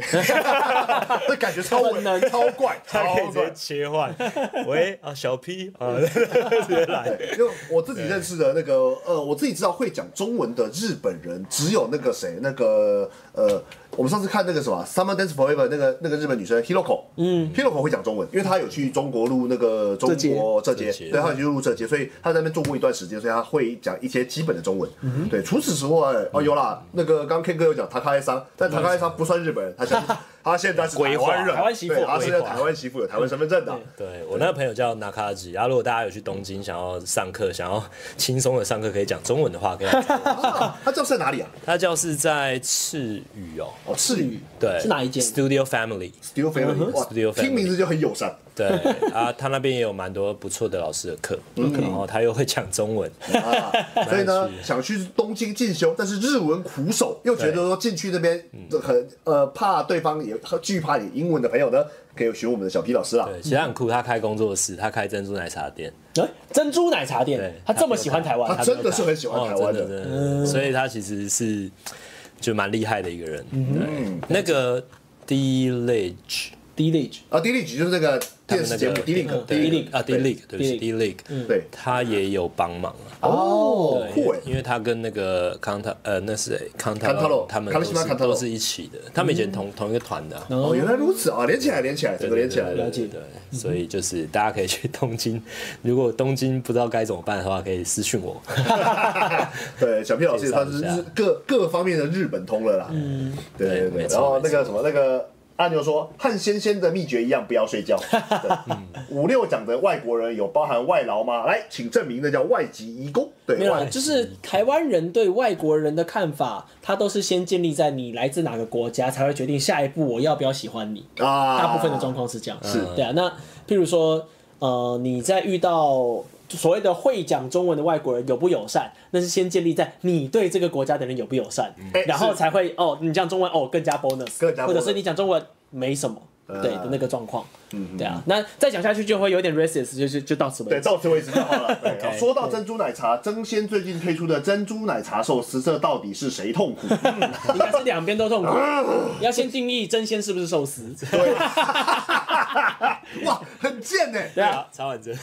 Speaker 2: 这感觉超文
Speaker 1: 能
Speaker 2: 超怪，
Speaker 3: 他
Speaker 2: 超
Speaker 3: 可以直
Speaker 2: 怪
Speaker 3: 接。切换，喂啊小 P 啊， 直接来。
Speaker 2: 因为我自己认识的那个呃，我自己知道会讲中文的日本人，只有那个谁，那个呃，我们上次看那个什么《Summer Dance Forever》那个那个日本女生 Hiroko，嗯，Hiroko 会讲中文，因为她有去中国录那个中国这
Speaker 3: 节
Speaker 2: 节
Speaker 3: 这节，
Speaker 2: 对，她有去录这节，所以她在那边做过一段时间，所以她会讲一些基本的中文。对，除此之外，哦，有啦，那个刚刚 Ken 哥有讲塔卡耶桑，但塔卡耶桑不算日本人，他讲他现在是台湾人，
Speaker 1: 台湾媳妇
Speaker 2: 对他是
Speaker 3: 规
Speaker 2: 在
Speaker 3: 划
Speaker 2: 台湾媳妇，有台湾身份证的。
Speaker 3: 对我那个朋友叫 Nakaji，然后如啊果大家有去东京想要上课，想要轻松的上课可以讲中文的话，可以讲中文。
Speaker 2: 啊他叫在哪里啊？
Speaker 3: 他教室在赤羽哦，
Speaker 2: 哦，赤羽。
Speaker 3: 对，
Speaker 1: 是哪一间
Speaker 3: ？Studio Family。
Speaker 2: Studio Family，哇
Speaker 3: 嗯 Studio Family
Speaker 2: 听名字就很友善。
Speaker 3: 对啊，他那边也有蛮多不错的老师的课，
Speaker 2: 嗯
Speaker 3: 然后他又会讲中文，
Speaker 2: 啊，所以呢，想去东京进修，但是日文苦手，又觉得说进去那边
Speaker 3: 嗯
Speaker 2: 很呃怕对方也惧怕你英文的朋友呢，可以询问我们的小 P 老师啦。
Speaker 3: 对，其实他很酷。他开工作室，他开珍珠奶茶店，
Speaker 1: 哎珍珠奶茶店
Speaker 3: 对，
Speaker 1: 他这么喜欢台湾，啊
Speaker 2: 他真的是很喜欢台湾
Speaker 3: 哦、真
Speaker 2: 的，嗯
Speaker 3: 的真的所以他其实是就蛮厉害的一个人。
Speaker 2: 嗯
Speaker 3: 对，那个 D Lage。
Speaker 1: D Lage
Speaker 2: 啊，第一集就是那个
Speaker 3: 他
Speaker 2: 电
Speaker 3: 们
Speaker 2: 视
Speaker 3: 那
Speaker 2: 节
Speaker 3: 个
Speaker 2: 目 D Link，
Speaker 3: 对
Speaker 1: D-Link，
Speaker 3: 啊 D Link，对不起
Speaker 1: D-Link
Speaker 3: D Link，
Speaker 2: 对
Speaker 3: 他也有帮忙啊。
Speaker 2: 哦，酷哎，
Speaker 3: 因为他跟那个康塔呃，那是谁康塔
Speaker 2: Kantaro，
Speaker 3: 他们都
Speaker 2: Kalishima
Speaker 3: 是
Speaker 2: Kantaro
Speaker 3: 都是一起的，他们以前同同一个团的啊。
Speaker 2: 哦，原来如此啊，连起来，连起来，整个连起来
Speaker 3: 对
Speaker 2: 了。
Speaker 3: 对对对，所以就是大家可以去东京， 如果东京不知道该怎么办的话，可以私讯 我。
Speaker 2: 对，小 P 老师他
Speaker 3: 介
Speaker 2: 是
Speaker 3: 绍一下
Speaker 1: 嗯
Speaker 2: 日各各方面的日本通了啦。对对
Speaker 3: 对没
Speaker 2: 对，
Speaker 3: 错
Speaker 2: 然后那
Speaker 3: 没
Speaker 2: 个什么那个阿牛说和仙仙的秘诀一样，不要 睡觉。对五六讲的外国人有包含外劳吗？来，请证明那叫外籍移工。对，
Speaker 1: 没有
Speaker 2: 外
Speaker 1: 啦，就是台湾人对外国人的看法，他都是先建立在你来自哪个国家，才会决定下一步我要不要喜欢你。
Speaker 2: 啊，
Speaker 1: 大部分的状况是这样，
Speaker 2: 是
Speaker 1: 对啊。那譬如说，呃，你在遇到所谓的会讲中文的外国人友不友善，那是先建立在你对这个国家的人友不友善，
Speaker 2: 哎
Speaker 1: 然后
Speaker 2: 是
Speaker 1: 才会哦，你讲中文哦更加 bonus，
Speaker 2: 更加
Speaker 1: 或者是
Speaker 2: bonus 呃
Speaker 1: 你讲中文没什么。对的那个状况，
Speaker 2: 嗯
Speaker 1: 对啊，那再讲下去就会有点 racist，就是就到此为
Speaker 2: 对，
Speaker 1: 止。
Speaker 2: 到此为止就 好了。对好说到珍珠奶茶，争先最近推出的珍珠奶茶寿司，这到底是谁痛苦？嗯
Speaker 1: 应该是两边 都痛苦。要先定义真鲜是不是寿司？
Speaker 2: 哇，很贱欸呢。
Speaker 1: 对啊，
Speaker 3: 查婉珍，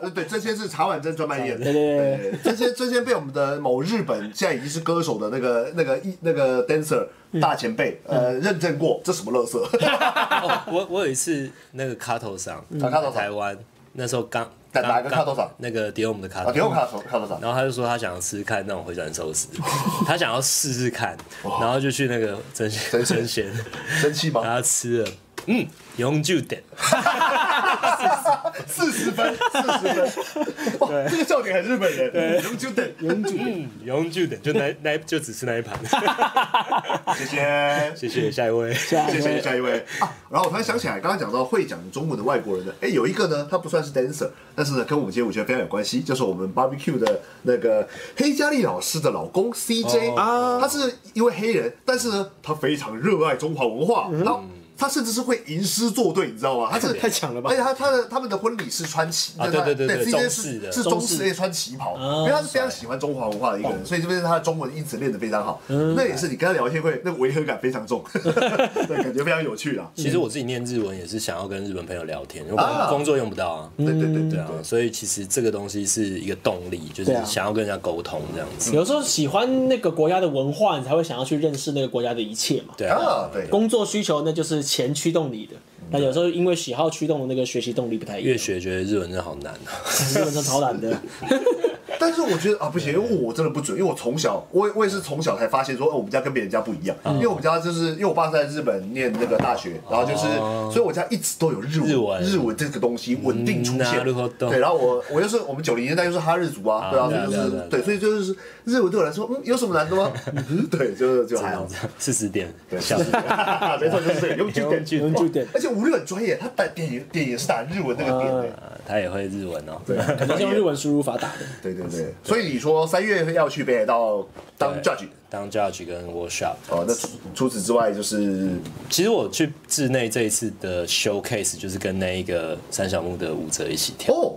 Speaker 2: 呃，对，这些是茶碗蒸专卖店。
Speaker 1: 对对对
Speaker 2: 对，这些这些被我们的某日本现在已经是歌手的那个那个一那个 dancer
Speaker 1: 嗯
Speaker 2: 大前辈呃认证过，这什么乐色？
Speaker 3: 哦我我有一次那个卡头上，
Speaker 2: 啊卡头上
Speaker 3: 台湾那时候刚
Speaker 2: 哪
Speaker 3: 刚
Speaker 2: 哪个卡头上
Speaker 3: 刚那个迪欧姆的卡
Speaker 2: 啊，
Speaker 3: 头
Speaker 2: 给我看多看多少？
Speaker 1: 哦
Speaker 3: 然后他就说他想要吃吃看那种回转寿司，他想要试试看，然后就去那个真
Speaker 2: 真鲜
Speaker 3: 鲜真鲜，
Speaker 2: 生气
Speaker 3: 然
Speaker 2: 吗？
Speaker 1: 啊
Speaker 3: 后吃了，嗯，永久点，
Speaker 2: 四十分，四十分，哇，这个笑点很日本人，你们就等，
Speaker 3: 嗯，永久点，就那那就只吃那一盘，
Speaker 2: 谢谢。
Speaker 3: 谢谢下一位，
Speaker 2: 谢谢下一位啊！然后我突然想起来，刚刚讲到会讲中文的外国人呢，哎，有一个呢，他不算是 dancer，但是呢，跟我们街舞圈非常有关系，就是我们 barbecue 的那个黑嘉丽老师的老公 CJ
Speaker 3: 哦
Speaker 2: 啊，他是一位黑人，但是呢，他非常热爱中华文化，然后。他甚至是会吟诗作对，你知道吗？他是
Speaker 1: 太强了吧
Speaker 2: 而且他他的他们的婚礼是穿旗，
Speaker 3: 啊对对对对
Speaker 2: c
Speaker 3: 中
Speaker 2: j
Speaker 3: 式
Speaker 2: 是
Speaker 3: 的
Speaker 2: 是中式，而且穿旗袍，
Speaker 3: 啊
Speaker 2: 因为他是非常喜欢中华文化的一个
Speaker 3: 哦
Speaker 2: 人，所以这边他的中文因此练得非常好。
Speaker 3: 嗯
Speaker 2: 那也是你跟他聊天会，那个违和感非常重， 对，感觉非常有趣啦。
Speaker 3: 其实我自己念日文也是想要跟日本朋友聊天，因为工工作用不到啊，
Speaker 2: 对对对对
Speaker 3: 对啊，所以其实这个东西是一个动力，就是
Speaker 1: 对啊嗯
Speaker 3: 想要跟人家沟通这样子，
Speaker 1: 有时候喜欢那个国家的文化，你才会想要去认识那个国家的一切嘛。
Speaker 3: 对啊
Speaker 2: 啊，，对，
Speaker 1: 工作需求那就是钱驱动你的，那有时候因为喜好驱动的那嗯个学习动力不太一
Speaker 3: 越
Speaker 1: 样，
Speaker 3: 学觉得日文真的好难啊，
Speaker 1: 日本真超难的。
Speaker 2: 但是我觉得啊，不行，因为我真的不准，因为我从小，我也我也是从小才发现说，哦，我们家跟别人家不一样，
Speaker 3: 嗯
Speaker 2: 因为我们家就是因为我爸是在日本念那个大学，然后就是，所以我家一直都有日文，
Speaker 3: 哦日文
Speaker 2: 这个东西稳定出
Speaker 3: 嗯な
Speaker 2: 现
Speaker 3: るほ。ど
Speaker 2: 对，然后我我又是我们九零年代又是哈日族啊，对啊，所以就
Speaker 3: 对啊对
Speaker 2: 是
Speaker 3: 啊对
Speaker 2: 对，
Speaker 3: 啊
Speaker 2: 所以就是日文对我来说，嗯，有什么难的 吗？嗯对，就就还好。
Speaker 3: 四十点，
Speaker 2: 对，
Speaker 3: 笑死。
Speaker 2: 没错，就是这 个，用句点，
Speaker 1: 用句点
Speaker 2: 哇而且吴日很专业，他打点也点也是打日文那个点的，
Speaker 3: 啊他也会日文哦。
Speaker 2: 对，
Speaker 1: 可能是用日文输入法打的，
Speaker 2: 对对对，所以你说三月要去北海道当 judge，
Speaker 3: 当 judge 跟 workshop。
Speaker 2: 哦，那除除此之外就是
Speaker 3: 其实我去志内这一次的 showcase 就是跟那一个三小木的舞者一起跳。
Speaker 2: 哦，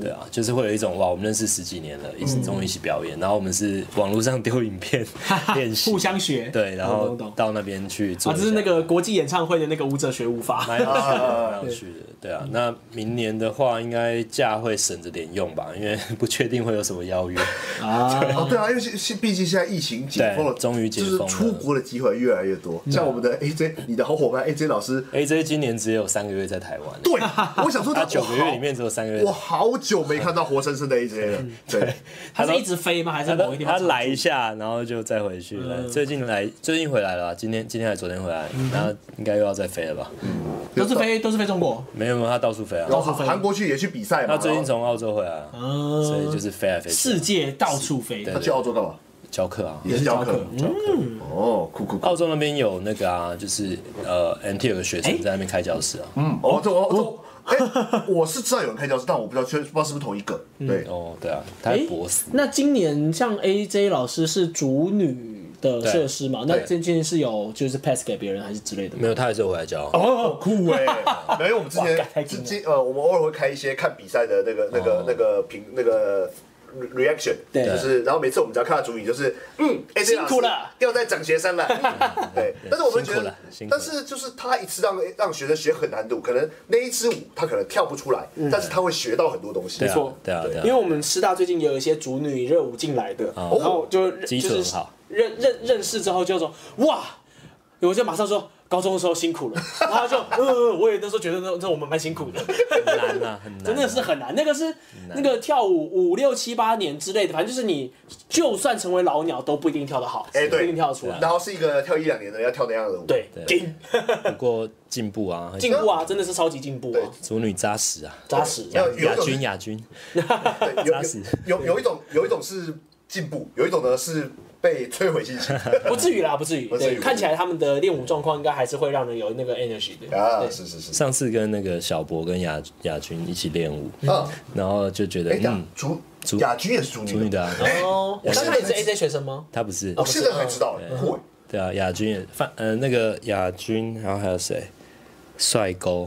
Speaker 3: 对啊，就是会有一种哇，我们认识十几年了，一
Speaker 1: 嗯
Speaker 3: 起终于一起表演，然后我们是网络上丢影片练 习，
Speaker 1: 互相学。
Speaker 3: 对，然
Speaker 1: 懂
Speaker 3: 后
Speaker 1: 懂懂
Speaker 3: 到那边去做
Speaker 1: 啊，
Speaker 3: 一
Speaker 1: 这
Speaker 3: 下，
Speaker 1: 是那个国际演唱会的那个舞者学舞法。
Speaker 3: 蛮有趣的，
Speaker 2: 呃
Speaker 3: 蛮有趣的，对啊。那明年的话，应该假会省着点用吧，因为 不确定会有什么邀约。
Speaker 2: 哦对啊，因为现现毕竟现在疫情解封了，
Speaker 3: 对终于解封了嗯
Speaker 2: 就是出国的机会越来越多。像我们的 AJ，你的好伙伴 AJ 老师，
Speaker 3: AJ 今年只有三个月在台湾，
Speaker 2: 对，我想说
Speaker 3: 他
Speaker 2: 他
Speaker 3: 九个月里，面嗯只有三个月
Speaker 2: 我好我好久没看到活生生的 AJ 了，对，
Speaker 1: 他是一直飞吗？还是
Speaker 3: 他
Speaker 1: 某
Speaker 3: 都
Speaker 1: 一天
Speaker 3: 他来一下，然后就再回去了。
Speaker 1: 嗯
Speaker 3: 最近来，最近回来了啊，今天今天还昨天回来，然后应该又要再飞了吧？
Speaker 1: 都是飞都是飞中国？
Speaker 3: 没有没有，他到处飞啊。
Speaker 2: 然后韩国去也去比赛嘛，哦
Speaker 3: 他最近从澳洲回来啊，所以就是飞来飞去啊
Speaker 1: 世界到处飞，
Speaker 2: 然后他去澳洲干嘛？
Speaker 3: 教课啊。
Speaker 2: 也是教课，
Speaker 1: 嗯
Speaker 2: 哦，酷酷酷，
Speaker 3: 澳洲那边有那个啊，就是呃，MT 有个学
Speaker 1: 哎
Speaker 3: 生在那边开教室啊。
Speaker 2: 嗯，哦，这我这我，哎，我是知道有人开教室，但我不知道确不知道是不是同一个，对，
Speaker 3: 哦，对啊，他在博斯。
Speaker 1: 那今年像 AJ 老师是主女的设施嘛？那
Speaker 2: 对
Speaker 1: 这件事有就是 pass 给别人还是之类的吗？
Speaker 3: 没有，他还是有回来教啊。
Speaker 2: 哦，酷哎、欸！没有，我们之
Speaker 1: 哇太
Speaker 2: 前
Speaker 1: 惊
Speaker 2: 之
Speaker 1: 人
Speaker 2: 前呃，我们偶尔会开一些看比赛的
Speaker 3: 哦
Speaker 2: 那个、那个、那个评、那个 reaction，
Speaker 1: 对
Speaker 2: 就是然后每次我们只要看到主语就是嗯，哎、
Speaker 1: 辛苦了，
Speaker 2: 要在涨学生 了，嗯对。但是我们觉
Speaker 3: 辛苦
Speaker 2: 得
Speaker 3: 了辛，苦了
Speaker 2: 但是就是他一次让让学生学很难度，可能那一支舞他可能跳不出来，但是他会学到很多东西。
Speaker 3: 嗯对
Speaker 1: 没
Speaker 3: 啊
Speaker 1: 错，
Speaker 3: 对啊，对啊。
Speaker 1: 因为我们师大最近也有一些主女热舞进来的，然后就认
Speaker 3: 哦基础
Speaker 1: 就是
Speaker 3: 很好
Speaker 1: 认认认识之后就说哇，我就马上说高中的时候辛苦了， 然后就嗯嗯，嗯我也那时候觉得那那我们蛮辛苦的，
Speaker 3: 很难啊，很难啊，
Speaker 1: 真的是很难。那个是那个跳舞五六七八年之类的，反正就是你就算成为老鸟都不一定跳得好，
Speaker 2: 哎，
Speaker 1: 不一
Speaker 2: 对，
Speaker 1: 定跳得出来。
Speaker 2: 然后是一个跳一两年的要跳那样的舞，
Speaker 1: 对，进啊
Speaker 3: 不过进步啊，
Speaker 1: 进步啊，真的是超级进步啊，
Speaker 3: 主女扎实啊，
Speaker 1: 扎实。
Speaker 2: 要有一
Speaker 3: 亚
Speaker 2: 种
Speaker 3: 军亚军，
Speaker 2: 对，有
Speaker 3: 扎实
Speaker 2: 有有有一种有一种是进步，有一种呢是被摧毁信 心啊
Speaker 1: 不至于啦，不至于。
Speaker 2: 不至于
Speaker 1: 对，看起来他们的练舞状况应该还是会让人有那个 energy 的。
Speaker 2: 啊，
Speaker 1: 对
Speaker 2: 是是是，
Speaker 3: 上次跟那个小博跟亚亚军一起练舞，
Speaker 2: 嗯，
Speaker 3: 然后就觉得
Speaker 2: 哎，亚
Speaker 3: 嗯，
Speaker 2: 主
Speaker 3: 主
Speaker 2: 亚军也是主
Speaker 3: 主女
Speaker 2: 女的，
Speaker 3: 的啊，
Speaker 1: 啊哦，那他也是 AJ 学生吗？
Speaker 3: 她不是
Speaker 2: 我，现在才知道，酷哎，
Speaker 3: 对啊，亚军也范呃那个亚军，然后还有谁？帅哥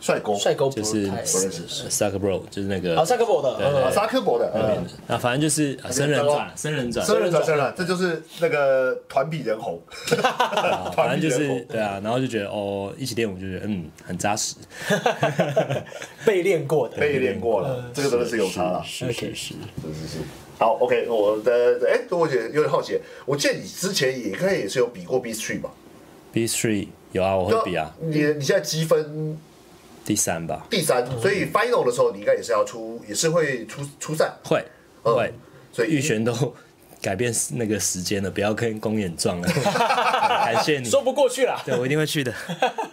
Speaker 2: 帅哥，
Speaker 1: 帅哥
Speaker 3: 就
Speaker 1: 不
Speaker 3: 是呃
Speaker 1: 太。
Speaker 2: 认识
Speaker 3: Suck Bro，就是那个
Speaker 1: 啊，帅哥我的，
Speaker 2: 啊，
Speaker 1: 嗯
Speaker 2: 沙科博的，嗯
Speaker 3: 啊，反正就是啊生人转，生人转，
Speaker 2: 真人转真人，这就是那个团比人 红，
Speaker 3: 啊反
Speaker 2: 团
Speaker 3: 正
Speaker 2: 比
Speaker 3: 就
Speaker 2: 人
Speaker 3: 是
Speaker 2: 红。
Speaker 3: 对啊，然后就觉得哦，一起练舞就觉得嗯很扎 实，
Speaker 1: 嗯 被练过的。
Speaker 2: 被练过了，这个真的是有差了。
Speaker 3: 是是是，
Speaker 2: 是是是。好，OK，我的哎，我也有点好奇，我记得你之前也应该也是有比过 B Three 吧？
Speaker 3: B three 有啊，我会比啊，
Speaker 2: 你你现在积分
Speaker 3: 第三吧，
Speaker 2: 第三，所
Speaker 3: 嗯
Speaker 2: 以 Final 的时候你应该也是要出，也是会出出赛。
Speaker 3: 会
Speaker 2: 嗯
Speaker 3: 会，
Speaker 2: 所以
Speaker 3: 预选都 改变那个时间了，不要跟公演 撞了，感谢你，
Speaker 1: 说不过去啦，
Speaker 3: 对我一定会去的，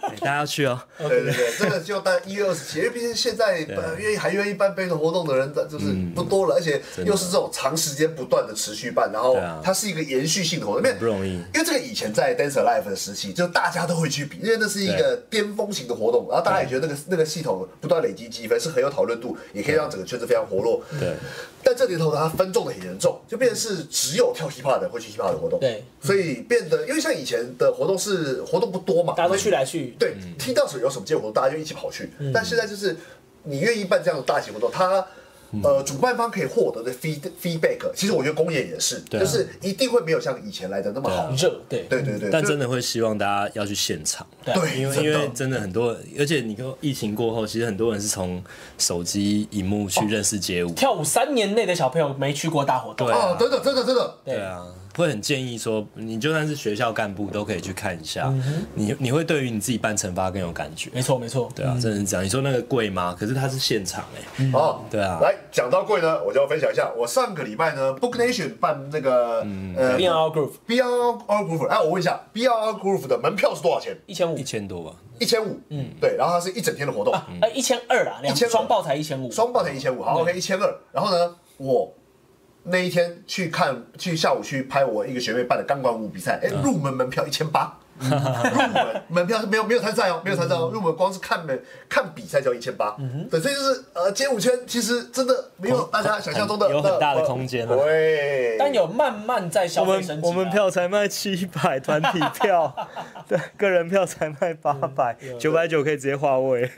Speaker 3: 哎大家要去哦，
Speaker 2: 对对对，这个就当一月二十七，因为毕竟现在呃愿意还愿意办杯头活动的人就是
Speaker 3: 嗯
Speaker 2: 不多了，而且又是这种长时间不断的持续办，然后
Speaker 3: 对啊
Speaker 2: 它是一个延续性的活动，因为
Speaker 3: 不容易
Speaker 2: 因为这个以前在 Dancer Life 的时期，就大家都会去比，因为那是一个巅峰型的活动，然后大家也觉得那个那个系统不断累积积分是很有讨论度，也可以让整个圈子非常活络。
Speaker 3: 对。
Speaker 2: 但这年头呢，它分众的很严重，就变成是只有跳 hiphop 的会去 hiphop 的活动，
Speaker 1: 对，
Speaker 2: 所以变得因为像以前的活动是活动不多嘛，
Speaker 1: 大家都去来去。
Speaker 2: 对，
Speaker 3: 嗯
Speaker 2: 听到什么有什么结果，大家就一起跑去。但现在就是你愿意办这样的大型活动，它
Speaker 3: 嗯
Speaker 2: 呃主办方可以获得的 feed feedback，其实我觉得公演也是，
Speaker 3: 啊
Speaker 2: 就是一定会没有像以前来的那么好。
Speaker 1: 热，对，
Speaker 2: 对对对，
Speaker 3: 但
Speaker 2: 就
Speaker 3: 真的会希望大家要去现场，
Speaker 1: 哦
Speaker 2: 对，
Speaker 3: 因为
Speaker 2: 真
Speaker 3: 因
Speaker 2: 的
Speaker 3: 为真的很多，而且你看疫情过后，其实很多人是从手机荧幕去认识街舞，
Speaker 1: 跳舞三年内的小朋友没去过大活动。
Speaker 3: 对啊
Speaker 2: 哦，真的真的真的，
Speaker 1: 对
Speaker 3: 对啊，会很建议说，你就算是学校干部都可以去看一下，
Speaker 1: 嗯
Speaker 3: 你你会对于你自己办惩罚更有感觉。
Speaker 1: 没错没错。
Speaker 3: 对啊，真的是这样。你说那个贵吗？可是它是现场哎、
Speaker 1: 嗯
Speaker 2: 哦，
Speaker 3: 对啊
Speaker 2: 来讲到贵呢，我就要分享一下，我上个礼拜呢，Book Nation 办那个
Speaker 3: 嗯
Speaker 2: 呃
Speaker 1: b r Group
Speaker 2: Beyond All Groove，哎，我问一下，Beyond All Groove 的门票是多少钱？
Speaker 1: 一千五
Speaker 3: 一，千多吧，
Speaker 2: 一千五，嗯，对，然后它是一整天的活动，
Speaker 3: 啊
Speaker 1: 哎，一千二啦，两
Speaker 2: 1200
Speaker 1: 双爆才一千五。
Speaker 2: 双报才一千五，好，OK，一千二。然后呢，我那一天去看，去下午去拍我一个学妹办的钢管舞比赛，哎，
Speaker 3: 嗯
Speaker 2: 入门门票一千 八，入门门票是没有没有参赛哦，没有参
Speaker 3: 嗯
Speaker 2: 赛哦，入门光是看门看比赛就要一千八，对，所以就是呃，街舞圈其实真的没有大家想象中的
Speaker 3: 有很大
Speaker 2: 那
Speaker 3: 的
Speaker 2: 呃
Speaker 3: 空间啊
Speaker 2: 对，
Speaker 1: 但有慢慢在消费升级啊。
Speaker 3: 才卖七 百，团体 票，对，个人票才卖八百，
Speaker 1: 嗯
Speaker 3: 九百九可以直接划位。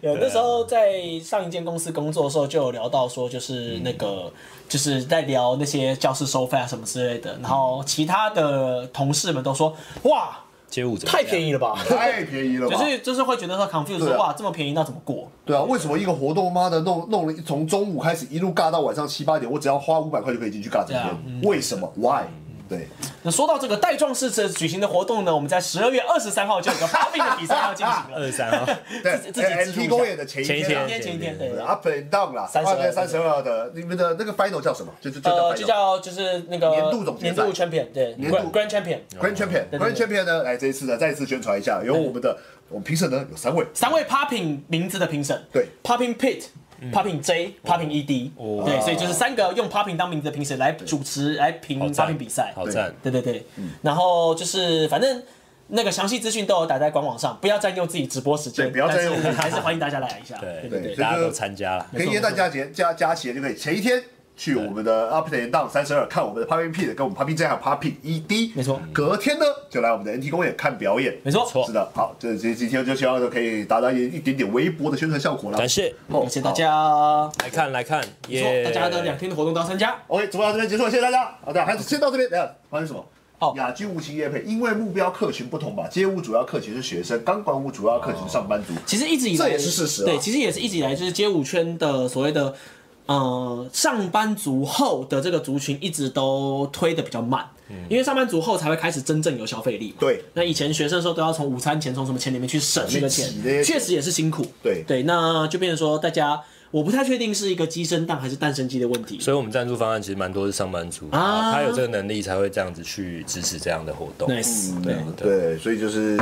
Speaker 1: 有那时候在上一间公司工作的时候，就有聊到说，就是那个、就是在聊那些教室收费啊什么之类的，然后其他的同事们都说，哇，
Speaker 3: 街舞怎么
Speaker 1: 太便宜了吧。
Speaker 2: 太便宜了吧？
Speaker 1: 就是就是会觉得说 confuse
Speaker 2: 对
Speaker 1: 说
Speaker 2: 啊
Speaker 1: 哇这么便宜那怎么过？
Speaker 2: 对啊，为什么一个活动妈的弄弄了一从中午开始一路尬到晚上七八点，我只要花五百块就可以进去尬整
Speaker 1: 对啊
Speaker 3: 嗯
Speaker 2: 天？为什么？Why？对。
Speaker 1: 那说到这个带状式这举行的活动呢，我们在十二月二十三号就有个 popping 的比赛要进行了，
Speaker 3: 二十三号，
Speaker 2: 对哎
Speaker 1: 自自己记录一下
Speaker 2: NT 公演的前一
Speaker 3: 前一
Speaker 2: 天啊
Speaker 1: 前一天前一天对
Speaker 2: 对。，up and down 啦，啊
Speaker 1: 32
Speaker 2: 三十二的，你们的那个 final 叫什么？就就就叫
Speaker 1: 呃，就
Speaker 2: final。
Speaker 1: 叫就是那个
Speaker 2: 年度总决
Speaker 1: 年
Speaker 2: 赛
Speaker 1: 度 champion 对
Speaker 2: 年度
Speaker 1: grand grand champion，
Speaker 2: Grand Champion，Grand Champion 呢？来这一次呢，再一次宣传一下，有我们的我们评审呢有三位，
Speaker 1: 三位 popping 名字的评审，
Speaker 2: 对
Speaker 1: ，popping pit。Popping
Speaker 3: 嗯
Speaker 1: J、Popping ED，、对，
Speaker 3: 哦
Speaker 1: 所以就是三个用 Popping 当名字的评审来主持、来评
Speaker 3: 好赞
Speaker 1: Popping 比赛。
Speaker 3: 好赞，
Speaker 1: 对对对，
Speaker 2: 嗯
Speaker 1: 然后就是反正那个详细资讯都有打在官网上，不要占用自己直播时间，
Speaker 2: 对不要占用
Speaker 1: 但是还是欢迎大家来一下。对
Speaker 3: 对
Speaker 1: 对
Speaker 2: 对
Speaker 3: 大家都参加了，
Speaker 2: 可以元旦加节加加起来就可以，前一天去我们的 Up and Down 三十二看我们的 Popping P 的，跟我们 Popping J 还有 Popping ED，
Speaker 1: 没错
Speaker 2: 隔天呢就来我们的 NT 公演看表演，
Speaker 1: 没错
Speaker 3: 错
Speaker 2: 是的，好，这这今天就希望可以达到一一点点微薄的宣传效果了，
Speaker 3: 感谢，
Speaker 2: 哦，
Speaker 1: 感谢大
Speaker 2: 好。
Speaker 1: 家，
Speaker 3: 来看来看，
Speaker 1: 没错，
Speaker 3: 耶，
Speaker 1: 大家的两天的活动都要参加。
Speaker 2: OK，直播到这边结束，谢谢大家。好的，还是先到这边。等一下发生什么？
Speaker 1: 哦
Speaker 2: 亚军无情夜配，因为目标客群不同吧，街舞主要客群是学生，钢管舞主要客群是上班族。
Speaker 1: 其实一直以来
Speaker 2: 这也是事实啊
Speaker 1: 对，其实也是一直以来就是街舞圈的所谓的。呃上班族后的这个族群一直都推的比较慢，因为上班族后才会开始真正有消费力嘛。
Speaker 2: 嗯对
Speaker 1: 那以前学生的时候都要从午餐钱从什么钱里面去省那个钱
Speaker 2: 去挤那些，
Speaker 1: 确实也是辛苦。
Speaker 2: 对
Speaker 1: 对，那就变成说大家，我不太确定是一个鸡生蛋还是蛋生鸡的问题。
Speaker 3: 所以我们赞助方案其实蛮多是上班族，
Speaker 1: 啊
Speaker 3: 他有这个能力才会这样子去支持这样的活动。嗯
Speaker 1: nice，、对，
Speaker 2: 对，所以就是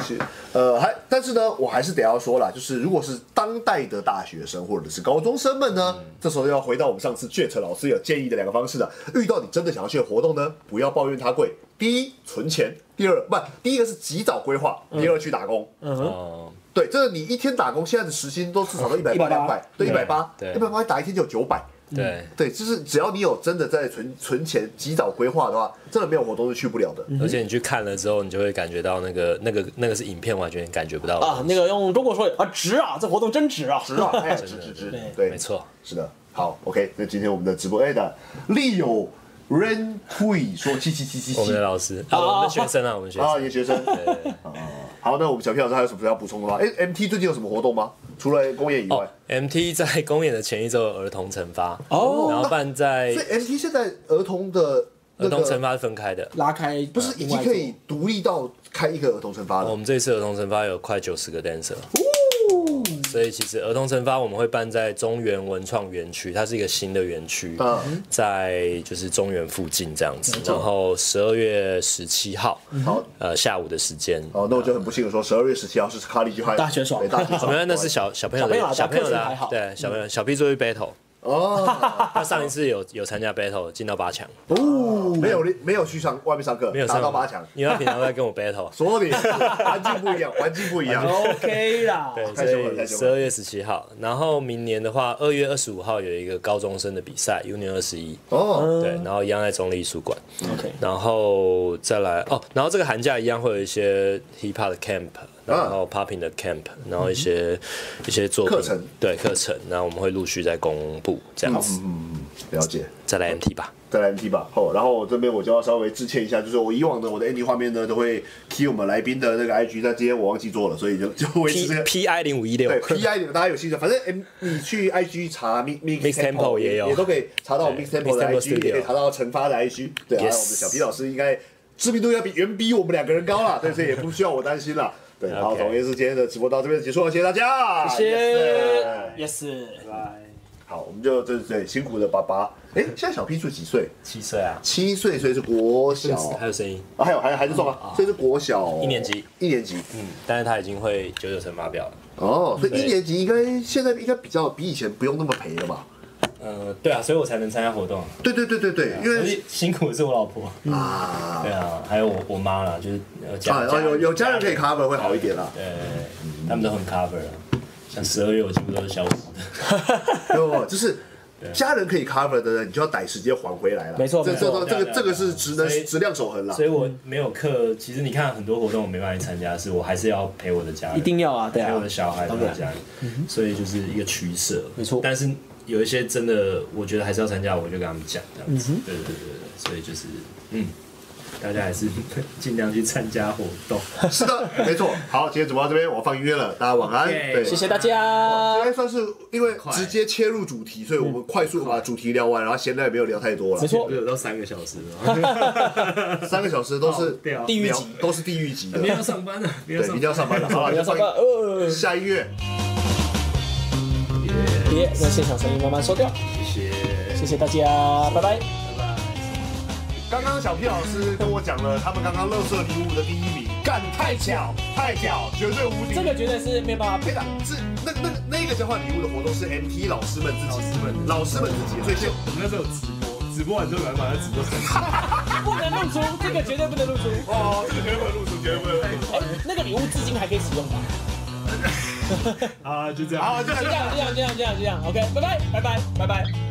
Speaker 2: 呃，还但是呢，我还是得要说啦，就是如果是当代的大学生或者是高中生们
Speaker 3: 嗯
Speaker 2: 呢，这时候要回到我们上次 Jet 老师有建议的两个方式了。遇到你真的想要去的活动呢，不要抱怨它贵，第一存钱，第二不，第一个是及早规划，第二去打工。
Speaker 3: 哦，
Speaker 2: 对，这个你一天打工，现在的时薪都至少都一百八、两百，对，一百八，
Speaker 3: 对
Speaker 2: 一百八打一天就有九百。
Speaker 1: 嗯
Speaker 3: 对，
Speaker 2: 对，就是只要你有真的在存存钱、及早规划的话，真的没有活动是去不了的。
Speaker 3: 而且你去看了之后，你就会感觉到那个那个那个是影片完全感觉不到的
Speaker 1: 啊，那个用中国说啊，值啊，这活动真值啊，
Speaker 2: 值啊， 哎，值值值，对，
Speaker 3: 没错，
Speaker 2: 是的，好，OK，那今天我们的直播，哎的，利友 Ren Hui 说七七七七
Speaker 3: 我们
Speaker 2: 七
Speaker 3: 的，老师啊，我们的学生啊，我们学
Speaker 2: 啊，研学
Speaker 3: 生。
Speaker 2: 生，哦好，那我们小 P 老师还有什么要补充的吗？哎，MT 最近有什么活动吗？除了公演以
Speaker 3: 哦
Speaker 2: 外，
Speaker 3: ，MT 在公演的前一周有儿童惩罚
Speaker 1: 哦
Speaker 3: 然后办在
Speaker 2: 所以 MT 现在儿童的
Speaker 3: 哎
Speaker 2: 那
Speaker 3: 儿童惩
Speaker 2: 个
Speaker 3: 罚是分开的。
Speaker 1: 拉开
Speaker 2: 不是已经 可以独立到开一个儿童惩罚
Speaker 3: 我
Speaker 2: 了？
Speaker 3: 们这一次儿童惩罚有快九十个 dancer，所
Speaker 2: 哦
Speaker 3: 以其实儿童惩罚我们会办在中原文创园区，它是一个新的园区，
Speaker 2: 嗯
Speaker 3: 在就是中原附近这样子。然后十二月十七号，
Speaker 2: 好，
Speaker 3: 呃下午的时间，
Speaker 2: 好，哦那我就很不幸的说，十二月十七号是 College High
Speaker 1: 大学爽
Speaker 2: 对大学爽
Speaker 3: 没有，那是小小朋友
Speaker 1: 小朋友啊
Speaker 3: 的小朋友的
Speaker 1: 打课是还
Speaker 3: 啊
Speaker 1: 好，
Speaker 3: 对小朋友小 P 做一 battle，
Speaker 2: 哦，
Speaker 3: 他上一次有有参加 battle 进到八强，
Speaker 2: 哦没有没有去上外面上课
Speaker 3: 没有，
Speaker 2: 打
Speaker 3: 上
Speaker 2: 到八强，
Speaker 3: 因为他平常在跟我 battle，
Speaker 2: 所以环境不一样，环境不一样。
Speaker 1: OK 啦，
Speaker 3: 对，
Speaker 2: 太
Speaker 3: 所
Speaker 2: 凶了太
Speaker 3: 以
Speaker 2: 凶
Speaker 3: 十
Speaker 2: 了
Speaker 3: 二月十七号，然后明年的话，二月二十五号有一个高中生的比赛，Union 二十一，
Speaker 2: 哦，
Speaker 3: 对，然后一样在中立艺术馆，
Speaker 1: OK，
Speaker 3: 然后再来哦，然后这个寒假一样会有一些 hip hop 的 camp，然后 popping 的 camp，然后一些一些作品
Speaker 2: 啊嗯课程，
Speaker 3: 对课程，然后我们会陆续再公布这样子，
Speaker 2: 嗯了解。
Speaker 3: 再来 MT 吧。
Speaker 2: 再来 MT 吧，哦，然后我这边我就要稍微致歉一下，就是我以往的我的 ending 画面呢都会 key 我们来宾的那个 IG，但今天我忘记做了，所以就就 维持
Speaker 3: P
Speaker 2: 这个
Speaker 3: P I 零五一六
Speaker 2: 对 PI 你们大家有兴趣，反正 M 你去 IG 查 Mix
Speaker 3: Mix Temple
Speaker 2: 也
Speaker 3: 也有
Speaker 2: 也都可以查到
Speaker 3: 对
Speaker 2: Mix Temple 的
Speaker 3: Mix Temple
Speaker 2: IG，也可以
Speaker 3: Studio
Speaker 2: 查到陈发的 IG，对啊，然
Speaker 3: Yes
Speaker 2: 后我们小 P 老师应该知名度要比远比我们两个人高啦，对，所以也不需要我担心啦。对，好，
Speaker 3: OK
Speaker 2: 总而言之，今天的直播到这边结束了，谢谢大家，
Speaker 1: 谢谢
Speaker 2: Yes
Speaker 1: Yes，
Speaker 2: 好，我们就对对辛苦的爸爸。哎，现在小 P 住几岁？
Speaker 3: 七岁啊，
Speaker 2: 七岁，所以是国小，
Speaker 3: 还有声音，
Speaker 2: 啊还有还有还是送啊，所以是国小
Speaker 3: 一年级，
Speaker 2: 一年级
Speaker 3: 嗯，但是他已经会九九乘法表了。
Speaker 2: 哦，所以一年级应该现在应该比较比以前不用那么陪了吧？
Speaker 3: 呃，对啊，所以我才能参加活动。
Speaker 2: 对对对对对，因
Speaker 3: 可
Speaker 2: 为
Speaker 3: 是哎辛苦的是我老婆，
Speaker 2: 啊
Speaker 3: 对啊，还有我我妈啦，就是呃家
Speaker 2: 啊，
Speaker 3: 家
Speaker 2: 有有家人可以 cover 会好一点啦。
Speaker 3: 对，他们都很 cover 啊。像十二月我几乎都是小五的，
Speaker 2: 有有就是家人可以 cover 的人，你就要逮时间还回来了。
Speaker 1: 没错
Speaker 2: 这
Speaker 1: 没
Speaker 2: 这
Speaker 1: 错
Speaker 2: 这这
Speaker 3: 对
Speaker 2: 个
Speaker 3: 啊
Speaker 2: 这个是职能
Speaker 3: 所以
Speaker 2: 质量守恒啦
Speaker 3: 所。以我没有课。其实你看很多活动我没办法去参加，是我还是要陪我的家人，
Speaker 1: 一定要啊，对
Speaker 3: 陪我
Speaker 1: 啊
Speaker 3: 的，小孩，陪我的家人，所以就是一个取舍，
Speaker 1: 没错
Speaker 3: 但是有一些真的，我觉得还是要参加，我就跟他们讲这样子。对对对对对，所以就是嗯，大家还是 尽量去参加活动。
Speaker 2: 是的，没错。好，今天直播到这边，我放音乐了，大家晚安。
Speaker 3: OK，
Speaker 2: 对，
Speaker 1: 谢谢大家
Speaker 2: 应。该算是因为直接切入主题，所以我们快速地把主题聊完，然后闲聊也没有聊太多了。
Speaker 1: 没错，
Speaker 3: 有到三个小时 了，
Speaker 2: 三个小时都是
Speaker 3: 对啊
Speaker 1: 地狱级
Speaker 2: 聊都是地狱级的。
Speaker 3: 要上班了，不
Speaker 2: 对，一定要上班了。好了，
Speaker 1: 不要
Speaker 2: 就
Speaker 1: 上
Speaker 2: 放
Speaker 1: 班，呃，
Speaker 2: 下音乐。
Speaker 1: 别让现场声音慢慢收掉。
Speaker 3: 谢谢。
Speaker 1: 谢谢大家，拜拜。
Speaker 2: 刚刚小 P 老师跟我讲了，他们刚刚乐色礼物的第一名，干太巧，太巧，绝对无敌。
Speaker 1: 这个绝对是没有办法
Speaker 2: 对的，是那那个那个交换礼物的活动是 MT 老师们自己，老师们老师们自己，所以就
Speaker 6: 我们那时候有直播，直播完之后赶快把它直播删除。
Speaker 1: 不能露出，这个绝对不能露出。
Speaker 2: 哦，这个绝对不能露出，绝对不能露出。
Speaker 1: 哎，那个礼物至今还可以使用吧？
Speaker 6: 好啊，就这样。
Speaker 2: 好，就很
Speaker 1: 就这样，这样，这样，这样，这样。OK，拜拜，拜拜，拜拜。